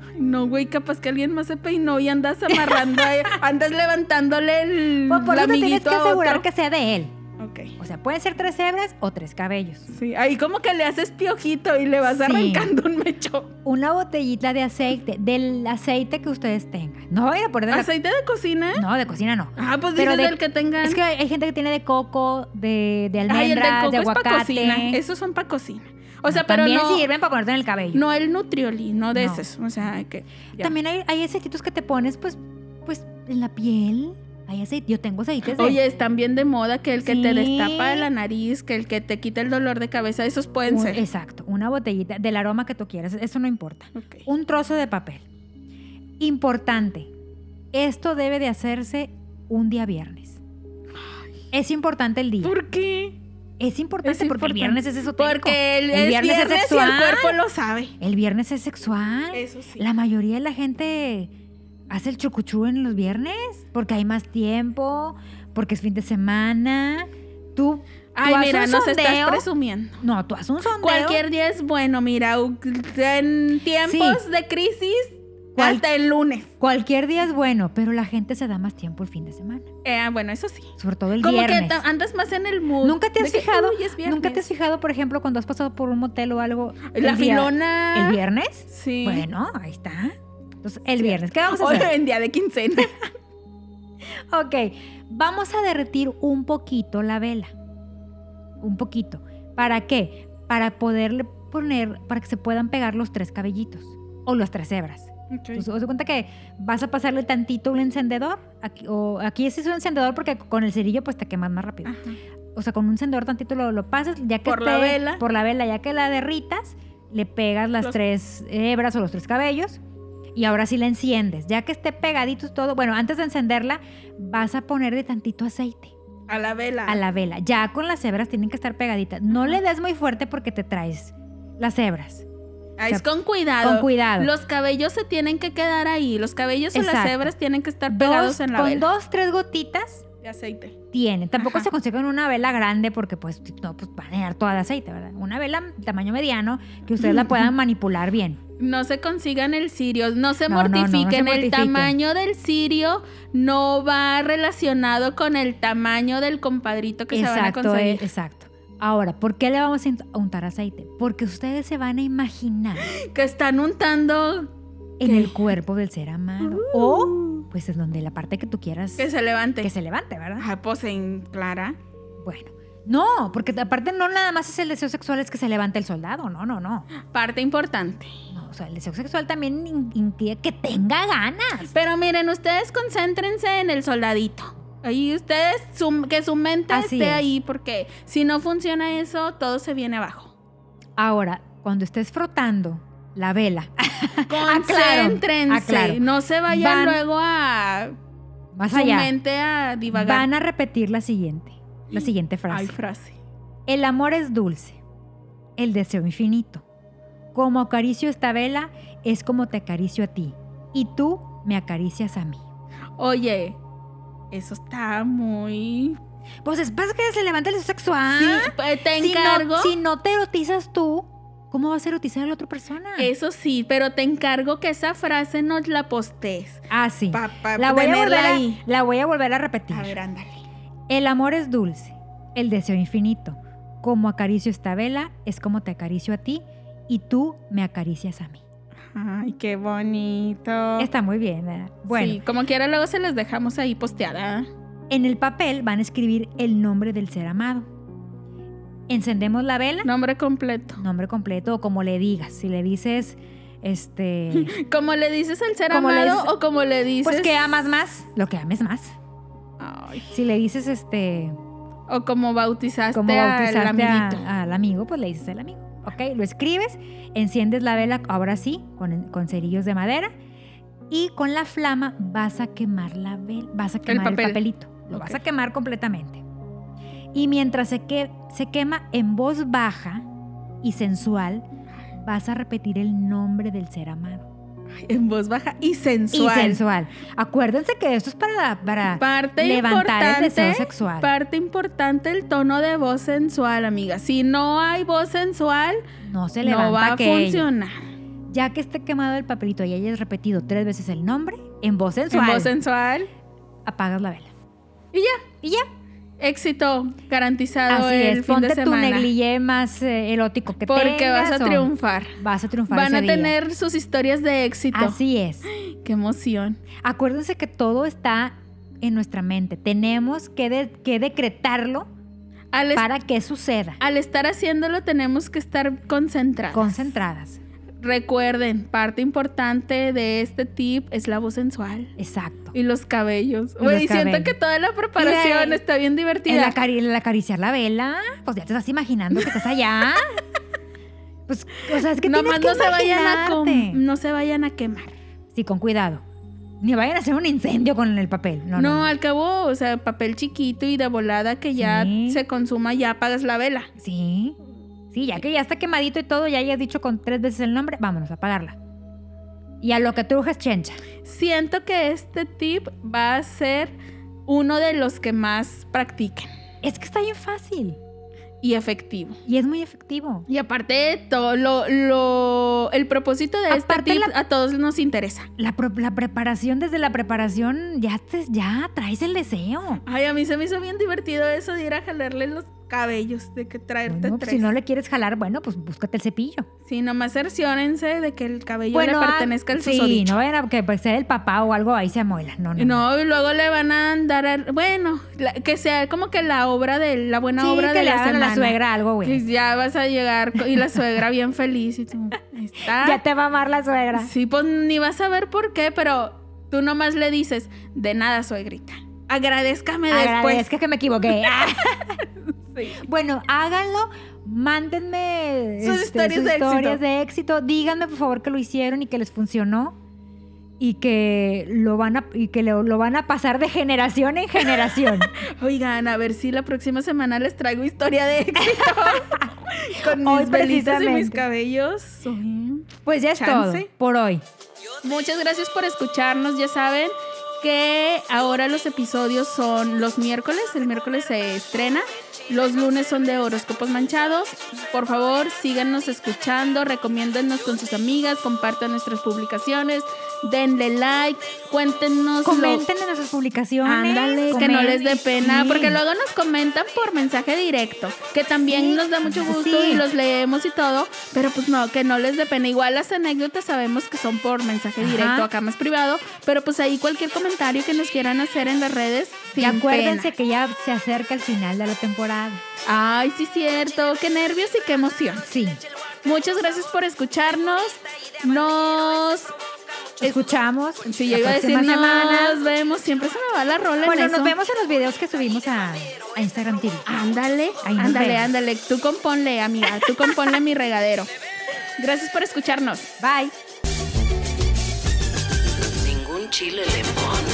Speaker 1: Ay, No, güey, capaz que alguien más se peinó y andas amarrando, ahí, andas levantándole el.
Speaker 2: pues por
Speaker 1: Mm, la
Speaker 2: eso te tienes que
Speaker 1: amiguito a
Speaker 2: asegurar
Speaker 1: otro.
Speaker 2: que sea de él.
Speaker 1: Ok.
Speaker 2: O sea, pueden ser tres hebras o tres cabellos.
Speaker 1: Sí, ahí como que le haces piojito y le vas
Speaker 2: Sí.
Speaker 1: arrancando un mecho.
Speaker 2: Una botellita de aceite, del aceite que ustedes tengan. No voy a ir a poner de la-
Speaker 1: ¿Aceite de cocina?
Speaker 2: No, de cocina no.
Speaker 1: Ah, pues
Speaker 2: Pero
Speaker 1: dices
Speaker 2: de-
Speaker 1: del que tengan.
Speaker 2: Es que hay gente que tiene de coco, de, de almendras,
Speaker 1: Ay, el del coco
Speaker 2: de
Speaker 1: es
Speaker 2: aguacate.
Speaker 1: para cocina. Esos son para cocina. O sea,
Speaker 2: No,
Speaker 1: pero
Speaker 2: también
Speaker 1: no,
Speaker 2: sirven para ponerte en el cabello.
Speaker 1: no el nutrioli, no de
Speaker 2: No.
Speaker 1: esos. O sea, que. ya.
Speaker 2: También hay, hay aceititos que te pones, pues, pues, en la piel. Hay aceite. Yo tengo aceites de
Speaker 1: Oye, están bien de moda que el que te
Speaker 2: Sí.
Speaker 1: destapa la nariz, que el que te quita el dolor de cabeza, esos pueden
Speaker 2: un-
Speaker 1: ser.
Speaker 2: Exacto. Una botellita del aroma que tú quieras. Eso no importa.
Speaker 1: Ok.
Speaker 2: Un trozo de papel. Importante. Esto debe de hacerse un día viernes. Es importante el día.
Speaker 1: ¿Por qué?
Speaker 2: Es importante
Speaker 1: Es
Speaker 2: porque el
Speaker 1: importante.
Speaker 2: viernes es esotérico.
Speaker 1: Porque el,
Speaker 2: El
Speaker 1: es
Speaker 2: viernes
Speaker 1: viernes,
Speaker 2: es
Speaker 1: y el
Speaker 2: sexual.
Speaker 1: cuerpo lo sabe.
Speaker 2: El viernes es sexual.
Speaker 1: Eso sí.
Speaker 2: La mayoría de la gente hace el chucuchú en los viernes porque hay más tiempo, porque es fin de semana. Tú,
Speaker 1: Ay,
Speaker 2: tú haz
Speaker 1: mira,
Speaker 2: un
Speaker 1: nos
Speaker 2: sondeo.
Speaker 1: estás presumiendo.
Speaker 2: no, tú haces un sondeo.
Speaker 1: Cualquier día es bueno, mira, u- en tiempos de crisis,
Speaker 2: Cual-
Speaker 1: hasta el lunes.
Speaker 2: cualquier día es bueno, pero la gente se da más tiempo el fin de semana,
Speaker 1: Eh, bueno, eso sí.
Speaker 2: sobre todo el
Speaker 1: Como que
Speaker 2: viernes.
Speaker 1: ta- andas más en el mood.
Speaker 2: Nunca te has
Speaker 1: de que,
Speaker 2: fijado,
Speaker 1: "Uy, es viernes".
Speaker 2: nunca te has fijado, por ejemplo, cuando has pasado por un motel o algo.
Speaker 1: La
Speaker 2: el día-
Speaker 1: filona.
Speaker 2: ¿El viernes?
Speaker 1: Sí.
Speaker 2: Bueno, ahí está. Entonces, el viernes. ¿Qué vamos a
Speaker 1: Hoy
Speaker 2: hacer?
Speaker 1: en día de quincena.
Speaker 2: Ok, vamos a derretir un poquito la vela. Un poquito. ¿Para qué? Para poderle poner, para que se puedan pegar los tres cabellitos o las tres hebras.
Speaker 1: Pues,
Speaker 2: Entonces, haz de cuenta que vas a pasarle tantito un encendedor. Aquí, o aquí ese es un encendedor porque con el cerillo pues te quemas más rápido.
Speaker 1: Ajá.
Speaker 2: O sea, con un encendedor tantito lo, lo pasas, ya que
Speaker 1: Por la vela.
Speaker 2: Por la vela, ya que la derritas, le pegas las
Speaker 1: Los-
Speaker 2: tres hebras o los tres cabellos y ahora sí la enciendes. Ya que esté pegadito todo, bueno, antes de encenderla, vas a ponerle tantito aceite
Speaker 1: A la vela.
Speaker 2: a la vela. Ya con las hebras tienen que estar pegaditas. No le des muy fuerte porque te traes las hebras.
Speaker 1: Ah,
Speaker 2: o
Speaker 1: es
Speaker 2: sea,
Speaker 1: con cuidado.
Speaker 2: Con cuidado.
Speaker 1: Los cabellos se tienen que quedar ahí. Los cabellos o las
Speaker 2: Exacto.
Speaker 1: hebras tienen que estar
Speaker 2: Dos-
Speaker 1: pegados en la
Speaker 2: con
Speaker 1: vela.
Speaker 2: dos, tres gotitas
Speaker 1: De aceite.
Speaker 2: tienen. Tampoco
Speaker 1: Ajá.
Speaker 2: se consiguen una vela grande porque pues no, pues van a llenar toda de aceite, ¿verdad? Una vela tamaño mediano que ustedes la puedan manipular bien.
Speaker 1: No se consigan el cirio, no se
Speaker 2: No, no, no, no se
Speaker 1: mortifiquen. el
Speaker 2: mortifiquen.
Speaker 1: tamaño del cirio no va relacionado con el tamaño del compadrito que se van a
Speaker 2: Exacto, eh,
Speaker 1: conseguir.
Speaker 2: exacto. Ahora, ¿por qué le vamos a in- a untar aceite? Porque ustedes se van a imaginar
Speaker 1: Que están untando
Speaker 2: en
Speaker 1: ¿Qué?
Speaker 2: el cuerpo del ser amado. O, pues, en donde la parte que tú quieras
Speaker 1: Uh. que se levante.
Speaker 2: que se levante, ¿verdad?
Speaker 1: Ah, pues en Clara.
Speaker 2: Bueno. No, porque aparte no nada más es el deseo sexual es que se levante el soldado. No, no, no.
Speaker 1: Parte importante.
Speaker 2: no o sea, el deseo sexual también in- incluye que tenga ganas.
Speaker 1: Pero miren, ustedes concéntrense en el soldadito. Ahí ustedes, su- que su mente
Speaker 2: Así
Speaker 1: esté
Speaker 2: es.
Speaker 1: ahí, porque si no funciona eso, todo se viene abajo.
Speaker 2: Ahora, cuando estés frotando la vela,
Speaker 1: Concéntrense.
Speaker 2: aclaro.
Speaker 1: No se vayan
Speaker 2: Van-
Speaker 1: luego a
Speaker 2: más
Speaker 1: su
Speaker 2: allá,
Speaker 1: mente a divagar.
Speaker 2: van a repetir la siguiente, la siguiente frase.
Speaker 1: Ay, frase.
Speaker 2: El amor es dulce, el deseo infinito, Como acaricio esta vela, es como te acaricio a ti. Y tú me acaricias a mí.
Speaker 1: Oye, eso está muy...
Speaker 2: Pues es pasa que se levanta el deseo sexual.
Speaker 1: Sí, eh, te
Speaker 2: Si Ah, no-
Speaker 1: encargo...
Speaker 2: Si no, te erotizas tú, ¿cómo vas a erotizar a la otra persona?
Speaker 1: Eso sí, pero te encargo que esa frase nos la postees.
Speaker 2: Ah, sí.
Speaker 1: Pa, pa-
Speaker 2: La voy, a
Speaker 1: tenerla
Speaker 2: volver a,
Speaker 1: ahí.
Speaker 2: la voy a volver a repetir.
Speaker 1: A ver, ándale.
Speaker 2: El amor es dulce, el deseo infinito. Como acaricio esta vela, es como te acaricio a ti y tú me acaricias a mí.
Speaker 1: Ay, qué bonito.
Speaker 2: Está muy bien, ¿verdad? Bueno,
Speaker 1: Ah. Sí, como quiera luego se las dejamos ahí posteada.
Speaker 2: en el papel van a escribir el nombre del ser amado. Encendemos la vela,
Speaker 1: Nombre completo.
Speaker 2: nombre completo o como le digas. Si le dices, este,
Speaker 1: Como le dices al ser
Speaker 2: Como le
Speaker 1: amado
Speaker 2: dices-
Speaker 1: o como le dices...
Speaker 2: pues que amas más, lo que ames más.
Speaker 1: Ay,
Speaker 2: Si le dices, este,
Speaker 1: o como bautizaste,
Speaker 2: como
Speaker 1: Este al
Speaker 2: bautizaste a-
Speaker 1: amiguito.
Speaker 2: al amigo, pues le dices el amigo. Ok, lo escribes, enciendes la vela, ahora sí, con, con cerillos de madera, y con la flama vas a quemar la vela, vas a quemar el,
Speaker 1: papel.
Speaker 2: papelito, lo vas
Speaker 1: Ok.
Speaker 2: a quemar completamente. Y mientras se, que, se quema en voz baja y sensual, vas a repetir el nombre del ser amado.
Speaker 1: En voz baja y sensual.
Speaker 2: Y sensual. Acuérdense que esto es para, para
Speaker 1: Parte
Speaker 2: levantar el deseo
Speaker 1: importante.
Speaker 2: sexual.
Speaker 1: Parte importante el tono de voz sensual, amiga. Si no hay voz sensual,
Speaker 2: no se levanta
Speaker 1: no va a
Speaker 2: aquello.
Speaker 1: funcionar.
Speaker 2: Ya que esté quemado el papelito y hayas repetido tres veces el nombre, en voz sensual,
Speaker 1: En voz sensual.
Speaker 2: apagas la vela.
Speaker 1: Y ya,
Speaker 2: Y ya.
Speaker 1: éxito garantizado
Speaker 2: Así
Speaker 1: el
Speaker 2: es.
Speaker 1: fin
Speaker 2: Ponte
Speaker 1: de
Speaker 2: tu
Speaker 1: semana.
Speaker 2: negligé más eh, erótico que
Speaker 1: porque
Speaker 2: tengas.
Speaker 1: vas a
Speaker 2: o
Speaker 1: triunfar.
Speaker 2: Vas a triunfar
Speaker 1: Van
Speaker 2: ese
Speaker 1: a
Speaker 2: día. Ah,
Speaker 1: tener sus historias de éxito.
Speaker 2: Así es.
Speaker 1: Qué emoción.
Speaker 2: Acuérdense que todo está en nuestra mente. Tenemos que, de- que decretarlo
Speaker 1: Al, es-
Speaker 2: para que suceda.
Speaker 1: al estar haciéndolo tenemos que estar concentrados.
Speaker 2: Concentradas.
Speaker 1: Recuerden, parte importante de este tip es la voz sensual.
Speaker 2: Exacto.
Speaker 1: Y los cabellos.
Speaker 2: Y
Speaker 1: Güey,
Speaker 2: los
Speaker 1: siento
Speaker 2: cabellos.
Speaker 1: que toda la preparación
Speaker 2: Güey.
Speaker 1: está bien
Speaker 2: El,
Speaker 1: divertida.
Speaker 2: acari- el acariciar la vela, pues ya te estás imaginando que estás allá. pues, o sea, es que
Speaker 1: Nomás
Speaker 2: tienes
Speaker 1: no
Speaker 2: que
Speaker 1: se vayan a com-
Speaker 2: imaginarte.
Speaker 1: no se vayan a quemar.
Speaker 2: Sí, con cuidado. Ni vayan a hacer un incendio con el papel.
Speaker 1: No,
Speaker 2: No,
Speaker 1: eh.
Speaker 2: no. no.
Speaker 1: al cabo, o sea, papel chiquito y de volada que ya
Speaker 2: Sí.
Speaker 1: se consuma, ya apagas la vela.
Speaker 2: Sí. Sí, ya que ya está quemadito y todo, ya hayas dicho con tres veces el nombre, vámonos a apagarla. Y a lo que trujes, chencha.
Speaker 1: Siento que este tip va a ser uno de los que más practiquen
Speaker 2: Es que está bien fácil
Speaker 1: y efectivo.
Speaker 2: y es muy efectivo.
Speaker 1: Y aparte de todo, lo, lo- el propósito de
Speaker 2: Aparte
Speaker 1: este tip a todos nos interesa.
Speaker 2: La, pro- la preparación, desde la preparación, ya, te- ya traes el deseo.
Speaker 1: Ay, a mí se me hizo bien divertido eso de ir a jalarle los cabellos, de que traerte
Speaker 2: Bueno, pues,
Speaker 1: tres.
Speaker 2: si no le quieres jalar, bueno, pues búscate el cepillo.
Speaker 1: Sí, nomás cerciórense de que el cabello le
Speaker 2: ah,
Speaker 1: pertenezca al
Speaker 2: Sí,
Speaker 1: susodicho.
Speaker 2: no vayan a que pues, sea el papá o algo, ahí se amuela. No, no.
Speaker 1: No, y luego le van a andar, a- bueno, la- que sea como que la obra de la buena
Speaker 2: Sí,
Speaker 1: obra
Speaker 2: que
Speaker 1: de
Speaker 2: le
Speaker 1: la
Speaker 2: hagan a
Speaker 1: semana.
Speaker 2: la suegra algo, güey.
Speaker 1: Pues ya vas a llegar co- y la suegra bien feliz y tú, ahí está.
Speaker 2: Ya te va a amar la suegra.
Speaker 1: Sí, pues ni vas a ver por qué, pero tú nomás le dices, de nada, suegrita. Agradezcame
Speaker 2: Agradezca
Speaker 1: después.
Speaker 2: que me equivoqué. Ah.
Speaker 1: Sí.
Speaker 2: Bueno, háganlo. Mándenme este,
Speaker 1: Sus historias de éxito.
Speaker 2: historias de éxito. Díganme, por favor, que lo hicieron y que les funcionó. Y que lo van a, y que lo, lo van a pasar de generación en generación.
Speaker 1: Oigan, a ver si la próxima semana les traigo historia de éxito. Con
Speaker 2: Hoy
Speaker 1: mis velitas y mis
Speaker 2: precisamente.
Speaker 1: cabellos. Sí.
Speaker 2: Pues ya es
Speaker 1: Chance.
Speaker 2: todo por hoy.
Speaker 1: Muchas gracias por escucharnos. Ya saben que ahora los episodios son los miércoles. El miércoles se estrena. Los lunes son de horóscopos manchados. Por favor, síganos escuchando. Recomiéndennos con sus amigas. Compartan nuestras publicaciones. Denle like. Cuéntenos. lo-
Speaker 2: Comenten en nuestras publicaciones.
Speaker 1: Ándale, que no
Speaker 2: comenten.
Speaker 1: les dé pena,
Speaker 2: Sí.
Speaker 1: porque luego nos comentan por mensaje directo, que también
Speaker 2: Sí,
Speaker 1: nos da mucho gusto
Speaker 2: sí.
Speaker 1: y los leemos y todo, pero pues no, que no les dé pena. Igual las anécdotas sabemos que son por mensaje
Speaker 2: Ajá.
Speaker 1: directo, acá más privado, pero pues ahí cualquier comentario que nos quieran hacer en las redes,
Speaker 2: Y
Speaker 1: sin
Speaker 2: acuérdense
Speaker 1: pena.
Speaker 2: que ya se acerca el final de la temporada.
Speaker 1: Ay, sí, cierto, qué nervios y qué emoción.
Speaker 2: Sí.
Speaker 1: Muchas gracias por escucharnos. Nos.
Speaker 2: Escuchamos.
Speaker 1: Si
Speaker 2: la
Speaker 1: yo iba a decir,
Speaker 2: próxima semana.
Speaker 1: nos vemos. Siempre se me va la rola. en
Speaker 2: Bueno, nos
Speaker 1: eso.
Speaker 2: vemos en los videos que subimos a, a Instagram TV.
Speaker 1: Ándale,
Speaker 2: Ahí nos
Speaker 1: ándale,
Speaker 2: vemos.
Speaker 1: ándale. Tú componle, amiga. Tú componle mi regadero. Gracias por escucharnos.
Speaker 2: Bye.
Speaker 3: Ningún chile le pone.